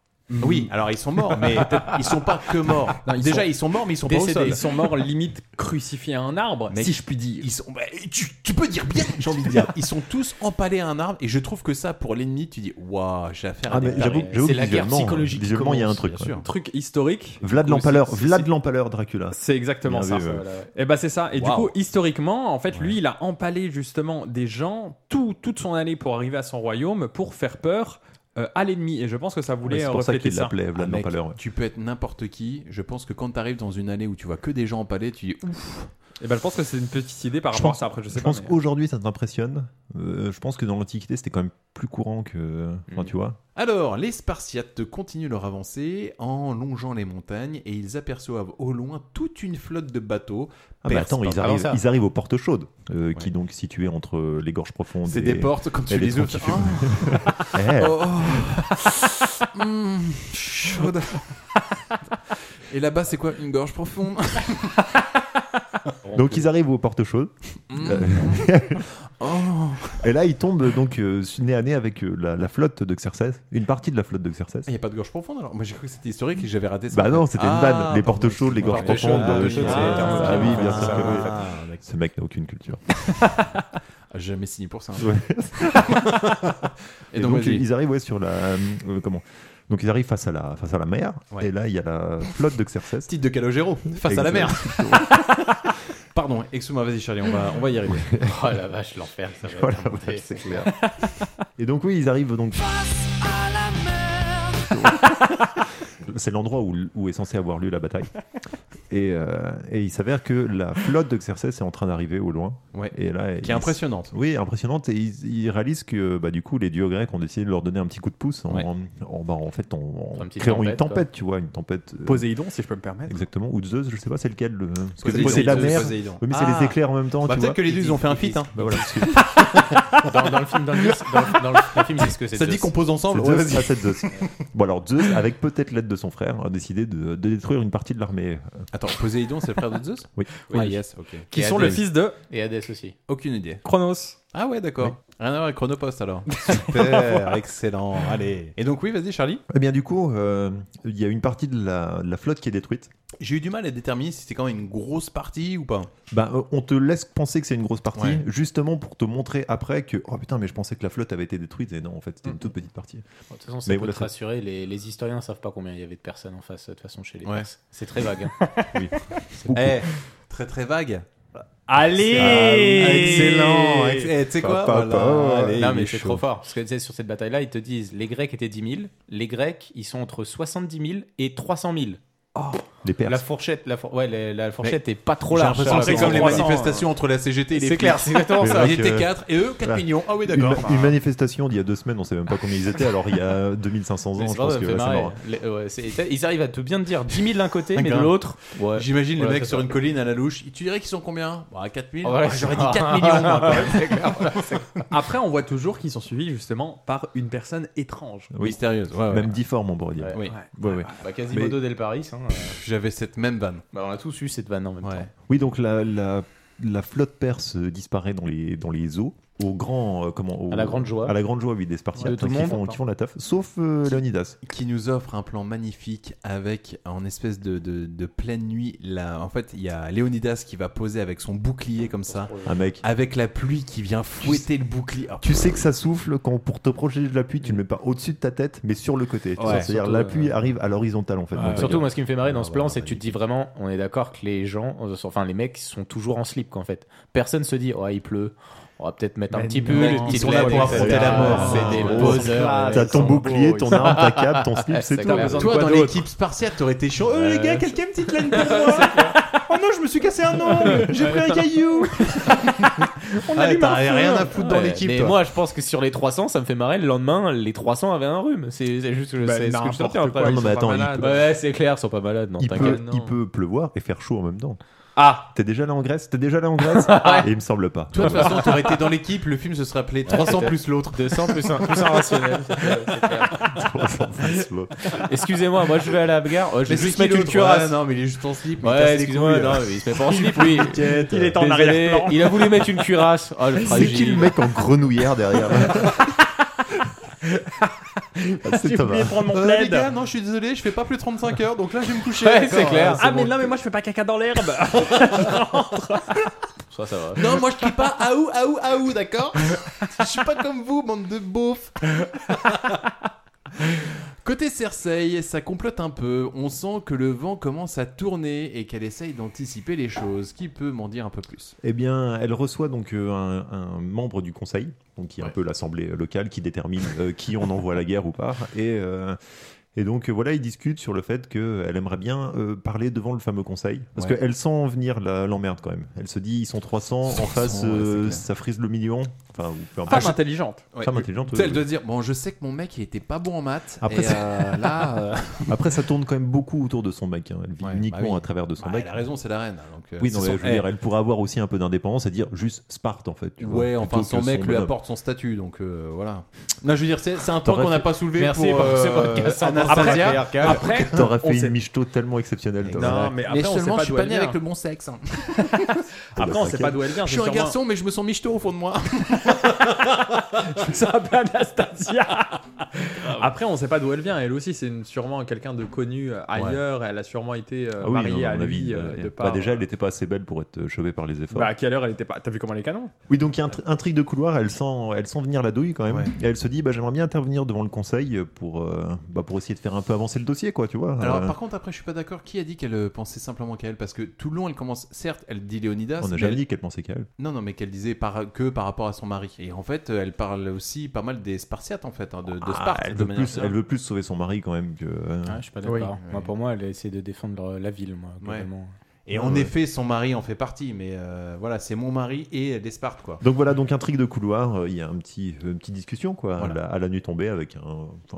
B: Oui, alors ils sont morts, mais ils sont pas que morts.
P: Non, ils
B: Déjà,
P: sont
B: ils sont morts, mais ils sont
P: décédés,
B: pas au sol.
P: Ils sont morts limite crucifiés à un arbre,
B: Mec,
P: si je puis dire.
B: Ils sont, bah, tu, tu peux dire bien, j'ai envie de dire. Ils sont tous empalés à un arbre, et je trouve que ça, pour l'ennemi, tu dis Waouh, j'ai affaire à
N: Ah,
B: des
N: mais j'avoue-
B: tarés.
N: j'avoue que visuellement, hein, visuellement, il y a un truc,
B: bien sûr.
N: ouais.
P: Truc historique.
N: Vlad
P: Ou
N: l'Empaleur,
P: c'est- c'est-
N: Vlad l'Empaleur Dracula.
P: C'est exactement
N: Bien
P: ça.
N: vu, ouais.
P: Et bah c'est ça. Et du
N: Waouh.
P: coup, historiquement, en fait, lui, il a empalé justement des gens tout, toute son année pour arriver à son royaume pour faire peur euh, à l'ennemi. Et je pense que ça voulait euh, refléter ça.
B: Ah, mec, Tu peux être n'importe qui. Je pense que quand t'arrives dans une allée où tu vois que des gens empalés, tu dis ouf.
P: Et ben je pense que c'est une petite idée par
N: Je
P: rapport
N: pense-
P: à ça. Après, je sais
N: je
P: pas.
N: pense qu'aujourd'hui ça t'impressionne. Euh, je pense que dans l'Antiquité c'était quand même plus courant que.
B: Mm.
N: Enfin, tu vois.
B: Alors, les Spartiates continuent leur avancée en longeant les montagnes et ils aperçoivent au loin toute une flotte de bateaux.
N: Ah, mais
B: Perses,
N: attends, ils
B: pardon.
N: arrivent, ils arrivent aux portes chaudes, euh, qui donc situées entre les gorges profondes.
B: C'est
N: et-
B: des portes, quand
N: et
B: tu les
N: troncs
B: ouvres,
N: qui fument.
B: oh.
N: Eh.
B: Oh, oh. Hmm, chaude. Et là-bas, c'est quoi Une gorge profonde
N: Donc ils arrivent aux portes chaudes.
B: Mm.
N: Euh,
B: Oh.
N: Et là ils tombent donc euh, nez à nez avec euh, la, la flotte de Xerxes, une partie de la flotte de Xerxes.
B: Il n'y a pas de gorge profonde alors Moi j'ai cru que c'était historique et j'avais raté ça.
N: Bah non, c'était une vanne.
B: Ah,
N: Les portes chaudes, les gorges
B: Portes chaudes,
N: profondes.
B: ah,
N: euh,
B: oui, c'est-
N: ah, oui, bien sûr. que oui.
B: Ah, d'accord.
N: Ce mec n'a aucune culture.
B: Ah, J'ai jamais signé pour ça. hein.
N: Ouais.
B: et
N: et
B: donc,
N: donc,
B: vas-y.
N: ils arrivent ouais, sur la euh, comment donc ils arrivent face à la face à la mer
B: Ouais.
N: et là il y a la flotte de Xerxes.
B: Titre de Calogero, face à la mer. Pardon, excuse-moi, vas-y Charlie, on va, on va y arriver.
K: Oh la vache, l'enfer, ça va
N: Voilà,
K: être monté.
N: c'est clair. et donc oui, ils arrivent donc c'est l'endroit où, où est censée avoir lieu la bataille. Et, euh, et il s'avère que la flotte de Xerxes est en train d'arriver au loin.
B: Ouais.
N: Et là,
B: Qui est
N: ils-
B: impressionnante.
N: Oui, impressionnante. Et ils, ils réalisent que bah, du coup, les dieux grecs ont décidé de leur donner un petit coup de pouce en,
P: Ouais.
N: en, en- bah, en fait en, en
P: Une petite
N: créant une
P: tempête,
N: tempête,
P: quoi.
N: tu vois, une tempête. euh,
P: Poséidon, si je peux me permettre.
N: Exactement. Ou Zeus, je sais pas, c'est lequel. le- Parce que
B: Poséidon,
N: c'est la
B: Zeus,
N: mer.
B: Poséidon.
N: Oui, mais
B: Ah.
N: c'est les éclairs en même temps.
B: Bah,
N: tu
B: peut-être
N: vois.
B: que les deux, ils ont fait un feat, hein.
N: Bah, voilà, parce que-
K: dans, dans le film, dans le, dans- dans le- dans le film, ils disent que c'est
B: Ça dit
K: Zeus.
B: qu'on pose ensemble
N: C'est
B: Ouais,
N: Zeus,
B: vas-y.
N: ah, c'est Zeus. Bon, alors Zeus, avec peut-être l'aide de son frère, a décidé de, de détruire une partie de l'armée.
B: Attends, Poséidon, c'est le frère de Zeus
N: Oui.
B: Ah, yes, ok.
K: Et
B: sont
K: Hadès.
B: le fils
P: de-
K: Et Hades aussi.
B: Aucune idée.
P: Chronos.
B: Ah ouais, d'accord. Rien à voir avec Chronopost alors. Super, excellent, allez. Et donc, oui, vas-y Charlie.
N: Eh bien, du coup, euh, il y a une partie de la, de la flotte qui est détruite.
B: J'ai eu du mal à déterminer si c'était quand même une grosse partie ou pas.
N: Ben, euh, on te laisse penser que c'est une grosse partie,
B: Ouais.
N: justement pour te montrer après que oh putain, mais je pensais que la flotte avait été détruite et non, en fait, c'était une toute petite partie.
K: De toute façon, ça
N: Mais
K: peut
N: voilà,
K: te
N: ça-
K: rassurer, les, les historiens ne savent pas combien il y avait de personnes en face, de toute façon, chez les
B: Ouais.
K: Perses. C'est très vague. hein.
N: Oui.
K: C'est-
B: Eh, très très vague.
K: Allez
B: Ah, Excellent ex- eh, Tu sais quoi
K: Papa,
B: Voilà, allez,
K: Ah, Non,
B: il
K: mais
B: est
K: c'est
B: chaud.
K: trop fort. Parce que tu sais, sur cette bataille-là, ils te disent les Grecs étaient 10 000, les Grecs, ils sont entre 70 000 et 300 000.
N: Les Perses.
K: La fourchette, la, four- ouais, la, la fourchette est pas trop
B: J'ai
K: large.
B: l'impression que
K: ça
B: c'est
K: va,
B: comme les
K: 300,
B: manifestations
K: euh.
B: entre la CGT et les
K: C'est clair,
B: flics.
K: c'est exactement
N: Mais
K: ça.
N: là,
B: Ils étaient
N: que-
B: 4 et eux 4
N: Voilà.
B: millions. Ah oui,
N: Une
B: d'accord.
N: ma-
K: hein.
N: Une, manifestation d'il y a deux semaines, on sait même pas combien ils étaient, alors il y a 2500 ans,
K: Mais
N: je
K: c'est pas
N: pense
K: grave,
N: que
K: fait
N: ouais, c'est
K: marrer.
N: mort.
K: Les- ouais, c'est- Ils arrivent à te bien te dire 10 000 d'un côté, mais de
B: D'accord.
K: l'autre.
B: J'imagine
K: Voilà,
B: les mecs
K: c'est
B: sur
K: ça.
B: une colline à la louche. Tu dirais qu'ils sont combien bah, 4 000
K: Ah, voilà,
B: Ah,
K: c'est-
B: J'aurais dit 4 millions. moi, quand même.
P: Après, on voit toujours qu'ils sont suivis justement par une personne étrange.
B: Mystérieuse, ouais, ouais.
N: Même difforme, on pourrait dire.
K: Ouais.
B: Oui.
N: Ouais, ouais.
K: Bah, Quasimodo del Paris. hein, euh.
B: J'avais cette même vanne.
K: Bah, on a tous eu cette vanne en même temps.
N: Oui, donc la, la, la flotte perse euh, disparaît dans les, dans les eaux, au grand, euh, comment, au-
K: À la grande joie.
N: à la grande joie, oui, des Spartiates hein,
K: De tout
N: qui,
K: le monde.
N: font, qui font la taf, sauf euh, Léonidas.
B: qui nous offre un plan magnifique avec en espèce de, de, de pleine nuit. Là, en fait, il y a Léonidas qui va poser avec son bouclier comme ça,
N: Un mec.
B: avec la pluie qui vient fouetter le bouclier. Ah,
N: Tu sais que ça souffle quand pour te protéger de la pluie, tu ne le mets pas au-dessus de ta tête, mais sur le côté. Tu
K: Ouais.
N: vois, C'est-à-dire
K: Surtout,
N: la
K: euh,
N: pluie arrive à l'horizontale en fait. dans ta
K: Surtout,
N: gueule.
K: moi, ce qui me fait marrer dans ce
N: Ah,
K: plan,
N: bah,
K: c'est que tu te dis vraiment, on est d'accord que les gens, euh, sont- enfin, les mecs sont toujours en slip, qu'en fait. Personne se dit, oh, il pleut, on va peut-être mettre un
B: Mais
K: petit
B: non,
K: pull, une
B: ils
K: petite
B: sont là
K: lettre,
B: pour affronter
K: etc.
B: la mort.
K: C'est des
B: Ah,
K: poseurs.
N: T'as ton
K: Ils sont
N: bouclier,
K: beaux,
N: ton
K: ils sont-
N: arme, ta cape, ton slip,
K: Ouais,
N: c'est
K: c'est
N: tout.
K: clair. Oh,
B: Toi, dans l'équipe spartiate, t'aurais été chaud. Euh, les
K: Ouais.
B: gars, quelqu'un a une petite laine pour moi
O: non, je me suis cassé un ongle J'ai pris un caillou On
K: a
O: allume un feu Ouais,
K: Mais
O: toi.
K: moi, je pense que sur les 300, ça me fait marrer. Le lendemain, les 300 avaient un rhume. C'est c'est juste que je
N: Bah,
K: sais ce que je
N: n'importe
K: tiens
N: quoi,
K: pas.
N: ils sont pas
B: Ah,
N: malades.
K: Ouais, Bah, c'est clair, ils sont pas malades. Non,
N: il,
K: t'inquiète.
N: peut, il peut pleuvoir et faire chaud en même temps.
K: Ah
N: T'es déjà là en Grèce T'es déjà là en Grèce Et il me semble pas.
B: Toi, de toute façon, t'aurais été dans l'équipe, le film se serait appelé 300 plus l'autre.
K: 200 plus un, plus un rationnel. c'est clair, c'est clair. Excusez-moi, moi je vais à la gare. euh, je vais
B: Mais c'est
K: juste
B: qui
K: mettre une
B: l'autre
K: cuirasse.
B: Ouais, non, mais il est juste en slip, mais il
K: Ouais,
B: casse les
K: excusez-moi,
B: couilles.
K: non, mais il se met pas en slip, oui.
B: T'inquiète.
K: Il est en
B: Désolé,
K: arrière-plan. Il a voulu mettre une cuirasse. Oh, le
N: C'est
K: fragile.
N: qui le mec en grenouillère derrière Ah, C'est Thomas.
B: Euh, les gars, non, je suis désolé, je fais pas plus de 35 heures, donc là, je vais me coucher.
K: Ouais,
B: D'accord,
K: c'est clair.
N: hein,
B: ouais,
K: Ah,
B: bon.
K: mais non, mais moi je fais pas caca dans l'herbe. ça, ça va.
B: Non, moi, je crie pas aou, aou, aou, d'accord Je suis pas comme vous, bande de beaufs. Côté Cersei, ça complote un peu. On sent que le vent commence à tourner et qu'elle essaye d'anticiper les choses. Qui peut m'en dire un peu plus
N: Eh bien, elle reçoit donc euh, un, un membre du conseil, donc qui est un peu l'assemblée locale qui détermine euh, qui on envoie à la guerre ou pas. Et, euh, et donc euh, voilà, ils discutent sur le fait qu'elle aimerait bien euh, parler devant le fameux conseil. Parce
O: Ouais.
N: qu'elle sent venir la- l'emmerde quand même. Elle se dit, ils sont 300, en
B: 300,
N: face,
B: ouais,
N: euh,
B: c'est clair.
N: ça frise le million. Enfin, ou peu importe.
B: Femme
P: intelligente.
B: Ouais.
N: Femme intelligente. euh,
B: Tu sais,
N: oui,
B: Elle doit
N: oui.
B: dire Bon, je sais que mon mec, il était pas bon en maths.
N: Après,
B: et,
N: ça...
B: euh, là. euh,
N: Après, ça tourne quand même beaucoup autour de son mec. hein. Elle vit uniquement
B: bah oui.
N: à travers de son
B: Bah,
N: mec.
B: elle a raison, c'est la reine, donc, euh,
N: oui, non,
B: c'est
N: mais
B: son-
N: je veux dire,
B: eh.
N: elle pourrait avoir aussi un peu d'indépendance et dire juste Sparte en fait. tu vois,
B: Ouais, enfin,
N: plutôt
B: son
N: que
B: mec lui
N: bonhomme.
B: apporte son statut, donc euh, voilà. Non, je veux dire, c'est c'est un point
N: T'aurais
B: qu'on n'a
N: fait-
B: pas soulevé
N: Merci
B: pour,
N: pour ce
B: euh,
N: podcast en
B: Anastasia.
N: patriarcal.
B: Après,
N: T'aurais
B: on
N: fait
B: sait-
N: une michto tellement exceptionnelle.
B: Non,
N: Thomas.
B: mais après, seulement, je suis pas né avec le bon sexe. hein.
N: Après, on sait pas d'où elle vient,
B: Je suis
N: c'est
B: un
N: sûrement-
B: garçon, mais je me sens michto au fond de moi.
P: Ça s'appelle Anastasia. Après, on sait pas d'où elle vient. Elle aussi, c'est une- sûrement quelqu'un de connu euh, ailleurs. Elle a sûrement été euh,
N: Ah oui,
P: mariée
N: non,
P: à
N: mon avis,
P: lui. euh,
N: euh,
P: de
N: bah,
P: par-
N: déjà, elle n'était pas assez belle pour être chevée par les efforts.
P: Bah, à quelle heure elle était pas T'as vu comment les canons
N: Oui, donc il y a un, tr- un trick de couloir, elle sent, elle sent venir la douille quand même. Et elle se dit, bah, j'aimerais bien intervenir devant le conseil pour, euh, bah, pour essayer de faire un peu avancer le dossier, quoi, tu vois.
B: Alors,
N: Euh,
B: par contre, après, je suis pas d'accord. Qui a dit qu'elle euh, pensait simplement qu'à elle Parce que tout le long, elle commence. Certes, elle dit Léonidas.
N: on n'a
B: mais
N: jamais
B: elle-
N: dit qu'elle pensait qu'à elle.
B: Non, non, mais qu'elle disait par, que par rapport à son mari. Et en fait, euh, elle parle aussi pas mal des Spartiates, en fait, hein, de, de Sparte.
N: Ah, elle,
B: de
N: veut
B: manière
N: plus, elle
B: générale. Ah,
N: veut plus sauver son mari quand même que. euh,
K: Ouais, je suis pas d'accord. Moi, pour moi, elle a essayé de défendre euh, la ville, moi. globalement.
B: Et
N: Ouais,
B: en
N: ouais.
B: effet, son mari en fait partie, mais euh, voilà, c'est mon mari et les Spartes, quoi.
N: Donc voilà, donc intrigue de couloir, euh, il y a un petit, une petite discussion quoi, à
B: Voilà.
N: la- à, la, nuit tombée avec un,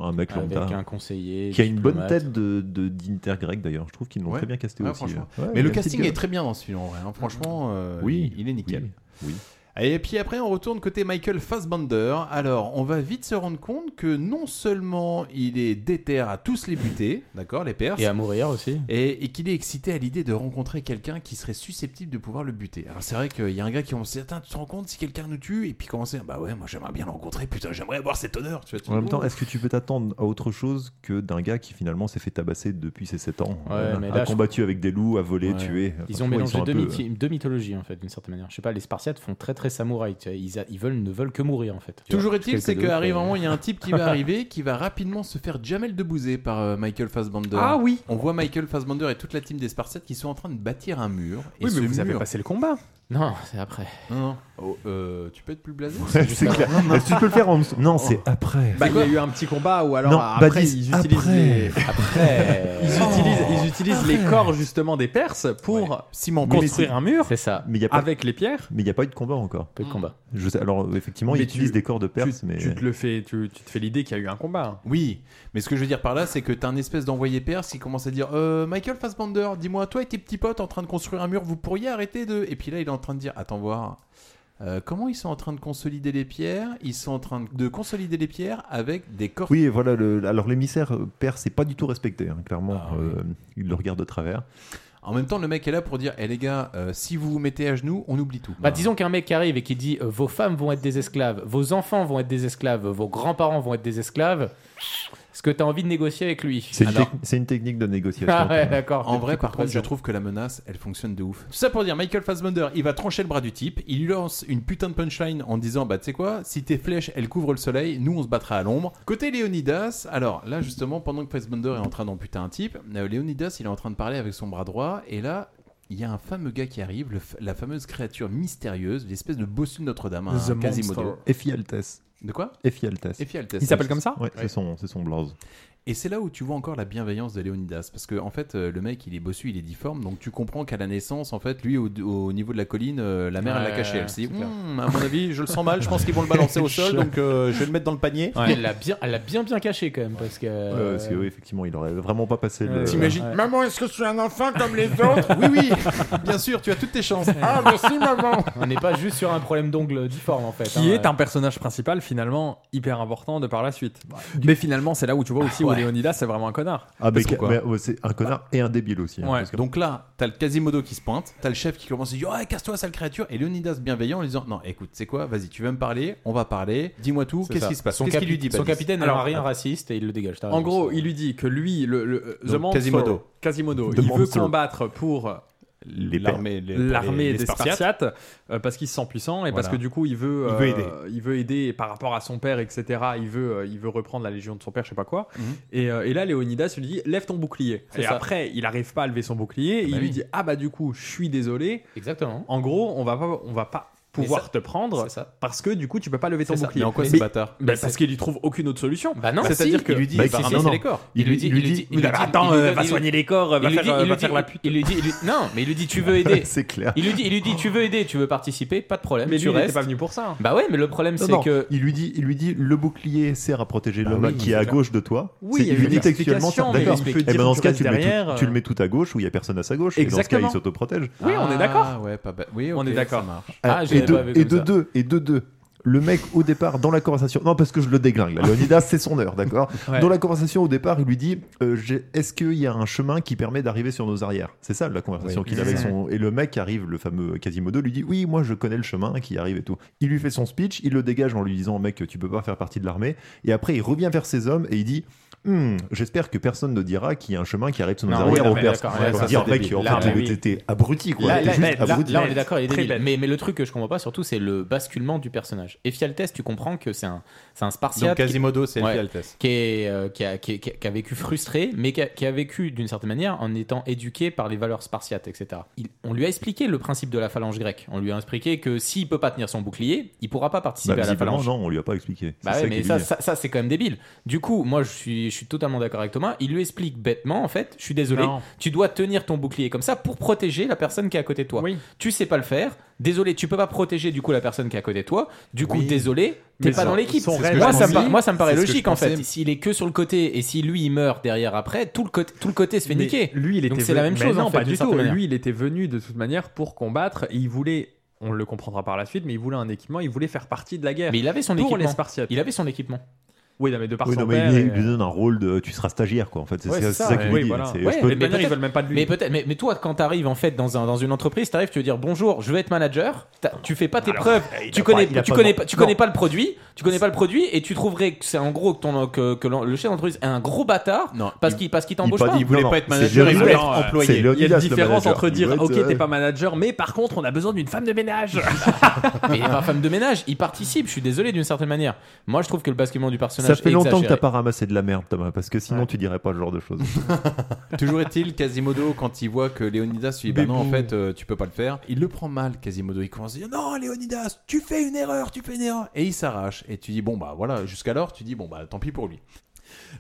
N: un mec
K: Avec
N: lambda.
K: un conseiller,
N: Qui a une bonne
K: diplomate.
N: tête de, de- d'intergrec d'ailleurs, je trouve qu'ils l'ont
B: Ouais.
N: très bien casté
B: Ouais,
N: aussi. hein.
B: franchement.
N: Ouais,
B: mais
N: il a
B: le
N: une petite
B: casting
N: gueule.
B: est très bien dans ce film, en vrai. hein. Franchement, euh,
N: Oui.
B: il, il est nickel.
N: Oui.
B: Et puis après, on retourne côté Michael Fassbender. Alors, on va vite se rendre compte que non seulement il est déter à tous les buter, d'accord, les Perses.
K: Et à mourir aussi.
B: Et, et qu'il est excité à l'idée de rencontrer quelqu'un qui serait susceptible de pouvoir le buter. Alors, c'est vrai qu'il y a un gars qui on se dit Attends, tu te rends compte si quelqu'un nous tue Et puis commencer Bah ouais, moi j'aimerais bien le rencontrer, putain, j'aimerais avoir cet honneur. Tu vois, tu
N: En
B: dis,
N: même temps,
B: Oh.
N: est-ce que tu peux t'attendre à autre chose que d'un gars qui finalement s'est fait tabasser depuis ses 7 ans Voilà.
K: mais là,
N: A
K: je-
N: combattu avec des loups, a volé,
K: Ouais.
N: tué.
K: Ils
N: Franchement,
K: ont mélangé
N: sont un
K: deux,
N: peu-
K: mythi- deux mythologies en fait, d'une certaine manière. Je sais pas, les Spartiates font très très samouraï. tu vois. Ils, a- ils veulent ne veulent que mourir en fait. Tu
B: Toujours
K: vois,
B: est-il,
K: quelque
B: c'est
K: d'autre,
B: qu'arrive
K: euh,
B: un moment, il y a un type qui va arriver, qui va rapidement se faire Jamel debouser par euh, Michael Fassbender.
P: Ah oui.
B: On voit Michael Fassbender et toute la team des Spartiates qui sont en train de bâtir un mur. Et
P: Oui, mais
B: ce
P: vous avez
B: mur-
P: passé le combat.
K: Non, c'est après.
B: Non, non. Oh, euh, tu peux être plus blasé
N: Ouais, c'est clair. Est-ce que tu peux le faire en Non, c'est après.
P: Bah, il y a eu un petit combat ou alors
N: Non,
P: après,
N: Badis,
P: ils utilisent les...
K: Après.
P: ils utilisent, ils utilisent les corps justement des Perses pour
B: ciment
P: construire
N: Mais-
P: un mur
K: C'est ça.
N: Mais il y a pas-
P: avec les pierres.
N: Mais il n'y a pas eu de combat encore.
K: Peu de combat.
N: Je sais- alors, effectivement, ils
P: Mais
N: utilisent
P: tu-
N: des corps de Perse,
P: tu,
N: mais.
P: tu te le fais, tu, tu te fais l'idée qu'il y a eu un combat.
B: Oui, mais ce que je veux dire par là, c'est que t'as un espèce d'envoyé perse qui commence à dire euh, Michael Fassbender, dis-moi, toi et tes petits potes en train de construire un mur, vous pourriez arrêter de. Et puis là, il est en train de dire Attends, voir. euh, comment ils sont en train de consolider les pierres Ils sont en train de consolider les pierres avec des corps
N: Oui, et voilà. le- alors, l'émissaire euh, perse, c'est pas du tout respecté. hein, clairement, euh, il le regarde de travers.
B: En même temps, le mec est là pour dire Eh les gars, euh, si vous vous mettez à genoux, on oublie tout.
K: Bah, disons qu'un mec arrive et qui dit euh, vos femmes vont être des esclaves, vos enfants vont être des esclaves, vos grands-parents vont être des esclaves. Est-ce que t'as envie de négocier avec lui
N: C'est une,
K: Alors-
N: techni- c'est une technique de négociation.
K: Ah ouais, d'accord.
B: En
K: Des
B: vrai,
K: petits
B: par
K: coups de
B: contre, je
K: pression.
B: trouve que la menace, elle fonctionne de ouf. Tout ça pour dire, Michael Fassbender, il va trancher le bras du type, il lui lance une putain de punchline en disant, bah tu sais quoi, si tes flèches, elles couvrent le soleil, nous on se battra à l'ombre. Côté Léonidas, alors là justement, pendant que Fassbender est en train d'amputer un type, euh, Léonidas, il est en train de parler avec son bras droit, et là... Il y a un fameux gars qui arrive, le f- la fameuse créature mystérieuse, l'espèce de bossu de Notre-Dame, un Quasimodo.
N: Effialtes.
B: De quoi
N: Effie Altes.
B: Effie Altes.
P: Il s'appelle comme ça
N: Ouais, c'est son, c'est son blaze.
B: Et c'est là où tu vois encore la bienveillance de Léonidas, parce que en fait, euh, le mec, il est bossu, il est difforme, donc tu comprends qu'à la naissance, en fait, lui, au, au niveau de la colline, euh, la mère, elle l'a
K: Ouais,
B: caché. Elle s'est dit,
K: c'est clair.
B: Hum, à mon avis, je le sens mal, je pense qu'ils vont le balancer au sol, donc euh, je vais le mettre dans le panier.
K: Elle l'a bien, elle l'a bien bien caché quand même parce que.
N: Euh, parce que oui, effectivement, il aurait vraiment pas passé le.
K: T'imagines- Ouais.
I: Maman, est-ce que je suis un enfant comme les autres
B: Oui, oui, bien sûr, tu as toutes tes chances.
I: Ah, merci, maman
K: On n'est pas juste sur un problème d'ongle difforme en fait.
P: Qui
K: hein.
P: est un personnage principal finalement hyper important de par la suite. Mais finalement, c'est là où tu vois aussi
K: ouais.
P: où Léonidas c'est vraiment un connard.
N: Ah, mais,
P: Parce que-
N: mais, ouais, c'est un connard et un débile aussi. hein,
P: Ouais.
N: parce que-
B: Donc là, t'as le Quasimodo qui se pointe, t'as le chef qui commence à dire Ouais, casse-toi, sale créature. Et Leonidas bienveillant en lui disant Non, écoute, c'est quoi Vas-y, tu veux me parler On va parler. Dis-moi tout.
K: C'est
B: Qu'est-ce
K: ça.
B: qui se passe
K: Son,
B: Qu'est-ce qu'il
K: capi-
B: lui dit Bah,
K: son
B: Badis
K: capitaine
P: Alors-
K: n'a rien raciste et il le dégage. t'as
P: En
K: raison.
P: gros, il lui dit que lui, le, le- The
K: Donc,
P: Monster-
K: Quasimodo.
P: Quasimodo,
K: The
P: il veut
K: Monster.
P: combattre pour
N: Les
B: L'armée- les-
P: l'armée
B: les
P: des
B: Spartiates.
P: Spartiates euh, parce qu'il se sent puissant et parce
B: Voilà.
P: que du coup il veut euh,
B: Il veut aider.
P: il veut aider et par rapport à son père etc il veut euh, il veut reprendre la légion de son père je sais pas quoi
B: Mhm.
P: et, euh, et là Léonidas lui dit lève ton bouclier
K: C'est
P: et
K: ça.
P: après il arrive pas à lever son bouclier et il
K: oui.
P: lui dit ah bah du coup je suis désolé
K: exactement
P: en gros on va pas on va pas
K: Mais
P: pouvoir
K: ça-
P: te prendre parce que du coup tu peux pas lever ton
K: C'est ça.
P: bouclier
K: Mais en quoi
B: c'est bâtard
P: bah, parce qu'il lui trouve aucune autre solution
K: Bah non,
P: c'est à dire
K: si,
P: que
K: il lui dit, Bah, il va si, si, ramasser non, les non. corps. Il lui dit- il lui dit- il lui dit-
P: attends
K: il lui
P: euh,
K: donne-
P: va
K: il lui-
P: soigner les corps euh,
K: il
P: va
K: lui
P: faire
K: dit-
P: euh,
K: il
P: va
K: lui
P: faire
K: dit-
P: la pute
K: il lui dit, il lui- non, mais il lui dit tu veux aider.
N: C'est clair.
K: Il lui dit, il lui dit tu veux aider, tu veux participer, pas de problème.
P: Mais lui,
K: tu
P: il était
K: restes.
P: pas venu pour ça.
K: Bah ouais, mais le problème
N: Non,
K: c'est
N: non,
K: que
N: il lui dit, il lui dit, le bouclier sert à protéger l'homme
K: oui,
N: qui est
K: c'est
N: à
K: clair.
N: gauche de toi.
K: Oui,
N: C'est-
K: il y a
N: il
K: une
N: lui dit textuellement
K: explication,
N: ça.
K: mais
N: D'accord.
K: il peut
N: Et
K: dire
N: ben dans
K: que
N: ce
K: tu
N: cas,
K: restes
N: tu le mets tout,
K: derrière. euh.
N: tu le mets tout à gauche où il y a personne à sa gauche. Et dans ce cas, il
K: Exactement.
N: s'autoprotège.
P: Oui, on est d'accord.
B: Ah ouais, pas ba- Oui,
P: On
B: ok,
P: est d'accord.
B: ça marche.
K: Ah,
N: Ah,
K: je
N: et
K: l'avais
N: de,
K: pas vu
N: et
K: comme
N: de
K: ça.
N: deux, et de deux. Le mec, au départ, dans la conversation, non, parce que je le déglingue, là. Leonidas, c'est son heure, d'accord
P: Ouais.
N: Dans la conversation, au départ, il lui dit euh, j'ai- Est-ce qu'il y a un chemin qui permet d'arriver sur nos arrières C'est ça la conversation
K: Oui.
N: qu'il avait.
K: Mhm.
N: Son... Et le mec arrive, le fameux Quasimodo, lui dit Oui, moi je connais le chemin qui arrive et tout. Il lui fait son speech, il le dégage en lui disant Mec, tu peux pas faire partie de l'armée. Et après, il revient vers ses hommes et il dit Hmm, J'espère que personne ne dira qu'il y a un chemin qui arrive sur nos
K: Non, oui,
N: arrières
K: non,
N: au
K: mais
N: Père.
K: d'accord,
N: On va
K: ouais, ça,
N: dire,
K: c'est
N: mec,
K: débile.
N: en
K: Là,
N: fait,
K: oui.
N: t'es- t'es abruti, quoi.
K: Là,
N: T'es
K: là,
N: juste
K: là,
N: abruti.
K: là, on est d'accord, il est
N: Très
K: débile.
N: belle.
K: Mais, mais le truc que je comprends pas surtout, c'est le basculement du personnage. Ephialtes, tu comprends que c'est un, c'est un Spartiate.
B: Donc,
K: qui-
B: Quasimodo, c'est Ephialtes.
K: Qui, est, euh, qui, a, qui, qui- qui a vécu frustré, mais qui a, qui a vécu d'une certaine manière en étant éduqué par les valeurs spartiates, etc. Il- on lui a expliqué le principe de la phalange grecque. On lui a expliqué que s'il peut pas tenir son bouclier, il pourra pas participer
N: Bah,
K: à la
N: visiblement,
K: phalange.
N: non, on lui a pas expliqué.
K: Bah
N: C'est
K: ouais,
N: qui
K: mais
N: est
K: ça,
N: débile.
K: ça, ça, c'est quand même débile. Du coup, moi, je suis, je suis totalement d'accord avec Thomas. Il lui explique bêtement, en fait, je suis désolé,
P: Non.
K: tu dois tenir ton bouclier comme ça pour protéger la personne qui est à côté de toi. Tu sais pas le faire, désolé, tu peux pas protéger du coup la personne qui est à côté de toi. Du coup,
P: Oui.
K: désolé, t'es
P: Mais
K: pas
P: son-
K: dans l'équipe.
P: son rêve
K: Moi ça, me
P: accompli,
K: par- moi, ça me paraît
P: c'est ce que je
K: logique en fait.
P: pensais.
K: S'il est que sur le côté et si lui il meurt derrière après, tout le côté, tout le côté se fait
P: Mais
K: niquer.
P: Lui, il était
K: Donc c'est la
P: venu-
K: même
P: mais
K: chose
P: non,
K: en fait.
P: pas
K: d'une
P: du tout.
K: certaine manière.
P: Lui, il était venu de toute manière pour combattre. Et il voulait, on le comprendra par la suite, mais il voulait un équipement. Il voulait faire partie de la guerre.
K: mais il avait son
P: pour les
K: équipement.
P: Spartiates.
K: Il avait son équipement.
P: Oui, non, mais de par
N: Oui,
P: son
N: non, mais
P: père.
N: il,
P: et-
N: il lui donne un rôle de tu seras stagiaire, quoi, en fait. C'est
P: Ouais,
N: c'est-
P: c'est
N: c'est
P: ça,
N: ça, qu'il
P: ouais.
N: lui
P: Oui,
N: dit.
P: voilà.
N: C'est-
K: Ouais,
N: je peux-
K: mais
P: maintenant, ils
K: peut-être-
P: veulent même pas de lui.
K: Mais, peut-être- mais, mais toi, quand t'arrives en fait dans, un, dans une entreprise, t'arrives, tu veux dire bonjour, je veux être manager. T'as- Tu fais pas tes
N: Alors,
K: preuves.
N: il a
K: Tu
N: pas-
K: connais,
N: il a
K: tu
N: pas
K: connais
N: de-
K: pas, tu
N: non.
K: connais pas le produit. Tu connais pas le produit et tu trouverais que c'est en gros que, ton, que, que l'en- le chef d'entreprise est un gros bâtard parce qu'il parce qu'il t'embauche
N: pas-
K: pas.
N: il voulait Non, pas non, être manager, c'est il voulait Léonidas, être euh, employé. c'est
P: Il y a une
N: Léonidas, le
P: différence
N: manager.
P: entre
N: Il
P: dire
N: veut être,
P: ok
N: euh,
P: t'es pas manager mais par contre on a besoin d'une femme de ménage
K: Mais il est pas femme de ménage, il participe. Je suis désolé d'une certaine manière. Moi, je trouve que le basculement du personnage.
N: Ça fait
K: est
N: longtemps que t'as
K: exagéré.
N: pas ramassé de la merde, Thomas, parce que sinon tu dirais pas ce genre de choses.
B: Toujours est-il, Quasimodo, quand il voit que Léonidas lui dit Bah non, en fait, euh, tu peux pas le faire, il le prend mal, Quasimodo. Il commence à dire Non, Léonidas, tu fais une erreur, tu fais une erreur. Et il s'arrache. Et tu dis Bon, bah voilà, jusqu'alors, tu dis Bon, bah tant pis pour lui.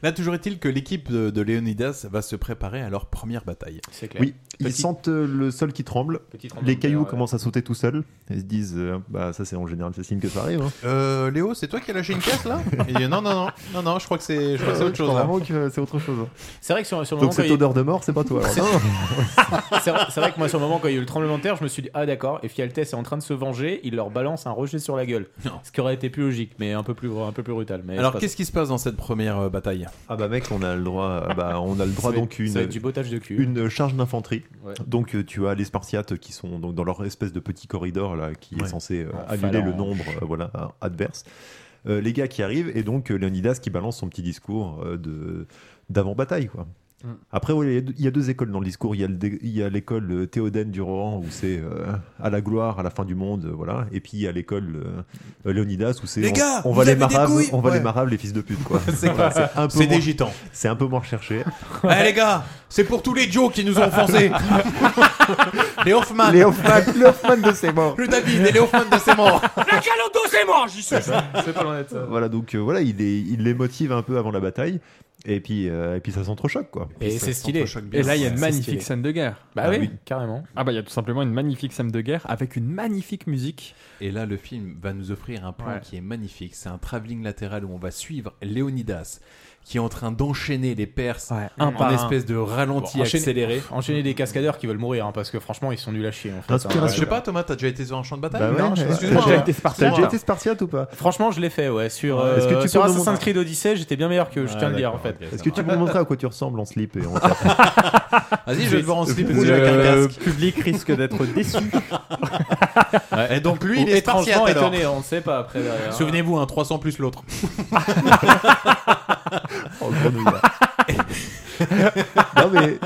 B: Là, toujours est-il que l'équipe de, de Léonidas va se préparer à leur première bataille.
K: C'est clair.
N: Oui, ils sentent euh, le sol qui tremble,
K: Petit tremblement
N: les
K: de
N: cailloux
K: terre, ouais.
N: commencent à sauter tout seuls, et ils se disent euh, Bah, ça c'est en général, c'est signe que ça arrive. hein.
B: Euh, Léo, c'est toi qui as lâché une caisse là Il dit Non, non, non, non, non, je crois que c'est je crois que c'est autre chose. hein.
N: Je
B: là.
N: crois vraiment que c'est autre chose.
K: C'est vrai que sur, sur le
N: Donc
K: moment. quand
N: cette
K: il-
N: odeur de mort, c'est pas toi. alors.
K: C'est-
N: Non.
K: c'est vrai, c'est vrai que moi, sur le moment, quand il y a eu le tremblement de terre, je me suis dit Ah, d'accord, et Fialtes est en train de se venger, il leur balance un rocher sur la gueule. Ce qui aurait été plus logique, mais un peu plus, un peu plus brutal. Mais
B: Alors, qu'est-ce qui se passe dans cette première euh, bataille
N: Ah bah mec, on a le droit, bah, on a le droit
K: Ça va
N: donc
K: être-
N: une,
K: ça va être du bottage de cul.
N: une charge d'infanterie.
K: Ouais.
N: Donc euh, tu as les Spartiates qui sont donc dans leur espèce de petit corridor là, qui est
K: Ouais.
N: censé euh,
K: En
N: annuler le
K: phalange.
N: nombre euh, voilà a- adverse. Euh, les gars qui arrivent et donc euh, Leonidas qui balance son petit discours euh, de d'avant bataille quoi.
P: Mm.
N: Après, ouais, il y a deux- il y a deux écoles dans le discours. Il y a le dé- il y a l'école euh, théodaine du Rohan où c'est euh, à la gloire, à la fin du monde, euh, voilà. Et puis il y a l'école euh, euh, Léonidas où c'est
B: Les
N: on-
B: gars,
N: on, va
B: vous
N: les
B: avez des
N: marables,
B: couilles
N: on va les
B: Ouais.
N: marables, les fils de pute quoi.
B: C'est
N: Voilà,
B: clair.
N: un peu
B: C'est des
N: moins-
B: gitans.
N: C'est un peu moins recherché.
B: Eh les gars, c'est pour tous les Joe qui nous ont offensés Les Hoffman.
Q: Les Hoffman, le Hoffman de ses morts.
B: Le David et les Hoffman de ses morts.
L: Le Caloto, c'est mort, j'y suis.
K: C'est pas loin d'être ça.
N: Voilà, donc euh, voilà, il, est- il les motive un peu avant la bataille. Et puis, euh, et puis ça s'entrechoque, quoi.
K: Et c'est stylé.
P: Et là, il y a
K: Ouais, c'est
P: une
K: stylé.
P: magnifique scène de guerre.
N: Ah
K: Bah oui, carrément.
P: Ah bah, il y a tout simplement une magnifique scène de guerre avec une magnifique musique.
B: Et là, le film va nous offrir un plan
P: Ouais.
B: qui est magnifique. C'est un travelling latéral où on va suivre Léonidas qui est en train d'enchaîner les Perses
K: un
B: en
K: par un.
B: espèce de ralenti
K: Bon, enchaîner-
B: accéléré.
K: Enchaîner des cascadeurs qui veulent mourir hein, parce que franchement ils sont nuls à chier. En fait, hein.
B: Inspiration. Je sais pas, Thomas, t'as déjà été sur un champ de bataille
N: Ah,
K: Bah ouais,
B: Non,
K: mais-
B: excuse-moi.
K: T'as déjà été
B: Excuse-moi.
N: T'as déjà été spartiate ou pas
K: Franchement, je l'ai fait, ouais. Sur,
N: Ouais.
K: euh,
N: Est-ce que tu peux
K: sur
N: nous
K: Assassin's
N: montrer-
K: Creed Odyssey, j'étais bien meilleur que je
N: Ouais,
K: tiens à le dire en
N: d'accord,
K: fait.
N: ok, ça Est-ce que tu peux me montrer à quoi tu ressembles en slip et on s'appelle
B: Vas-y, je vais te voir en slip. parce que-
Q: Le public risque d'être déçu.
K: Ouais.
B: Et donc lui, il est
K: Étrangement
B: spartiate alors.
K: étonné, on ne sait pas après derrière.
B: Souvenez-vous, un 300 plus l'autre.
N: Oh, grenouillard. non mais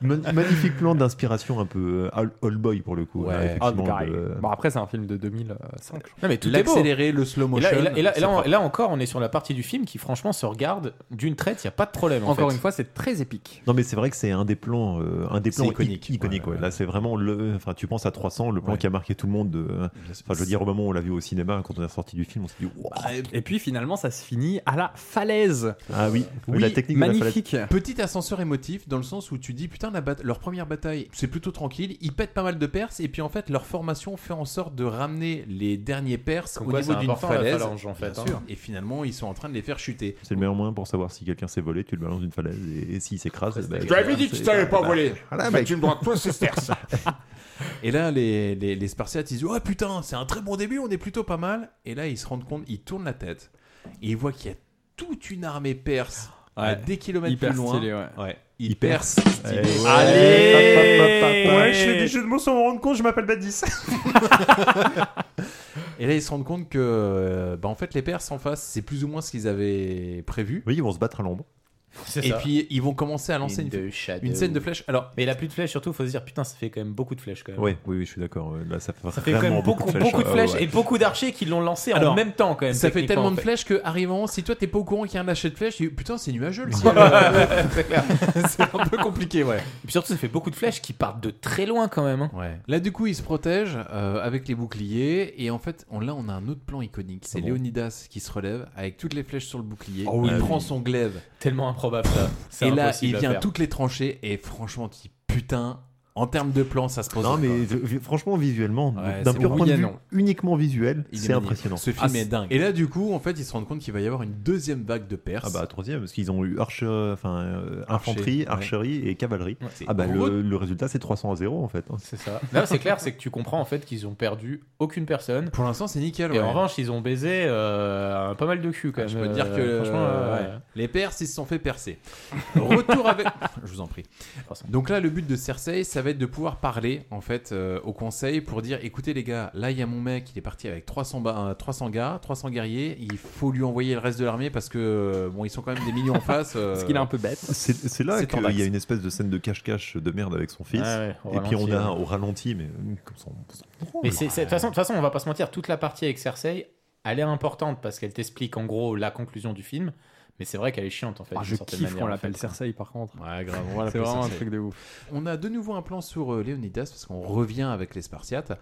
N: ma- magnifique plan d'inspiration un peu euh, all, all boy pour le coup.
P: Ouais.
N: là, effectivement,
P: All guy.
N: de-
P: Ah, Bon, après, c'est un film de 2005. je crois.
K: Non, mais tout est beau.
B: L'accéléré, le slow
K: Et là,
B: motion.
K: et là- et là-
B: c'est
K: là, on-
B: fort.
K: là encore, on est sur la partie du film qui franchement se regarde d'une traite, il n'y a pas de problème. en
P: Encore
K: fait.
P: une fois, c'est très épique.
N: Non mais c'est vrai que c'est un des plans, euh, un des
B: C'est
N: plans
B: iconique.
N: iconique. iconique ouais. Là c'est vraiment le, enfin tu penses à 300, le plan
B: Ouais.
N: qui a marqué tout le monde. euh,
B: sûr.
N: Enfin je veux
K: hein.
N: dire au moment où on l'a vu au cinéma, quand on est sorti du film, on s'est dit waouh.
P: Et puis finalement, ça se finit à la falaise.
N: Ah oui,
P: Oui,
N: la technique
P: magnifique.
B: Petit ascenseur émotif dans le sens où tu dis putain la bata- leur première bataille c'est plutôt tranquille, ils pètent pas mal de Perses et puis en fait leur formation fait en sorte de ramener les derniers Perses
K: Comme
B: au
K: quoi,
B: niveau
K: c'est
B: d'une
K: important, la
B: falaise
K: phalange, en fait,
B: Bien
K: hein.
B: sûr. et finalement ils sont en train de les faire chuter.
N: C'est le meilleur moyen pour savoir si quelqu'un s'est volé, tu le balances d'une falaise et, et s'il s'écrase. bah,
G: Tu avais dit que tu t'avais pas
N: bah,
G: volé.
N: voilà,
G: Mais
N: mec.
G: tu me drogues pas, c'est sterse.
B: Et là les, les, les Spartiates ils disent oh putain c'est un très bon début on est plutôt pas mal et là ils se rendent compte ils tournent la tête et ils voient qu'il y a toute une armée perse à
P: Ouais.
B: des kilomètres
P: Hyper
B: plus loin.
P: stylé, ouais.
B: Ils percent.
N: Eh
B: stylé.
N: ouais.
B: Ouais, je fais des jeux de mots sans me rendre compte, je m'appelle Badis. Et là, ils se rendent compte que, euh, bah, en fait, les Perses en face, c'est plus ou moins ce qu'ils avaient prévu.
N: Oui, ils vont se battre à l'ombre.
K: C'est
B: Et
K: ça.
B: puis, ils vont commencer à lancer une,
K: In the shadow.
B: une scène de flèches. Alors,
K: Mais il a plus de flèches, surtout, faut se dire, putain, ça fait quand même beaucoup de flèches quand même.
N: Ouais, oui, oui, je suis d'accord. euh, Là, ça fait,
K: Ça fait quand même beaucoup, beaucoup de flèches,
N: Ah
K: et beaucoup d'archers qui l'ont lancé en
B: Alors,
K: même temps quand même.
B: ça fait
K: techniquement,
B: tellement
K: en
B: de
K: fait.
B: flèches que, arrivant, si toi t'es pas au courant qu'il y a un lâcher de flèches, tu dis, putain, c'est nuageux le ciel.
K: c'est
B: un peu compliqué, ouais.
K: Et puis surtout, ça fait beaucoup de flèches qui partent de très loin quand même. hein.
B: Ouais. Là, du coup, ils se protègent euh, avec les boucliers. Et en fait, on, là, on a un autre plan iconique. C'est
N: Ah bon
B: Léonidas qui se relève avec toutes les flèches sur le bouclier.
K: Oh oui.
B: il
K: Ah
B: prend
K: oui.
B: son glaive.
K: Tellement improbable ça. C'est
B: Et là,
K: impossible
B: il
K: à
B: vient
K: faire.
B: toutes les tranchées. Et franchement, tu dis, putain, en termes de plan, ça se pose.
N: Non, mais je- franchement, visuellement,
B: Ouais,
N: d'un
B: c'est
N: pur
B: bon.
N: point
B: Oui
N: de
B: et
N: vue
B: non.
N: uniquement visuel,
B: Il est
N: c'est
B: magnifique.
N: impressionnant.
B: Ce film
K: Ah,
B: est
K: c'est-
B: dingue. Et là, du coup, en fait, ils se rendent compte qu'il va y avoir une deuxième vague de Perses.
N: Ah bah troisième, parce qu'ils ont eu arche- enfin, euh,
B: Archer,
N: infanterie,
B: ouais.
N: archerie et cavalerie.
B: C'est
N: Ah bah
B: gros.
N: le, le résultat c'est 300 à 0 en fait. hein.
K: C'est ça. Non, c'est clair, c'est que tu comprends en fait qu'ils ont perdu aucune
N: bah.
K: personne.
B: Pour l'instant, c'est nickel.
K: Et
B: ouais. Ah,
K: en revanche, ils ont baisé euh, pas mal de cul quand même.
B: Bah, Je peux te dire
K: Euh,
B: que
K: franchement,
B: euh,
K: ouais.
B: les Perses, ils se sont fait percer. Retour avec. Je vous en prie. Donc là, le but de Cersei, ça va être de pouvoir parler en fait euh, au conseil pour dire écoutez les gars, là il y a mon mec, il est parti avec 300, ba- euh, 300 gars, 300 guerriers, il faut lui envoyer le reste de l'armée parce que euh, bon, ils sont quand même des millions en face. euh,
P: Parce qu'il est un peu bête.
N: C'est c'est là
B: C'est
N: qu'il
B: Tordax.
N: y a une espèce de scène de cache-cache de merde avec son fils.
K: Ouais, Ah ouais, au
N: et puis on a
K: ralenti,
N: au ralenti, mais euh, comme ça on- on s'en
K: Mais
N: branle.
K: c'est- c'est- de toute façon, de toute façon, on va pas se mentir, toute la partie avec Cersei, elle est importante parce qu'elle t'explique en gros la conclusion du film. Mais c'est vrai qu'elle est chiante en fait.
P: Ah,
K: d'une
P: je
K: certaine
P: kiffe
K: manière,
P: qu'on
K: en
P: l'appelle
K: fait.
P: Cersei par contre.
B: Ouais, grave, on va
P: C'est
B: l'appeler
P: vraiment un
B: Cersei.
P: truc de ouf.
B: On a de nouveau un plan sur euh, Léonidas parce qu'on revient avec les Spartiates.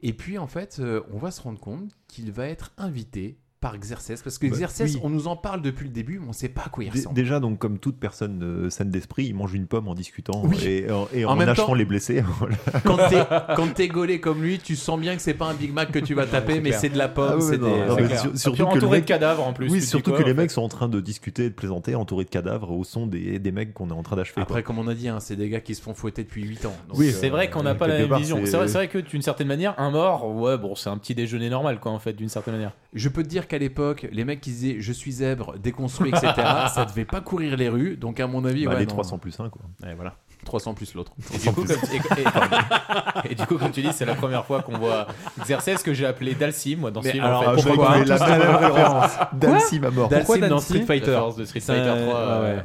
B: Et puis en fait, euh, on va se rendre compte qu'il va être invité par Xerxès parce que
N: Bah,
B: Xerxès,
N: oui.
B: on nous en parle depuis le début, mais on sait pas à quoi il
N: Dé-
B: ressemble.
N: Déjà, donc, comme toute personne euh, saine d'esprit, il mange une pomme en discutant
B: Oui.
N: et, en- et
B: En
N: en,
B: même
N: lâchant
B: temps-
N: les blessés. voilà.
B: Quand t'es- quand t'es gaulé comme lui, tu sens bien que c'est pas un Big Mac que tu vas taper, mais
K: clair.
B: c'est de la
N: Ah
B: pomme.
N: ouais,
B: c'est
N: non,
B: des-
N: non,
B: c'est
N: mais
B: clair.
N: sur-
K: Et puis
N: surtout que le
K: entouré
N: mec-
K: de cadavres en plus. tu
N: oui,
K: te dis
N: surtout
K: quoi,
N: que les
K: en fait.
N: mecs sont en train de discuter et de plaisanter entourés de cadavres au son des, des mecs qu'on est en train
K: Ah,
N: d'achever.
B: Après, comme on a dit, hein, c'est des gars qui se font fouetter depuis 8 ans. Donc,
K: Oui,
B: euh,
K: c'est vrai qu'on n'a pas la
N: quelque
K: même
N: part,
K: vision.
N: c'est-
K: C'est vrai, c'est vrai que d'une certaine manière, un mort, ouais, bon, c'est un petit déjeuner normal, quoi, en fait, d'une certaine manière.
B: Je peux te dire qu'à l'époque, les mecs qui disaient je suis zèbre, déconstruit, etc., ça devait pas courir les rues. Donc, à mon avis,
N: Bah,
B: ouais,
N: les
B: non.
N: 300 plus 1, quoi.
B: Ouais, voilà. 300 plus l'autre.
K: Et du, coup, comme, et- et- et du coup, comme tu dis, c'est la première fois qu'on voit Xerxes que j'ai appelé Dalcy, moi, dans ce
B: Mais
K: film.
B: alors,
K: en fait.
N: euh,
B: je
K: Pourquoi
B: crois
K: pas
B: que
N: la même référence. Dalsim à mort.
B: Dalsim dans
P: Dalsim
B: Street Fighter.
K: La force de Street
B: C'est-
K: Fighter 3, euh,
B: ouais.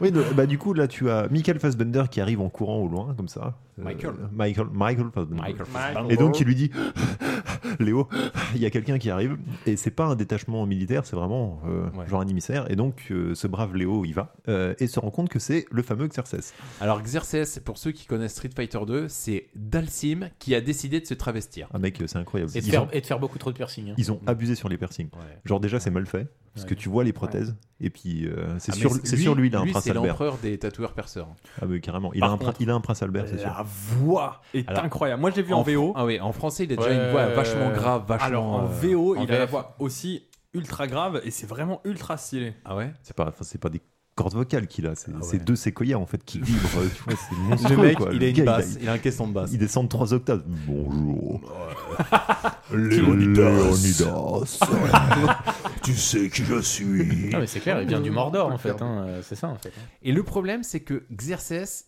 N: Oui, donc, bah, du coup, là, tu as Michael Fassbender qui arrive en courant au loin, comme ça. Euh,
B: Michael.
N: Michael. Michael Fassbender.
B: Michael
N: Et donc, il lui dit Léo, il y a quelqu'un qui arrive et c'est pas un détachement militaire, c'est vraiment euh, genre un émissaire. Et donc euh, ce brave Léo y va euh, et se rend compte que c'est le fameux Xerxes.
B: Alors Xerxes, pour ceux qui connaissent Street Fighter 2, c'est Dalsim qui a décidé de se travestir.
N: Un mec, euh, c'est incroyable.
K: Et de,
N: Ils
K: faire,
N: ont-
K: et de faire beaucoup trop de piercing. hein.
N: Ils ont abusé sur les piercings. Genre déjà c'est mal fait parce que tu vois les prothèses et puis euh, c'est
B: Ah,
N: sur
B: mais
N: c'est sur lui il a un
B: lui,
N: prince
B: c'est
N: Albert.
B: l'empereur des tatoueurs perceurs.
N: Ah oui carrément. Il a,
B: Par
N: un, prin-
B: contre, euh,
N: il a un prince Albert c'est sûr.
B: La voix
P: est incroyable. Moi, je l'ai vu en VO.
B: Ah oui, en français, il a déjà une voix vachement grave, vachement.
P: Alors en
B: euh,
P: VO,
B: en
P: il a la
B: VF.
P: voix aussi ultra grave et c'est vraiment ultra stylé.
B: Ah ouais
N: C'est pas enfin, c'est pas des cordes vocales qu'il a, c'est c'est deux séquoias en fait qui vibrent. tu vois, c'est monstrueux,
B: Le mec,
N: quoi.
B: il
N: Le
B: a une
N: gars,
B: basse, il a un caisson de basse.
N: Il descend de trois octaves. Bonjour.
E: Léonidas.
N: tu sais qui je suis.
K: Ah, mais c'est clair, il vient du Mordor en fait. hein, euh, C'est ça en fait.
B: Et le problème, c'est que Xerxes,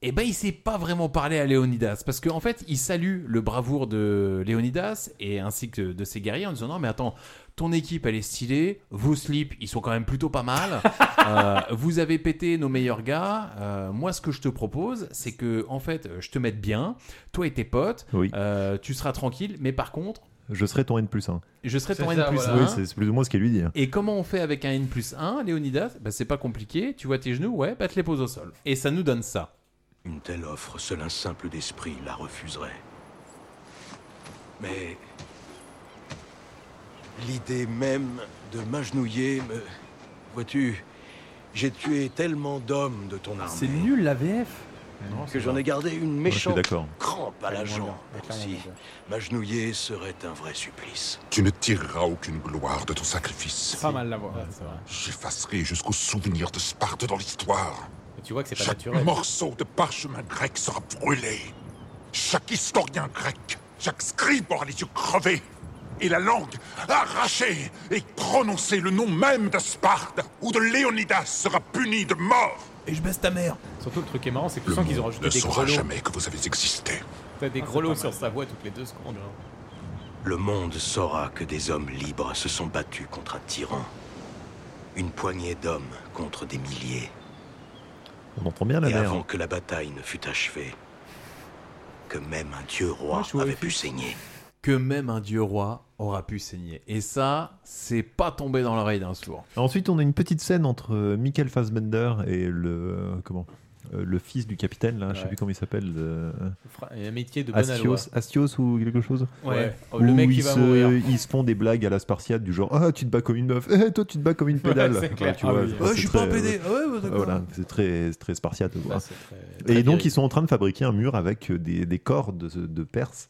B: eh ben, il sait pas vraiment parler à Léonidas. Parce qu'en fait, il salue le bravoure de Léonidas et ainsi que de ses guerriers en disant Non, mais attends, ton équipe, elle est stylée. Vos slips, ils sont quand même plutôt pas mal. Euh, vous avez pété nos meilleurs gars. Euh, moi, ce que je te propose, c'est que, en fait, je te mette bien. Toi et tes potes, euh, tu seras tranquille. Mais par contre,
N: Je serai ton N plus 1.
B: je serai ton N plus
K: Ah.
N: Oui, c'est- c'est plus ou moins ce qu'elle lui dit. hein.
B: et comment on fait avec un N plus 1, Léonidas bah, C'est pas compliqué, tu vois tes genoux, ouais, bah te les pose au sol. Et ça nous donne ça.
E: Une telle offre, seul un simple d'esprit la refuserait. Mais l'idée même de m'agenouiller me... Vois-tu, j'ai tué tellement d'hommes de ton armée.
P: C'est nul la VF.
E: que j'en ai gardé une
N: Ouais, je suis
E: méchante
N: d'accord.
E: crampe à la
N: Clairement
E: jambe. Si m'agenouiller serait un vrai supplice.
R: Tu ne tireras aucune gloire de ton sacrifice.
P: Pas mal la voix.
R: J'effacerai jusqu'au souvenir de Sparte dans l'histoire.
K: Tu vois que c'est pas
R: Chaque
K: naturel.
R: morceau de parchemin grec sera brûlé. Chaque historien grec, chaque scribe aura les yeux crevés et la langue arrachée. Et prononcer le nom même de Sparte ou de Léonidas sera puni de mort.
B: Et je baisse ta mère.
K: Surtout le truc qui est marrant, c'est que tu
R: Le
K: sens qu'ils ont
R: monde
K: rajouté
R: ne
K: des
R: saura
K: grelots.
R: jamais que vous avez existé.
K: T'as des grelots sur sa voix toutes les deux secondes. hein.
E: Le monde saura que des hommes libres se sont battus contre un tyran. Une poignée d'hommes contre des milliers.
N: On entend bien la
E: Et
N: mer.
E: avant que la bataille ne fût achevée, que même un dieu roi avait pu saigner.
B: Que même un dieu roi aura pu saigner. Et ça, c'est pas tombé dans l'oreille d'un sourd.
N: Ensuite, on a une petite scène entre euh, Michael Fassbender et le comment euh, le fils du capitaine là, je sais
K: Ouais.
N: plus comment il s'appelle. euh,
K: Fra- Un métier de bonne
N: Astios,
K: aloi.
N: Astios ou quelque chose
K: Ouais. Oh, le mec
N: Où
K: qui
N: ils
K: va
N: se,
K: mourir.
N: Ils se font des blagues à la Spartiate du genre Ah, tu te bats comme une meuf, Eh, toi tu te bats comme une pédale.
K: c'est
N: Enfin,
K: clair.
N: tu
K: Ah
N: vois,
K: oui.
N: c'est
K: Ouais, je suis
N: très-
K: pas un PD.
B: euh,
K: Ouais, ouais, d'accord.
N: voilà, c'est très, c'est très Spartiate. quoi. et
K: Bah, très
N: donc,
K: viril.
N: ils sont en train de fabriquer un mur avec des, des corps de, de Perse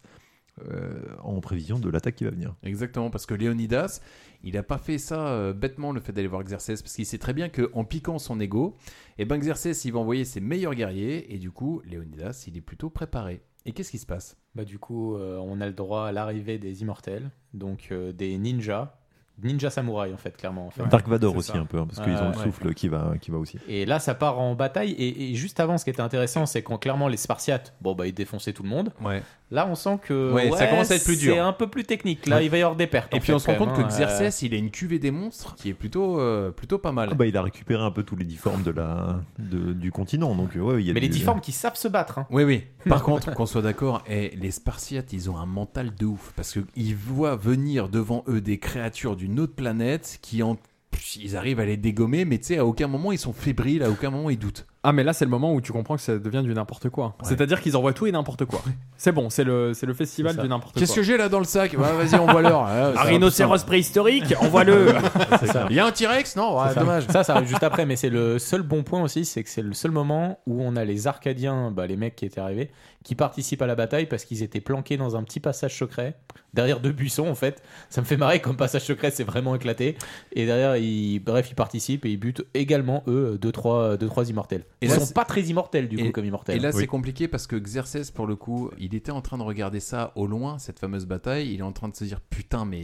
N: euh, en prévision de l'attaque qui va venir.
B: Exactement, parce que Léonidas, il n'a pas fait ça euh, bêtement le fait d'aller voir Xerxes, parce qu'il sait très bien qu'en piquant son ego, et ben Xerxes, il va envoyer ses meilleurs guerriers, et du coup, Léonidas, il est plutôt préparé. Et qu'est-ce qui se passe
K: Bah du coup, euh, on a le droit à l'arrivée des immortels, donc euh, des ninjas, ninja samouraï en fait, clairement. En fait.
N: Dark Vador aussi un peu, hein, parce qu'ils
K: Ouais,
N: ont le
K: ouais.
N: souffle qui va, qui va aussi.
K: Et là, ça part en bataille. Et, et juste avant, ce qui était intéressant, c'est quand clairement les Spartiates, bon bah ils défonçaient tout le monde.
B: Ouais.
K: Là, on sent que
B: Ouais, ça commence à être plus dur.
K: C'est un peu plus technique. Là,
B: Ouais.
K: il va y avoir des pertes.
B: Et
K: en
B: puis
K: fait,
B: on se rend
K: quand
B: compte que
K: même, hein. Euh,
B: Xerxes, il a une cuvée des monstres qui est plutôt, euh, plutôt pas mal.
N: Ah bah, il a récupéré un peu tous les difformes de la, de- du continent. Donc, euh, ouais, il y a
K: Mais les
N: du-
K: difformes qui savent se battre. hein.
B: Oui, oui. Par contre, qu'on soit d'accord, eh, les Spartiates, ils ont un mental de ouf. Parce qu'ils voient venir devant eux des créatures d'une autre planète qui en. Pff, Ils arrivent à les dégommer, mais tu sais, à aucun moment ils sont fébriles, à aucun moment ils doutent.
P: Ah mais là c'est le moment où tu comprends que ça devient du n'importe quoi. C'est-à-dire qu'ils envoient tout et n'importe quoi. C'est bon, c'est le, c'est le festival
B: C'est ça.
P: du n'importe quoi.
B: Qu'est-ce que j'ai là dans le sac Ouais, Vas-y, on voit l'heure. Ouais, ça
P: Un
B: va,
P: rhinocéros
B: putain.
P: préhistorique, envoie-le.
K: C'est ça.
B: Il y a un T-Rex Non, ouais,
K: C'est ça.
B: dommage.
K: Ça, ça arrive juste après, mais c'est le seul bon point aussi, c'est que c'est le seul moment où on a les Arcadiens, bah, les mecs qui étaient arrivés, qui participent à la bataille parce qu'ils étaient planqués dans un petit passage secret, derrière deux buissons en fait. Ça me fait marrer comme passage secret, c'est vraiment éclaté. Et derrière, ils, bref, ils participent et ils butent également, eux, deux, trois, deux, trois immortels.
B: Et
K: Ils
B: là,
K: sont
B: c'est-
K: pas très immortels du coup,
B: Et-
K: comme immortels.
B: Et là, c'est compliqué parce que Xerxes, pour le coup, il était en train de regarder ça au loin, cette fameuse bataille. Il est en train de se dire Putain, mais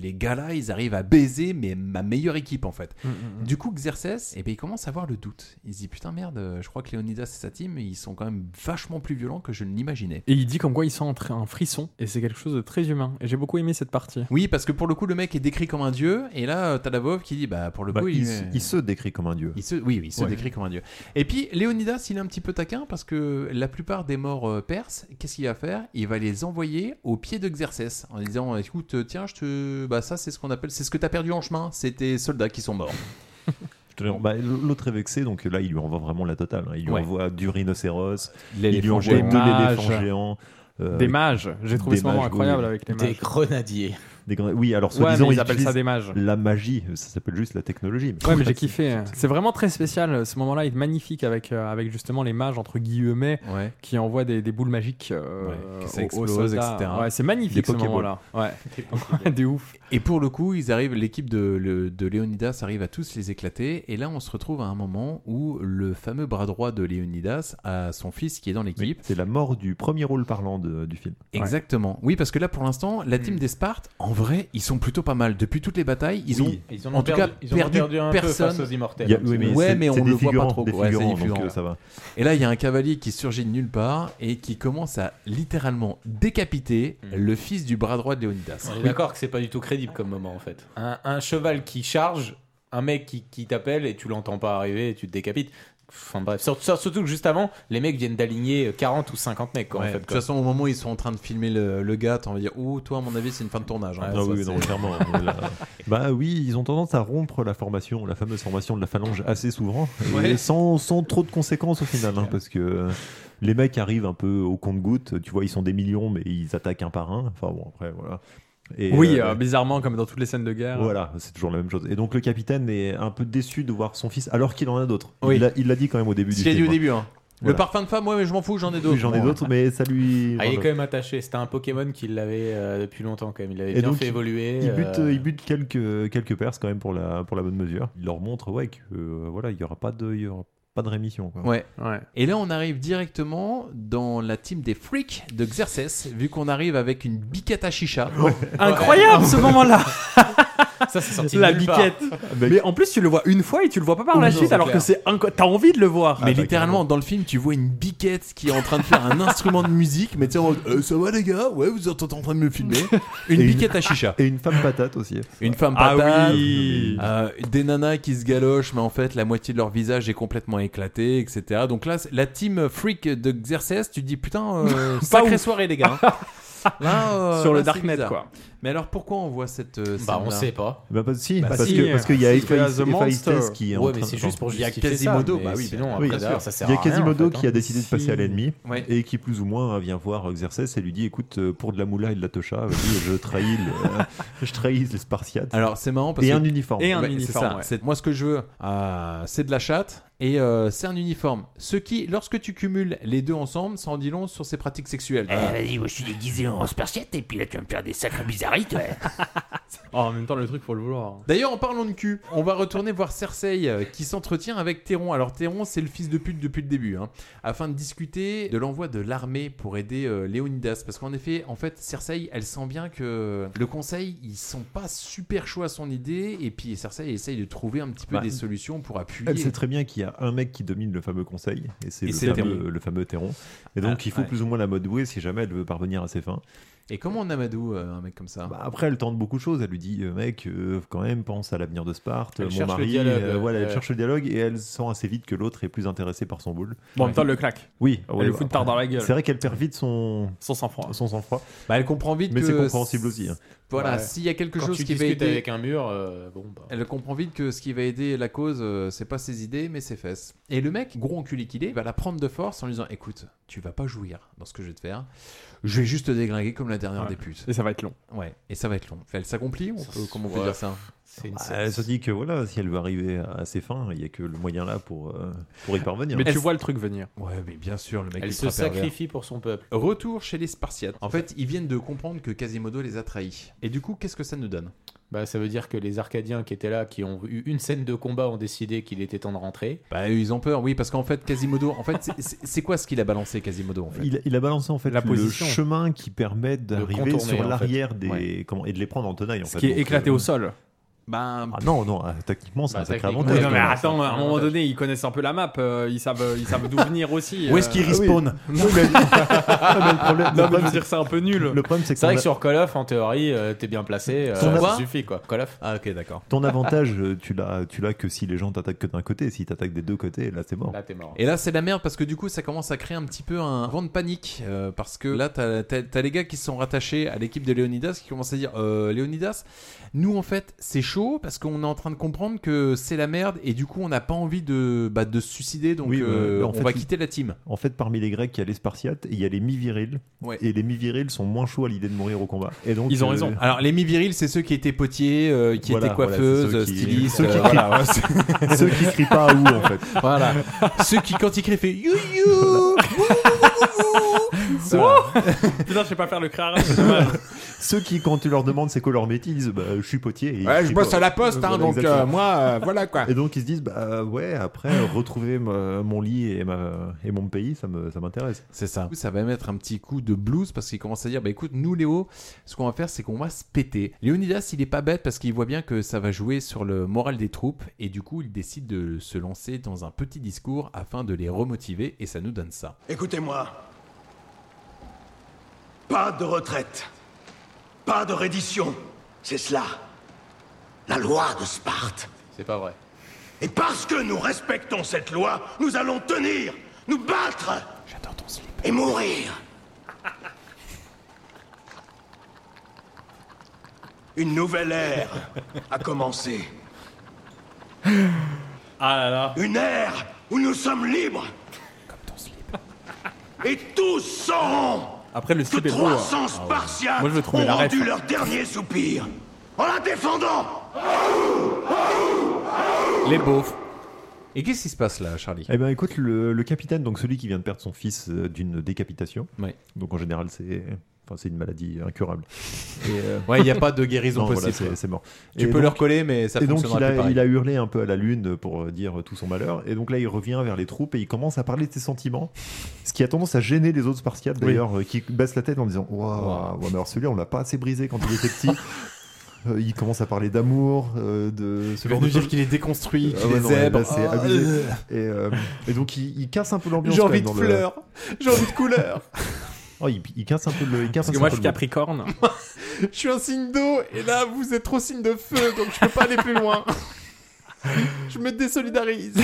B: les gars là, ils arrivent à baiser mais ma meilleure équipe en fait.
K: Mm, mm, mm.
B: Du coup, Xerxes, eh ben, il commence à avoir le doute. Il se dit Putain, merde, euh, je crois que Léonidas et sa team, ils sont quand même vachement plus violents que je ne l'imaginais.
P: Et il dit comme quoi il sent un, tr- un frisson et c'est quelque chose de très humain. Et j'ai beaucoup aimé cette partie.
B: Oui, parce que pour le coup, le mec est décrit comme un dieu. Et là, euh, t'as la veuve qui dit Bah, pour le
N: Bah,
B: coup,
N: il,
B: il,
N: se- il se décrit comme un dieu.
B: il se- oui, oui, il se
N: Ouais.
B: décrit comme un dieu. Et puis Léonidas, il est un petit peu taquin parce que la plupart des morts euh, perses, qu'est-ce qu'il va faire Il va les envoyer au pied d'exercice en disant écoute, euh, tiens, je te, bah ça c'est ce qu'on appelle, c'est ce que t'as perdu en chemin, c'est tes soldats qui sont morts.
N: Je te jure, bah, L'autre est vexé, donc là, il lui envoie vraiment la totale. hein. Il lui
B: Ouais.
N: envoie du rhinocéros, il lui
K: L'éléphant
N: envoie
K: géant.
N: de l'éléphant
K: Mage.
N: géant. euh,
K: Des mages. J'ai trouvé
N: des
K: ce moment
N: mages,
K: incroyable avec les Des mages. grenadiers.
N: Des grena- Oui, alors
K: Ouais,
N: soi-disant,
K: mais ils appellent ça
N: utilisent
K: des mages.
N: La magie, ça s'appelle juste la technologie.
K: Ouais, mais j'ai kiffé. hein. C'est vraiment très spécial. euh, Ce moment-là est magnifique avec, euh, avec justement les mages, entre guillemets, qui envoient des, des boules magiques euh,
B: que ça
K: aux- aux
B: explose,
K: soldats.
B: etc.
K: Ouais, c'est magnifique
B: Des
K: ce moment-là. Ouais. Des ouf.
B: Et pour le coup, ils arrivent, l'équipe de, le- de Léonidas arrive à tous les éclater. Et là, on se retrouve à un moment où le fameux bras droit de Léonidas a son fils qui est dans l'équipe.
N: C'est la mort du premier rôle parlant de- du film.
B: Exactement. Oui, parce que là, pour l'instant, la
N: Hmm.
B: team des Spartes, en vrai, ils sont plutôt pas mal. Depuis toutes les batailles, ils
K: Oui,
B: ont,
K: ils
B: en
K: en ont
B: tout
K: perdu-
B: cas
K: ils en ont
B: perdu,
K: perdu un peu
B: personne.
K: face aux immortels.
N: Il y a- oui, mais
B: ouais,
N: c'est-
B: mais
N: c'est
B: on le
N: des
B: voit pas
N: figurants,
B: trop.
N: des
B: Ouais, c'est
N: figurants, donc,
B: figurants.
N: euh, ça va.
B: Et là, il y a un cavalier qui surgit de nulle part et qui commence à littéralement décapiter
N: Hmm.
B: le fils du bras droit de Léonidas.
K: On est
B: Oui.
K: d'accord que c'est pas du tout crédible comme moment en fait. Un, un cheval qui charge, un mec qui, qui t'appelle et tu l'entends pas arriver et tu te décapites. Enfin bref, Sur- sur- surtout que juste avant, les mecs viennent d'aligner 40 ou 50 mecs quoi,
B: Ouais,
K: en
B: de
K: fait.
B: toute
K: quoi.
B: façon, au moment où ils sont en train de filmer le, le gars, on va dire Oh, toi, à mon avis, c'est une fin de tournage. hein.
N: Ah
B: Ça,
N: oui,
B: c'est-
N: non, clairement. euh, là- bah oui, ils ont tendance à rompre la formation, la fameuse formation de la phalange assez souvent, et
B: Ouais.
N: sans, sans trop de conséquences au final, hein, parce que les mecs arrivent un peu au compte-goutte, tu vois, ils sont des millions, mais ils attaquent un par un. Enfin bon, après, voilà. Et,
K: oui,
N: euh,
K: euh, bizarrement, comme dans toutes les scènes de guerre.
N: Voilà, c'est toujours la même chose. Et donc le capitaine est un peu déçu de voir son fils, alors qu'il en a d'autres.
B: Oui.
N: Il l'a- Il l'a dit quand même au début du
B: Ce qu'il a dit
N: film.
B: au début. hein. Le
N: Voilà.
B: parfum de femme, ouais, mais je m'en fous, j'en ai d'autres.
N: Oui, j'en ai d'autres, mais ça lui.
K: Ah, il est
N: Voilà.
K: quand même attaché. C'était un Pokémon qui l'avait euh, depuis longtemps quand même. Il l'avait
N: Et
K: bien
N: donc,
K: fait évoluer.
N: Il bute,
K: euh,
N: il bute quelques, quelques perses quand même pour la, pour la bonne mesure. Il leur montre ouais, que euh, voilà, il n'y aura pas de, il y aura pas de rémission. Quoi.
B: Ouais. Et là, on arrive directement dans la team des freaks de Xerxes, vu qu'on arrive avec une biquette à chicha.
Q: Incroyable, ce moment-là.
K: Ça, c'est sorti de
Q: La
K: nulle part.
Q: biquette. Mais en plus, tu le vois une fois et tu le vois pas par
B: Oui,
Q: la
B: non,
Q: suite,
B: c'est
Q: alors que
B: clair.
Q: c'est inco- t'as envie de le
N: Ah,
Q: voir.
B: mais littéralement, dans le film, tu vois une biquette qui est en train de faire un instrument de musique, mais tu sais, en mode, Euh, ça va les gars, ouais, vous êtes en train de me filmer. Une
N: Et
B: biquette à chicha.
N: Et une femme patate aussi.
B: Une femme
N: Ah
B: patate,
N: oui.
B: euh, des nanas qui se galochent, mais en fait la moitié de leur visage est complètement éclaté, etc. Donc là, c'est- la team freak de Xerxes, tu te dis putain, euh,
Q: Pas
B: sacrée
Q: ouf.
B: soirée les gars. hein. Là, euh,
Q: Sur le
B: là, c'est
Q: Darknet,
B: bizarre.
Q: quoi.
B: Mais alors pourquoi on voit cette euh,
K: Bah, on
B: scène-là
K: sait pas.
N: Bah, parce, si,
K: Bah,
N: parce
K: si,
N: que parce qu'il y a
K: parce que
N: Héphaï-
K: The Monster.
N: Héphaïstos qui est en
K: Ouais, mais
N: train de-
K: c'est juste pour
N: Enfin,
K: justifier Il y a Quasimodo, ça, mais bah oui, sinon, après,
N: bien
K: d'ailleurs,
N: sûr.
K: ça sert
N: Il y a
K: à rien,
N: Quasimodo
K: en fait,
N: qui a
K: hein.
N: décidé de passer à l'ennemi
B: Ouais.
N: et qui plus ou moins vient voir Xerxes et lui dit écoute euh, pour de la moula et de la tocha, vas-y, je trahis le- euh, je trahis les Spartiates.
B: Alors c'est marrant parce
N: et
B: que
N: un uniforme.
B: Ouais, c'est ça. C'est- moi ce que je veux, euh, c'est de la chatte et euh, c'est un uniforme. Ce qui, lorsque tu cumules les deux ensemble, ça en dit long sur ses pratiques sexuelles.
L: Eh, vas-y, moi, je suis déguisé en spartiate et puis là tu vas me faire des sacres bizarrites. ouais.
K: Oh, en même temps, le truc, faut le vouloir.
B: D'ailleurs, en parlant de cul, on va retourner voir Cersei euh, qui s'entretient avec Théron. Alors, Théron, c'est le fils de pute depuis le début, hein, afin de discuter de l'envoi de l'armée pour aider euh, Léonidas. Parce qu'en effet, en fait, Cersei, elle sent bien que le conseil, ils sont pas super chauds à son idée. Et puis, Cersei essaye de trouver un petit peu
N: Bah,
B: des solutions pour appuyer.
N: Elle sait très bien qu'il y a un mec qui domine le fameux conseil, et c'est
B: Et
N: le,
B: c'est le
N: fameux-
B: Théron.
N: le fameux Théron. Et donc
B: Ah,
N: il faut
B: ouais.
N: plus ou moins la mode douée si jamais elle veut parvenir à ses fins.
B: Et comment on amadou euh, un mec comme
K: Ah.
B: ça
N: Bah, Après, elle tente beaucoup de choses. Elle lui dit, euh, mec, euh, quand même, pense à l'avenir de Sparte.
K: Elle
N: Mon
K: cherche le
N: mari,
K: dialogue,
N: euh, voilà, elle
K: ouais.
N: cherche le dialogue et elle sent assez vite que l'autre est plus intéressé par son boule.
K: Bon, en même temps, elle Ah le claque.
N: Oui,
K: Elle lui fout une
N: après,
K: tarte dans la gueule.
N: C'est vrai qu'elle perd vite son
K: son sang-froid.
N: Son sang-froid.
B: Bah, elle comprend vite
N: Mais
B: que
N: c'est compréhensible aussi. hein.
B: Voilà,
K: Ouais.
B: s'il y a quelque
K: Quand
B: chose
K: tu
B: qui va
K: discutes
B: aider.
K: avec un mur, euh, bon, bah.
B: Elle comprend vite que ce qui va aider la cause, euh, c'est pas ses idées, mais ses fesses. Et le mec, gros enculé qu'il est, va la prendre de force en lui disant Écoute, tu vas pas jouir dans ce que je vais te faire. Je vais juste te déglinguer comme la dernière
K: Ouais.
B: des putes.
K: Et ça va être long.
B: Ouais, et ça va être long. Elle s'accomplit on peut- Comment on peut
K: ouais.
B: dire ça
K: C'est une
N: Bah, elle se dit que voilà, si elle veut arriver à- à ses fins, il n'y a que le moyen là pour, euh, pour y parvenir.
K: Mais tu
N: Elle-
K: vois le truc venir.
B: Ouais, mais bien sûr, le mec
K: Elle
B: ultra
K: se
B: pervers.
K: sacrifie pour son peuple.
B: Retour chez les Spartiates. En fait, ils viennent de comprendre que Quasimodo les a trahis. Et du coup, qu'est-ce que ça nous donne
K: Bah, ça veut dire que les Arcadiens qui étaient là, qui ont eu une scène de combat, ont décidé qu'il était temps de rentrer.
B: Bah, eux, ils ont peur, oui, parce qu'en fait, Quasimodo, en fait, c'est- c'est c'est quoi ce qu'il a balancé, Quasimodo, en fait
N: Il, il a balancé en fait
B: La
N: le
B: position.
N: chemin qui permet d'arriver
B: contourner, en
N: sur
B: fait.
N: l'arrière des
B: Ouais.
N: comment- et de les prendre en tenaille en
B: Ce
N: fait.
B: qui est
N: Donc,
B: éclaté
N: euh,
B: au sol. Ben,
N: ah non, non, euh, techniquement, c'est un sacré
P: Techniquement,
N: avantage.
P: non, mais
N: quand même.
P: attends, à un moment donné, ils connaissent un peu la map, euh, ils savent, ils savent d'où venir aussi.
N: Où est-ce
B: euh,
K: euh,
N: qu'ils respawnent
P: oui.
N: Non, mais-
K: mais le problème-
P: Non,
K: le
P: mais
K: problème,
P: je veux
K: c'est-
P: dire, c'est un peu nul.
N: Le problème, c'est
K: C'est vrai
N: qu'on
K: que
N: a-
K: sur Call of, en théorie, euh, t'es bien placé, euh,
N: Ton
K: ça
N: quoi
K: suffit quoi. Call of
B: Ah ok, d'accord.
N: Ton avantage, euh, tu l'as, tu l'as que si les gens t'attaquent que d'un côté. Si t'attaquent des deux côtés, là, c'est mort.
K: Là, t'es mort.
B: Et là, c'est la merde parce que du coup, ça commence à créer un petit peu un vent de panique. euh, parce que là, t'as t'as- t'as les gars qui se sont rattachés à l'équipe de Léonidas qui commencent à dire euh, Léonidas, nous en fait, c'est chaud parce qu'on est en train de comprendre que c'est la merde et du coup, on n'a pas envie de, bah, de se suicider donc
N: Oui,
B: euh,
N: euh, en
B: on
N: fait,
B: va
N: il-
B: quitter la team.
N: En fait, parmi les Grecs, il y a les Spartiates et il y a les mi-virils.
B: Ouais.
N: Et les mi-virils sont moins chauds à l'idée de mourir au combat. Et donc, euh,
B: Alors, les mi-virils, c'est ceux qui étaient potiers, euh, qui
N: Voilà,
B: étaient
N: voilà, c'est
B: coiffeuses,
N: ceux qui-
B: stylistes.
N: ceux qui
B: euh,
N: crient-
B: voilà, ouais, c'est-
N: Ceux qui crient pas à où, en fait.
B: Voilà. ceux qui, quand ils crient, fait you you
P: Putain, je sais pas faire le cri arabe, c'est dommage.
N: Ceux qui, quand tu leur demandes c'est quoi leur métier, ils disent bah, je suis potier. et ils
I: Ouais, je
N: crient
I: bosse
N: pas.
I: à la poste, hein,
N: Voilà,
I: donc
N: exactement.
I: euh, moi, euh, voilà quoi.
N: Et donc ils se disent bah ouais après euh, retrouver ma- mon lit et, ma, et mon pays ça me- ça m'intéresse.
B: C'est ça. Ça va mettre un petit coup de blues parce qu'il commence à dire bah écoute, nous Léo, ce qu'on va faire, c'est qu'on va se péter. Léonidas, il est pas bête parce qu'il voit bien que ça va jouer sur le moral des troupes et du coup, il décide de se lancer dans un petit discours afin de les remotiver et ça nous donne ça.
E: Écoutez-moi. Pas de retraite. Pas de reddition. C'est cela. La loi de Sparte.
K: C'est pas vrai.
E: Et parce que nous respectons cette loi, nous allons tenir, nous battre. J'adore ton slip. Et mourir. Une nouvelle ère a commencé.
P: Ah là là.
E: Une ère où nous sommes libres. Comme ton slip. Et tous sauront
P: Après, le slip
E: que
P: est beau. hein.
E: 300 Spartiates
P: Moi, je veux trouver
E: ont
P: la ref.
E: rendu leur dernier soupir en la défendant.
B: Les beaufs. Et euh, qu'est-ce qui se passe là, Charlie
N: Eh ben écoute le, le capitaine donc celui qui vient de perdre son fils euh, d'une décapitation. Donc en général c'est enfin c'est une maladie incurable. Et, euh,
B: Ouais, il n'y a pas de guérison
N: Non, voilà,
B: possible.
N: c'est- c'est mort.
B: Tu
N: Et
B: peux
N: donc-
B: leur coller, mais ça
N: Et donc
B: fonctionnera
N: il
B: plus
N: a,
B: pareil.
N: il a hurlé un peu à la lune pour euh, dire tout son malheur. Et donc là, il revient vers les troupes et il commence à parler de ses sentiments. Ce qui a tendance à gêner les autres Spartiates
O: Oui.
N: d'ailleurs, euh, qui baissent la tête en disant Waouh, ouais, mais alors celui-là, on l'a pas assez brisé quand il était petit. Euh, il commence à parler d'amour, euh, de
B: Il
N: ce
B: va
N: genre
B: nous
N: de
B: dire
N: choses.
B: qu'il est déconstruit, qu'il
N: Ah ouais,
B: est
N: non, mais là,
B: zèbre.
N: c'est
B: Ah,
N: abusé.
B: euh.
N: Et, euh, et donc il, il casse un peu l'ambiance.
B: J'ai
N: quand
B: envie
N: même
B: de
N: dans le-
B: fleurs, j'ai envie de couleurs.
N: Oh, il, il casse un peu le. Il casse
P: Parce
N: un
P: que moi,
N: peu
P: je suis
N: le mood.
P: Capricorne.
B: Je suis un signe d'eau et là vous êtes trop signe de feu donc je peux pas aller plus loin. Je me désolidarise.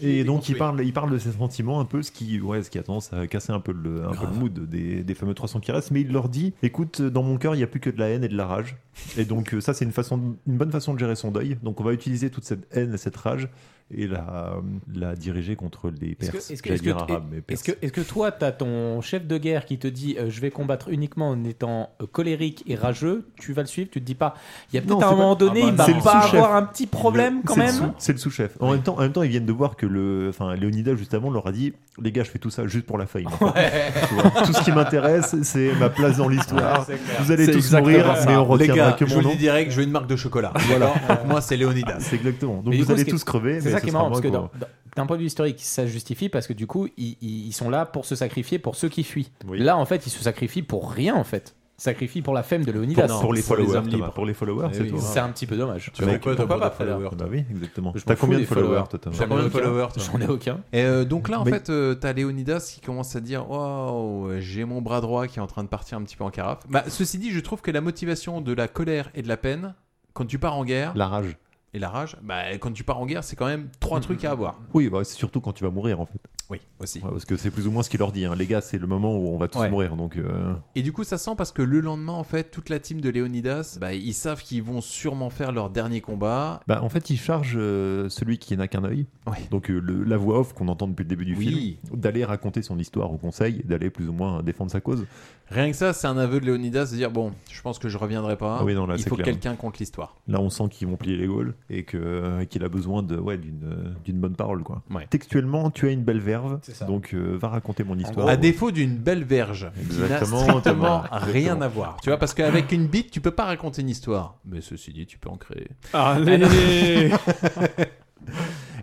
N: Et donc il parle, il parle de ses sentiments un peu, ce qui, ouais, ce qui a tendance à casser un peu le, un peu
K: Ah.
N: le mood des, des fameux 300 qui restent. Mais il leur dit, écoute, dans mon cœur, il n'y a plus que de la haine et de la rage. Et donc euh, ça, c'est une façon, de- une bonne façon de gérer son deuil. Donc on va utiliser toute cette haine et cette rage et la, la diriger contre les
K: Est-ce
N: Perses.
K: que, est-ce que-
N: J'allais
K: est-ce que-
N: dire arabes, mais
K: est-ce
N: Perses.
K: que- est-ce que toi, t'as ton chef de guerre qui te dit euh, je vais combattre uniquement en étant euh, colérique et rageux, tu vas le suivre, tu te dis pas, il y a peut-être
N: Non,
K: à
N: c'est
K: un moment
N: pas-
K: donné,
N: Ah bah
K: il va
N: c'est le
K: pas
N: sous-chef.
K: avoir un petit problème
N: Le-
K: quand
N: c'est le
K: même
N: sous- C'est le sous-chef. En, même temps, en même temps, ils viennent de voir que le, enfin, Léonidas juste avant leur a dit les gars, je fais tout ça juste pour la fame. Tu vois, tout ce qui m'intéresse, c'est ma place dans l'histoire. Vous allez tous mourir, mais on
B: Les
N: retiendra
B: gars,
N: que
B: je
N: mon
B: vous le
N: nom.
B: dis direct, je veux une marque de chocolat.
N: Voilà.
B: Voilà. moi c'est Léonidas.
N: C'est exactement. Donc
K: Mais du
N: vous
K: coup,
N: allez
K: ce qui est-
N: tous crever.
K: C'est
N: mais
K: ça
N: ce
K: qui est
N: sera
K: marrant, parce
N: moi
K: que
N: qu'on-
K: dans- dans- d'un point de vue historique, ça se justifie parce que du coup, ils, ils- ils sont là pour se sacrifier pour ceux qui fuient. Là, en fait, ils se sacrifient pour rien, en fait. Ils Sacrifient pour la femme de Léonidas.
N: Pour- pour les
K: Pour
N: followers,
K: hommes
N: Thomas,
K: libres.
N: pour les followers,
K: Eh
N: c'est
K: oui,
N: tout.
K: C'est un petit peu dommage.
N: Tu fais quoi, toi,
K: Pourquoi
N: pour
K: pas,
N: ta follower
K: follower
N: Bah oui, exactement.
K: Je
N: T'as
K: m'en fous
N: combien
K: des
N: de followers, toi, Thomas
K: J'en ai
N: T'as combien de
K: aucun.
N: followers, toi
K: J'en ai aucun.
B: Et euh, donc là, en
K: Mais-
B: fait, euh, t'as Léonidas qui commence à dire Waouh, j'ai mon bras droit qui est en train de partir un petit peu en carafe. Bah, ceci dit, je trouve que la motivation de la colère et de la peine, quand tu pars en guerre.
N: La rage.
B: Et la rage, bah, quand tu pars en guerre, c'est quand même trois trucs à avoir.
N: Oui, bah, c'est surtout quand tu vas mourir en fait.
B: Mm, Oui, aussi.
N: parce que c'est plus ou moins ce qu'il leur dit. hein. Les gars, c'est le moment où on va tous
B: Ouais.
N: mourir. Donc, euh,
B: Et du coup, ça sent parce que le lendemain, en fait, toute la team de Léonidas, bah, ils savent qu'ils vont sûrement faire leur dernier combat.
N: Bah, en fait, il charge euh, celui qui n'a qu'un œil, donc euh, le- la voix off qu'on entend depuis le début du
B: Oui.
N: film, d'aller raconter son histoire au conseil, et d'aller plus ou moins défendre sa cause.
B: Rien que ça, c'est un aveu de Léonidas de dire Bon, je pense que je reviendrai pas.
N: Ah oui, non, là,
B: Il
N: c'est
B: faut que
N: clair.
B: quelqu'un compte l'histoire.
N: Là, on sent qu'ils vont plier les Gaules et que, euh, qu'il a besoin de, ouais, d'une, euh, d'une bonne parole. Quoi. Textuellement, tu as une belle verve, donc euh, va raconter mon histoire.
B: À défaut d'une belle verge,
N: Exactement,
B: qui n'a strictement
N: Thomas,
B: rien
N: exactement.
B: à voir. Tu vois, parce qu'avec une bite, tu peux pas raconter une histoire. Mais ceci dit, tu peux en créer.
P: Allez
B: Ah non.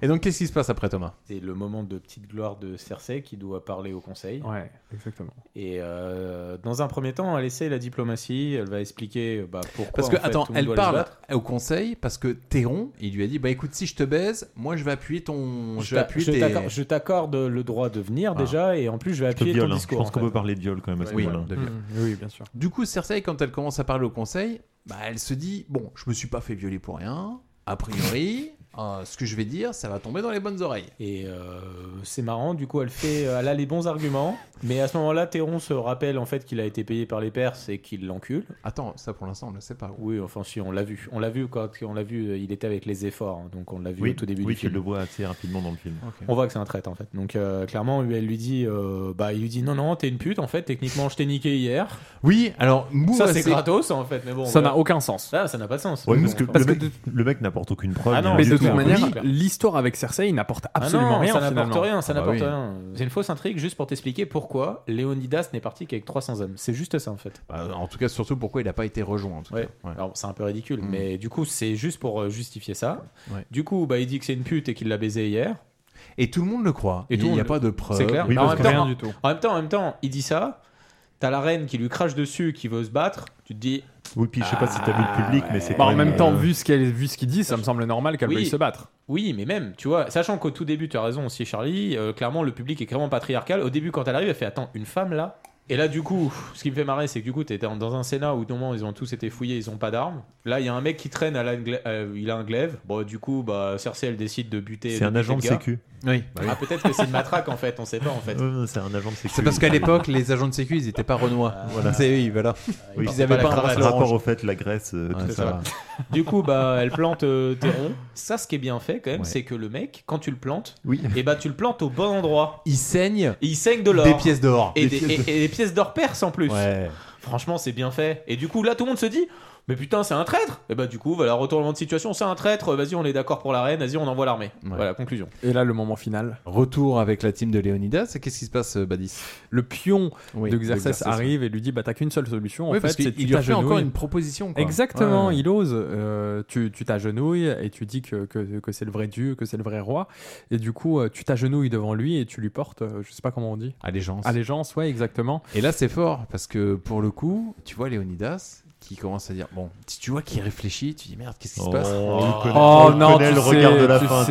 B: Et donc, qu'est-ce qui se passe après, Thomas
K: C'est le moment de petite gloire de Cersei qui doit parler au conseil.
P: Ouais, exactement.
K: Et euh, dans un premier temps, elle essaie la diplomatie, elle va expliquer bah, pourquoi.
B: Parce que,
K: en fait,
B: attends,
K: tout le monde
B: elle
K: doit les
B: parle
K: battre.
B: au conseil parce que Théron, il lui a dit Bah écoute, si je te baise, moi je vais appuyer ton.
K: Je
B: vais
K: t'a-
B: appuyer
K: je
B: tes-
K: t'accorde- je t'accorde le droit de venir déjà, et en plus, je vais
N: Ah. Je te
K: appuyer
N: viole,
K: ton
N: hein.
K: discours.
N: Je pense
K: en
N: qu'on
K: fait.
N: peut parler de viol quand même à ce
K: Ouais.
N: moment-là.
B: de viol.
K: Oui, bien sûr.
B: Du coup, Cersei, quand elle commence à parler au conseil, bah, elle se dit Bon, je me suis pas fait violer pour rien. A priori, euh, ce que je vais dire, ça va tomber dans les bonnes oreilles.
K: Et euh, c'est marrant, du coup, elle fait, euh, elle a les bons arguments, mais à ce moment-là, Théron se rappelle en fait qu'il a été payé par les Perses et qu'il l'encule.
B: Attends, ça pour l'instant, on ne sait pas.
K: Oui, enfin si, on l'a vu, on l'a vu quand on l'a vu, euh, il était avec les efforts, hein, donc on l'a vu
N: Oui,
K: au tout début
N: oui,
K: du
N: tu
K: film.
N: le vois assez rapidement dans le film.
K: On voit que c'est un traître en fait. Donc euh, clairement, lui, elle lui dit, euh, bah, il lui dit non non, t'es une pute en fait. Techniquement, je t'ai niqué hier.
B: Oui, alors move
K: ça c'est
B: assez-
K: gratos en fait, mais bon. bah.
B: Ça n'a
K: aucun sens. Ça, ça n'a pas de sens.
N: Ouais,
K: Move,
N: parce que,
K: enfin.
N: le, mec, le mec n'apporte aucune preuve.
K: Ah
N: ni
K: non,
N: rien
K: mais
N: du
K: de
N: tout. hein.
K: toute
N: Oui.
K: manière,
P: l'histoire avec Cersei n'apporte
K: Ah
P: absolument
K: non,
P: rien.
K: ça n'apporte
P: finalement.
K: rien, ça
P: Ah bah
K: n'apporte
P: oui.
K: rien. C'est une fausse intrigue juste pour t'expliquer pourquoi Léonidas n'est parti qu'avec 300 hommes. C'est juste ça en fait.
B: Bah, en tout cas, surtout pourquoi il n'a pas été rejoint. en tout
K: Ouais.
B: cas.
K: Alors c'est un peu ridicule, mais du coup c'est juste pour euh, justifier ça.
B: Ouais.
K: Du coup, bah il dit que c'est une pute et qu'il l'a baisée hier.
B: Et tout le monde le croit.
K: Et
B: il
K: tout,
B: n'y a
K: on-
B: pas de preuve.
K: C'est clair.
B: Oui,
K: Mais en
B: parce
K: même
B: que-
K: temps, En même temps, en même temps, il dit ça. T'as la reine qui lui crache dessus, qui veut se battre. Tu te dis.
N: Oui, puis je sais pas si t'as vu
K: Ah,
N: le public, mais c'est.
P: Bah,
N: quand
P: en même temps,
N: euh,
P: vu ce qu'elle- vu ce qu'il dit, ça me semble normal qu'elle
K: Oui.
P: veuille se battre.
K: Oui, mais même, tu vois, sachant qu'au tout début, tu as raison aussi, Charlie. euh, clairement, le public est clairement patriarcal. Au début, quand elle arrive, elle fait attends, une femme là. Et là, du coup, ce qui me fait marrer, c'est que du coup, t'es dans dans un Sénat où, au moment, ils ont tous été fouillés, ils ont pas d'armes. Là, il y a un mec qui traîne, à la glaive- euh, il a un glaive. Bon, du coup, bah, Cersei, elle décide de buter.
N: C'est un
K: buter
N: agent
K: le
N: de
K: gars.
N: sécu.
B: Oui.
N: Bah oui.
K: Ah, peut-être que c'est une matraque en fait, on sait pas en fait.
N: Ouais, ouais, c'est un agent de sécu.
B: C'est parce qu'à l'époque, les agents de sécu, ils n'étaient pas renois.
N: Voilà.
B: C'est oui, Ah, voilà.
N: Oui,
B: Ils n'avaient pas, un bracelet
N: rapport
B: orange.
N: au fait, la Grèce, euh, tout
B: Ouais,
N: ça.
K: Du coup, bah, elle plante euh, Théron. Ça, ce qui est bien fait quand même,
B: Ouais.
K: c'est que le mec, quand tu le plantes,
N: Oui.
K: et bah, tu le plantes au bon endroit.
B: Il saigne.
K: Et il saigne de l'or.
B: Des pièces d'or.
K: Et
B: Des
K: des,
B: pièces
K: et- et des pièces d'or perses en plus.
N: Ouais.
K: Franchement, c'est bien fait. Et du coup, là, tout le monde se dit Mais putain, c'est un traître Et bah, du coup, voilà, retournement de situation c'est un traître. Vas-y, on est d'accord pour la reine. Vas-y, on envoie l'armée. Voilà, conclusion.
P: Et là, le moment final.
B: Retour avec la team de Léonidas. Et Qu'est-ce qui se passe, euh, Badis
P: Le pion
B: Oui,
P: de Xerxes
B: d'Xerxes,
P: arrive et lui dit bah t'as qu'une seule solution en
B: Oui,
P: fait
B: parce qu'il-
P: c'est tu
B: il lui a fait
P: t'agenouilles.
B: encore une proposition, quoi.
P: exactement
B: Ouais.
P: il ose euh, tu tu t'agenouilles et tu dis que, que, que c'est le vrai dieu que c'est le vrai roi et du coup euh, tu t'agenouilles devant lui et tu lui portes euh, je sais pas comment on dit
B: Allégeance.
P: allégeance ouais exactement
B: Et là, c'est fort parce que pour le coup, tu vois Léonidas qui commence à dire Bon, si tu vois qu'il réfléchit, tu dis Merde, qu'est-ce qui se
N: Oh,
B: passe
N: on le connaît- on le connaît, le regard de la fin.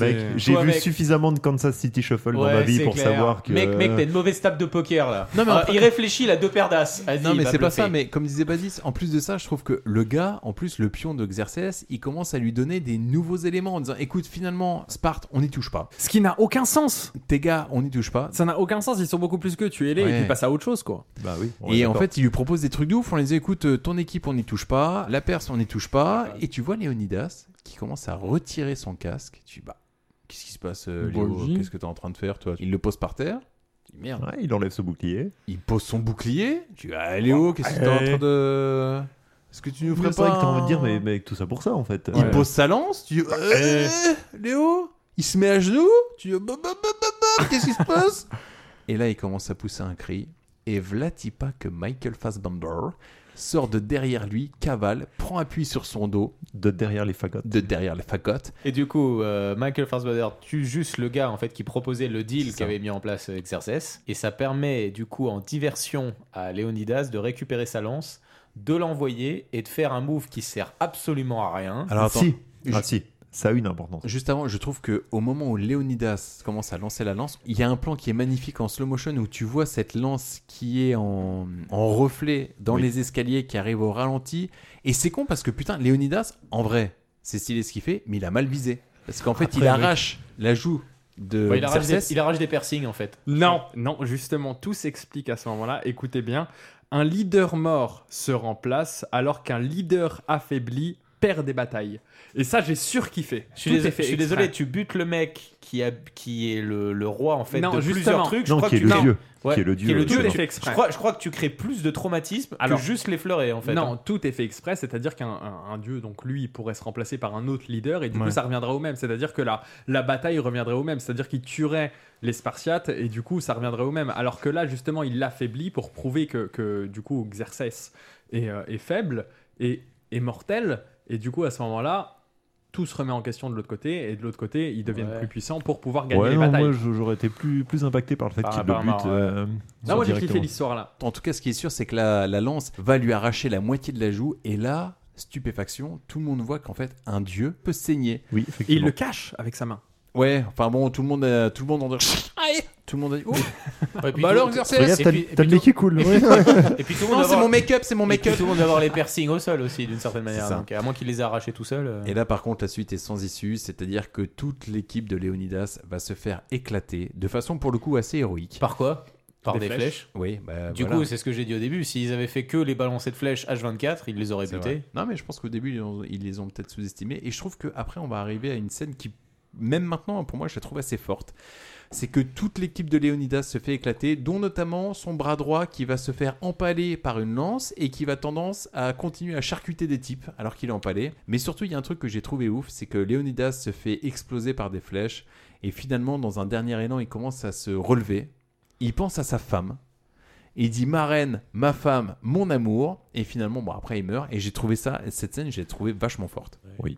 N: Mec, j'ai
K: Toi,
N: vu
K: mec.
N: suffisamment de Kansas City Shuffle dans
K: Ouais,
N: ma vie
K: c'est
N: pour
K: clair.
N: savoir que.
K: Mec, mec, t'as une mauvaise table de poker là.
B: Non, mais
K: Ah,
B: enfin-
K: Il réfléchit, il a deux paires d'as. Vas-y,
B: Non,
K: il
B: mais
K: va
B: c'est pas
K: bluffer.
B: ça, mais comme disait Badis, en plus de ça, je trouve que le gars, en plus le pion de Xerxes, il commence à lui donner des nouveaux éléments en disant écoute, finalement, Sparte, on n'y touche pas.
P: Ce qui n'a aucun sens
B: Tes gars, on n'y touche pas.
P: ça n'a aucun sens ils sont beaucoup plus que tu es les
B: Ouais.
P: et puis passe à autre chose quoi
N: bah oui
B: et en fait, il lui propose des trucs de ouf. On les dit écoute, euh, ton équipe, on n'y touche pas. La Perse, on n'y touche pas. Et tu vois Léonidas qui commence à retirer son casque. Tu dis bah, qu'est-ce qui se passe, euh, Léo
N: Bonjour.
B: Qu'est-ce que t'es en train de faire, toi Il le pose par terre. Tu dis, Merde.
N: Ouais, il enlève ce bouclier.
B: Il pose son bouclier. Tu dis ah, Léo, qu'est-ce que t'es en
N: Ouais.
B: train de. Est-ce que tu nous
N: Oui,
B: ferais
N: c'est vrai
B: pas
N: que t'as envie de dire,
B: un-
N: mais mec, tout ça pour ça en fait.
B: Il pose sa lance, tu dis Euh, Léo Il se met à genoux, tu dis Bop, bop, bop, bop, bop, qu'est-ce qui se passe Et là, il commence à pousser un cri, et vlati pas que Michael Fassbender sort de derrière lui, cavale, prend appui sur son dos.
N: De derrière les fagottes.
B: De derrière les fagottes.
K: Et du coup, euh, Michael Fassbender tue juste le gars en fait qui proposait le deal qu'avait mis en place euh, Xerxes, et ça permet du coup en diversion à Léonidas de récupérer sa lance, de l'envoyer et de faire un move qui sert absolument à rien.
N: Alors attends. Si. Ah, si. Ça a une importance.
B: Juste avant, je trouve que au moment où Léonidas commence à lancer la lance, il y a un plan qui est magnifique en slow motion où tu vois cette lance qui est en, en reflet dans
N: Oui.
B: les escaliers qui arrive au ralenti. Et c'est con parce que putain, Léonidas, en vrai, c'est stylé ce qu'il fait, mais il a mal visé. Parce qu'en fait,
K: Après,
B: il
K: oui.
B: arrache la joue de
K: Ouais, Bah, il, arrache
B: Xerxes.
K: des, il arrache des piercings en fait.
P: Non, non, justement, tout s'explique à ce moment-là. Écoutez bien, un leader mort se remplace alors qu'un leader affaibli perd des batailles. Et ça, j'ai surkiffé.
K: Je suis,
P: Tout
K: dés-
P: est fait
K: je suis
P: exprès.
K: désolé, tu butes le mec qui, a, qui est le, le roi en fait
P: Non,
K: de
P: justement.
K: plusieurs trucs. Je
N: Non,
K: crois
N: qui
K: que
N: est
K: tu-
N: le dieu.
K: Ouais,
N: Qui est le dieu,
K: le
N: justement.
K: tu-
P: Tout est fait
K: Je
P: exprès.
K: crois, je crois que tu crées plus de traumatisme
P: Alors-
K: que juste l'effleurer en fait. hein.
P: Non, tout est fait exprès, c'est-à-dire qu'un un- un dieu, donc lui, il pourrait se remplacer par un autre leader, et du
K: Ouais.
P: coup, ça reviendra au même. C'est-à-dire que la, la bataille reviendrait au même, c'est-à-dire qu'il tuerait les Spartiates, et du coup, ça reviendrait au même. Alors que là, justement, il l'affaiblit pour prouver que, que, du coup, Xerxes est, euh, est faible et est mortel, et du coup, à ce moment-là, tout se remet en question de l'autre côté, et de l'autre côté, ils deviennent
K: Ouais.
P: plus puissants pour pouvoir gagner
N: Ouais,
P: les
N: non,
P: batailles.
N: moi je- j'aurais été plus, plus impacté par le fait
P: Ah,
N: qu'il le
P: apparemment,
N: bute.
P: ouais.
N: euh,
P: Non, moi, j'ai
N: directement.
P: kiffé l'histoire là.
B: En tout cas, ce qui est sûr, c'est que la, la lance va lui arracher la moitié de la joue. Et là, stupéfaction, tout le monde voit qu'en fait, un dieu peut saigner.
N: Oui,
P: Et il le cache avec sa main.
B: Ouais, enfin bon, tout le monde, a- tout le monde en Aïe Tout le monde a dit. Oh
K: puis
B: Bah
K: tout-
B: alors,
K: Regarde,
B: exercice
K: t'as- Et puis- t'as le nez
N: qui coule.
K: Et puis tout le
B: Non,
K: monde
B: c'est
K: avoir-
B: mon make-up, c'est mon
K: Et puis
B: make-up.
K: Tout le monde va avoir les piercings au sol aussi, d'une certaine manière.
B: ça.
K: Donc, euh. à moins qu'il les ait arrachés tout seul. euh.
B: Et là, par contre, la suite est sans issue, c'est-à-dire que toute l'équipe de Léonidas va se faire éclater de façon pour le coup assez héroïque.
K: Par quoi Par des, flèches.
B: Oui, bah,
K: du
B: voilà.
K: coup, c'est ce que j'ai dit au début. S'ils avaient fait que les balancer de flèches H24, ils les auraient
B: C'est
K: butés.
B: vrai. Non, mais je pense qu'au début, ils, ont- ils les ont peut-être sous-estimés. Et je trouve qu'après, on va arriver à une scène qui, même maintenant, pour moi, je la trouve assez forte. C'est que toute l'équipe de Léonidas se fait éclater, dont notamment son bras droit qui va se faire empaler par une lance et qui va tendance à continuer à charcuter des types alors qu'il est empalé. Mais surtout, il y a un truc que j'ai trouvé ouf, c'est que Léonidas se fait exploser par des flèches et finalement, dans un dernier élan, il commence à se relever. Il pense à sa femme. Il dit ma reine, ma femme, mon amour. Et finalement, bon, après, il meurt. Et j'ai trouvé ça, cette scène, j'ai trouvé vachement forte.
N: Oui.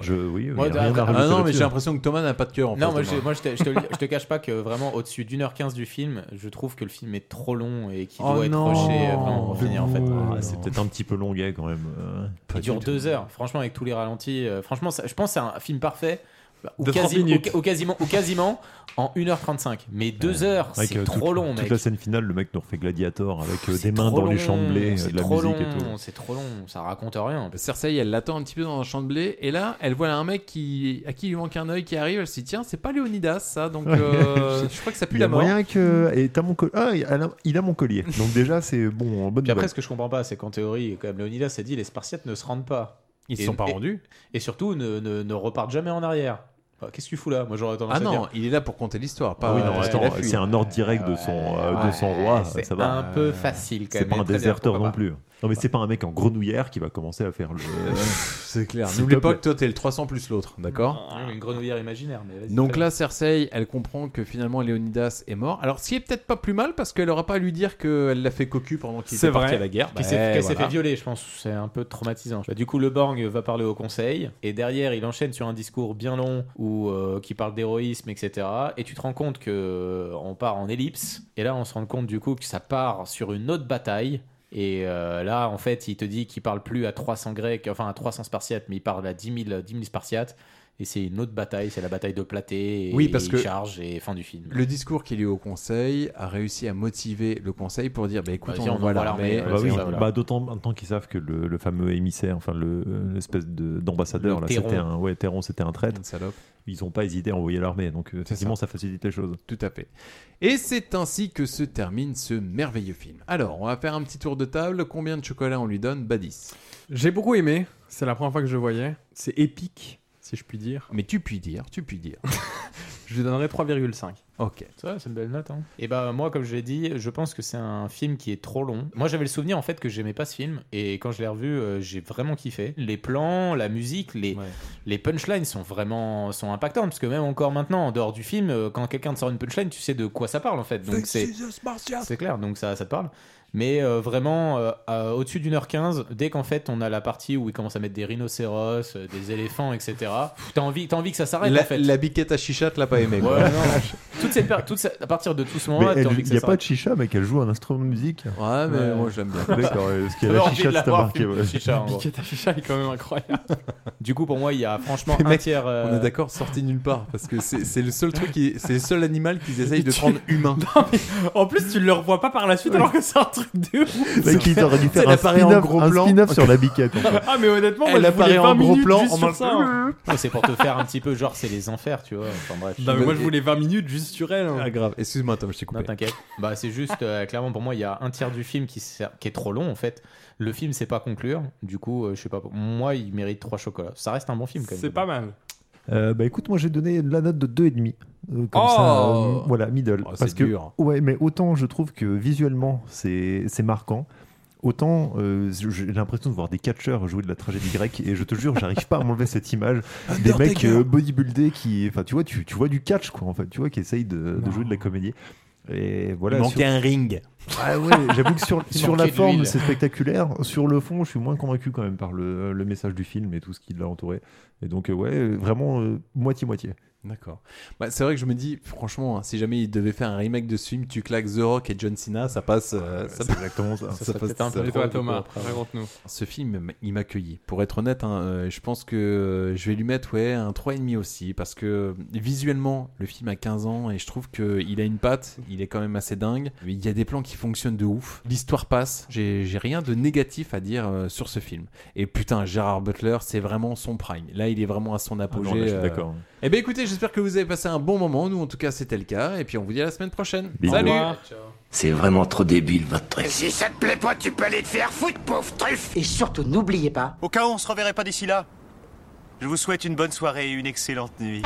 N: Je, oui,
K: Moi,
N: rien à
K: d'après-
N: rajouter
B: Ah non, mais
N: là-dessus.
B: j'ai l'impression que Thomas n'a pas de cœur. En
K: Non,
B: fait,
K: moi,
B: Thomas.
K: je, moi, je te, je te le dis- je te cache pas que vraiment au-dessus d'une heure quinze du film, je trouve que le film est trop long et qu'il
N: Oh
K: doit être
N: non,
K: rushé euh, vraiment pour finir en fait.
N: Ah, c'est peut-être un petit peu longuet quand même. euh, pas
K: Il dure
N: du tout.
K: deux heures, franchement, avec tous les ralentis. euh, franchement, ça- je pense que c'est un film parfait. bah, Ou,
N: De 30
K: quasi- ou
N: minutes.
K: ca- ou quasiment, ou quasiment en 1h35. Mais deux heures,
N: Avec,
K: c'est
N: euh,
K: trop
N: toute-
K: long,
N: Toute
K: mec.
N: la scène finale, le mec nous refait Gladiator avec euh,
K: C'est
N: des mains
K: trop
N: dans les
K: long,
N: champs de blé, euh,
K: c'est
N: de la
K: trop
N: musique et
K: long,
N: tout. Bah.
K: C'est trop long, ça raconte rien.
B: Cersei, elle l'attend un petit peu dans un champ de blé. Et là, elle voit un mec qui, à qui il manque un œil qui arrive. Elle se dit Tiens, c'est pas Léonidas, ça. Donc, euh, je crois que ça pue
N: Il y a
B: la mort.
N: moyen que. Et t'as mon col- Ah, il a, il a mon collier. Donc déjà, c'est bon, bonne
K: Puis après,
N: nouvelle.
K: ce que je comprends pas, c'est qu'en théorie, quand même, Leonidas a dit les Spartiates ne se rendent pas.
B: Ils se
K: Et-
B: sont pas
K: et-
B: rendus.
K: Et surtout, ne, ne- ne repartent jamais en arrière. Enfin, Qu'est-ce que tu fous là Moi, j'aurais tendance
B: Ah
K: à
B: non,
K: dire.
B: il est là pour compter l'histoire.
N: Ah
B: Pas
N: oui, non,
B: euh,
N: attends,
B: parce qu'il a fui.
N: c'est un ordre direct de son, euh, de son roi.
K: Ouais, c'est
N: ça va. Euh,
K: un peu facile quand
N: C'est
K: même,
N: pas un
K: très bien,
N: déserteur
K: pourquoi
N: non
K: pas.
N: plus. Non, mais c'est pas un mec en grenouillère qui va commencer à faire le.
B: C'est clair.
N: S'il
B: N'oublie
N: te
B: pas
N: plaît.
B: que toi, t'es le 300 plus l'autre. D'accord
K: Ah, Une grenouillère imaginaire. mais vas-y,
B: Donc
K: très
B: là, Cersei, elle comprend que finalement Léonidas est mort. Alors, ce qui est peut-être pas plus mal, parce qu'elle aura pas à lui dire qu'elle l'a fait cocu pendant qu'il
K: C'est
B: était parti
K: vrai.
B: à la guerre.
K: Qui
B: Bah,
K: s'est qu'elle s'est
B: voilà.
K: fait violer, je pense. C'est un peu traumatisant. Bah, du coup, le Borg va parler au conseil. Et derrière, il enchaîne sur un discours bien long où, euh, qui parle d'héroïsme, etc. Et tu te rends compte que euh, on part en ellipse. Et là, on se rend compte du coup que ça part sur une autre bataille. Et euh, là, en fait, il te dit qu'il parle plus à 300 Grecs, enfin à 300 Spartiates, mais il parle à 10 000, 10 000 Spartiates. Et c'est une autre bataille, c'est la bataille de Platée. Et
B: Oui, parce
K: il
B: que-
K: charge et fin du film.
B: Le discours qu'il est au conseil a réussi à motiver le conseil pour dire bah écoute,
K: Vas-y,
B: on,
K: on
B: envoie
K: envoie
B: l'armée.
K: l'armée,
N: Bah
K: Ouais,
N: oui,
K: c'est ça, voilà.
N: bah d'autant maintenant qu'ils savent que le, le fameux émissaire, enfin le- euh, l'espèce de-
K: Le
N: d'ambassadeur,
K: Mm.
N: là, c'était
K: Théron.
N: un, ouais, Théron, c'était un traître.
B: euh, salope.
N: Ils n'ont pas hésité à envoyer l'armée, donc euh, effectivement, ça. facilite les choses.
B: Tout à fait. Et c'est ainsi que se termine ce merveilleux film. Alors, on va faire un petit tour de table. Combien de chocolat on lui donne Bah, Badis.
P: J'ai beaucoup aimé, c'est la première fois que je le voyais. C'est épique, si je puis dire.
B: Mais tu puis dire, tu puis dire.
P: je lui donnerais 3,5.
B: Ok.
K: Ça, c'est une belle
P: hein.
K: note. Et bah moi, comme je l'ai dit, je pense que c'est un film qui est trop long. Moi, j'avais le souvenir en fait que j'aimais pas ce film, et quand je l'ai revu, euh, j'ai vraiment kiffé. Les plans, la musique, les les punchlines sont vraiment sont impactantes parce que même encore maintenant, en dehors du film, euh, quand quelqu'un te sort une punchline, tu sais de quoi ça parle en fait. Donc c'est c'est clair, donc ça, ça te parle. Mais euh, vraiment, euh, euh, au-dessus d'une heure quinze, dès qu'en fait on a la partie où ils commencent à mettre des rhinocéros, euh, des éléphants, etc., t'as envie, t'as envie que ça s'arrête
B: La,
K: en fait.
B: la biquette à chicha, te l'a pas aimé.
K: Ouais,
B: quoi.
K: non. toute cette per- toute cette- à partir de tout ce
N: Mais
K: moment-là, t'as envie
N: il
K: que
N: n'y
K: ça
N: a pas
K: s'arrête.
N: de chicha, mais qu'elle joue un instrument de musique.
B: Ouais, mais moi, j'aime bien.
N: D'accord, ouais, parce que
K: J'avais
N: la
K: envie de
N: chicha,
K: la
N: ça t'a
K: voir,
N: marqué.
K: film
N: ouais.
K: Chicha, en gros.
P: Piquet à chicha est quand même incroyable.
K: Du coup, pour moi, il y a franchement
B: Mais
K: un
B: mec,
K: tiers. euh,
B: On est d'accord, sorti nulle part parce que c'est c'est le seul truc, qui- c'est le seul animal qu'ils essayent de prendre humain.
Q: En plus, tu le revois pas par la suite alors que c'est un truc de ouf.
N: Mec, ils auraient dû
B: C'est
N: faire un
B: l'appareil en
N: spin-off
B: gros
N: un
B: plan.
N: spin-off sur la biquette. en fait.
Q: Ah, mais honnêtement, moi,
B: Elle
Q: je
B: apparaît
Q: voulais
B: en
Q: 20
B: gros
Q: minutes
B: plan,
Q: juste
B: en
Q: sur
B: mode-
Q: ça. hein.
K: Ouais, c'est pour te faire un petit peu genre c'est les enfers, tu vois. Enfin bref.
P: Non, mais moi je voulais 20 minutes juste sur elle. hein.
B: Ah grave, excuse-moi Tom, je t'ai
K: Non,
B: coupé.
K: t'inquiète. Bah, c'est juste, euh, clairement, pour moi, il y a un tiers du film qui, sert- qui est trop long, en fait. Le film, c'est pas conclure. Du coup, euh, je sais pas. Moi, il mérite trois chocolats. Ça reste un bon film, quand même.
P: C'est pas mal.
N: Euh, bah écoute, moi j'ai donné la note de 2,5. Euh, comme
P: Oh
N: ça, euh, voilà, middle.
B: Oh, c'est
N: Parce que,
B: dur.
N: ouais, mais autant je trouve que visuellement c'est c'est marquant, autant euh, j'ai l'impression de voir des catcheurs jouer de la tragédie grecque et je te jure, j'arrive pas à m'enlever cette image des mecs
B: Undertaker.
N: euh, bodybuildés qui, enfin tu vois, tu, tu vois du catch quoi en fait, tu vois, qui essayent de, de jouer de la comédie. Et voilà,
S: Il manquait
N: sur-
S: un ring.
N: Ah ouais, j'avoue que sur,
S: Il
N: sur la
S: manquait de
N: forme,
S: l'huile.
N: c'est spectaculaire. Sur le fond, je suis moins convaincu quand même par le, le message du film et tout ce qui l'a entouré. Et donc, euh, ouais, vraiment euh, moitié-moitié.
B: D'accord. Bah, c'est vrai que je me dis, franchement, hein, si jamais ils devaient faire un remake de ce film, tu claques The Rock et John Cena, ça passe. euh, ça
N: c'est exactement ça.
P: Ça serait peut-être un peu Et toi,
B: passe-
P: Thomas,
B: après, ouais.
P: raconte-nous.
B: Ce film, m- il m'accueillit. Pour être honnête, hein, euh, je pense que euh, je vais lui mettre ouais, un 3,5 aussi, parce que euh, visuellement, le film a 15 ans et je trouve qu'il a une patte, il est quand même assez dingue. Il y a des plans qui fonctionnent de ouf. L'histoire passe, j'ai j'ai rien de négatif à dire euh, sur ce film. Et putain, Gérard Butler, c'est vraiment son prime. Là, il est vraiment à son apogée.
N: Ah là, je suis
B: euh,
N: d'accord.
B: eh bien écoutez, j'espère que vous avez passé un bon moment. Nous, en tout cas, c'était le cas. Et puis, on vous dit à la semaine prochaine.
D: Bisous.
B: Salut
D: Au revoir. C'est vraiment trop débile, votre truc.
E: Si ça te plaît pas, tu peux aller te faire foutre, pauvre truffe
T: Et surtout, n'oubliez pas.
U: Au cas où on se reverrait pas d'ici là, je vous souhaite une bonne soirée et une excellente nuit.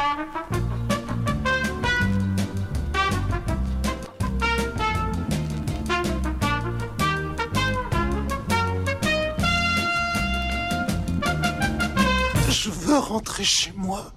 R: Je veux rentrer chez moi.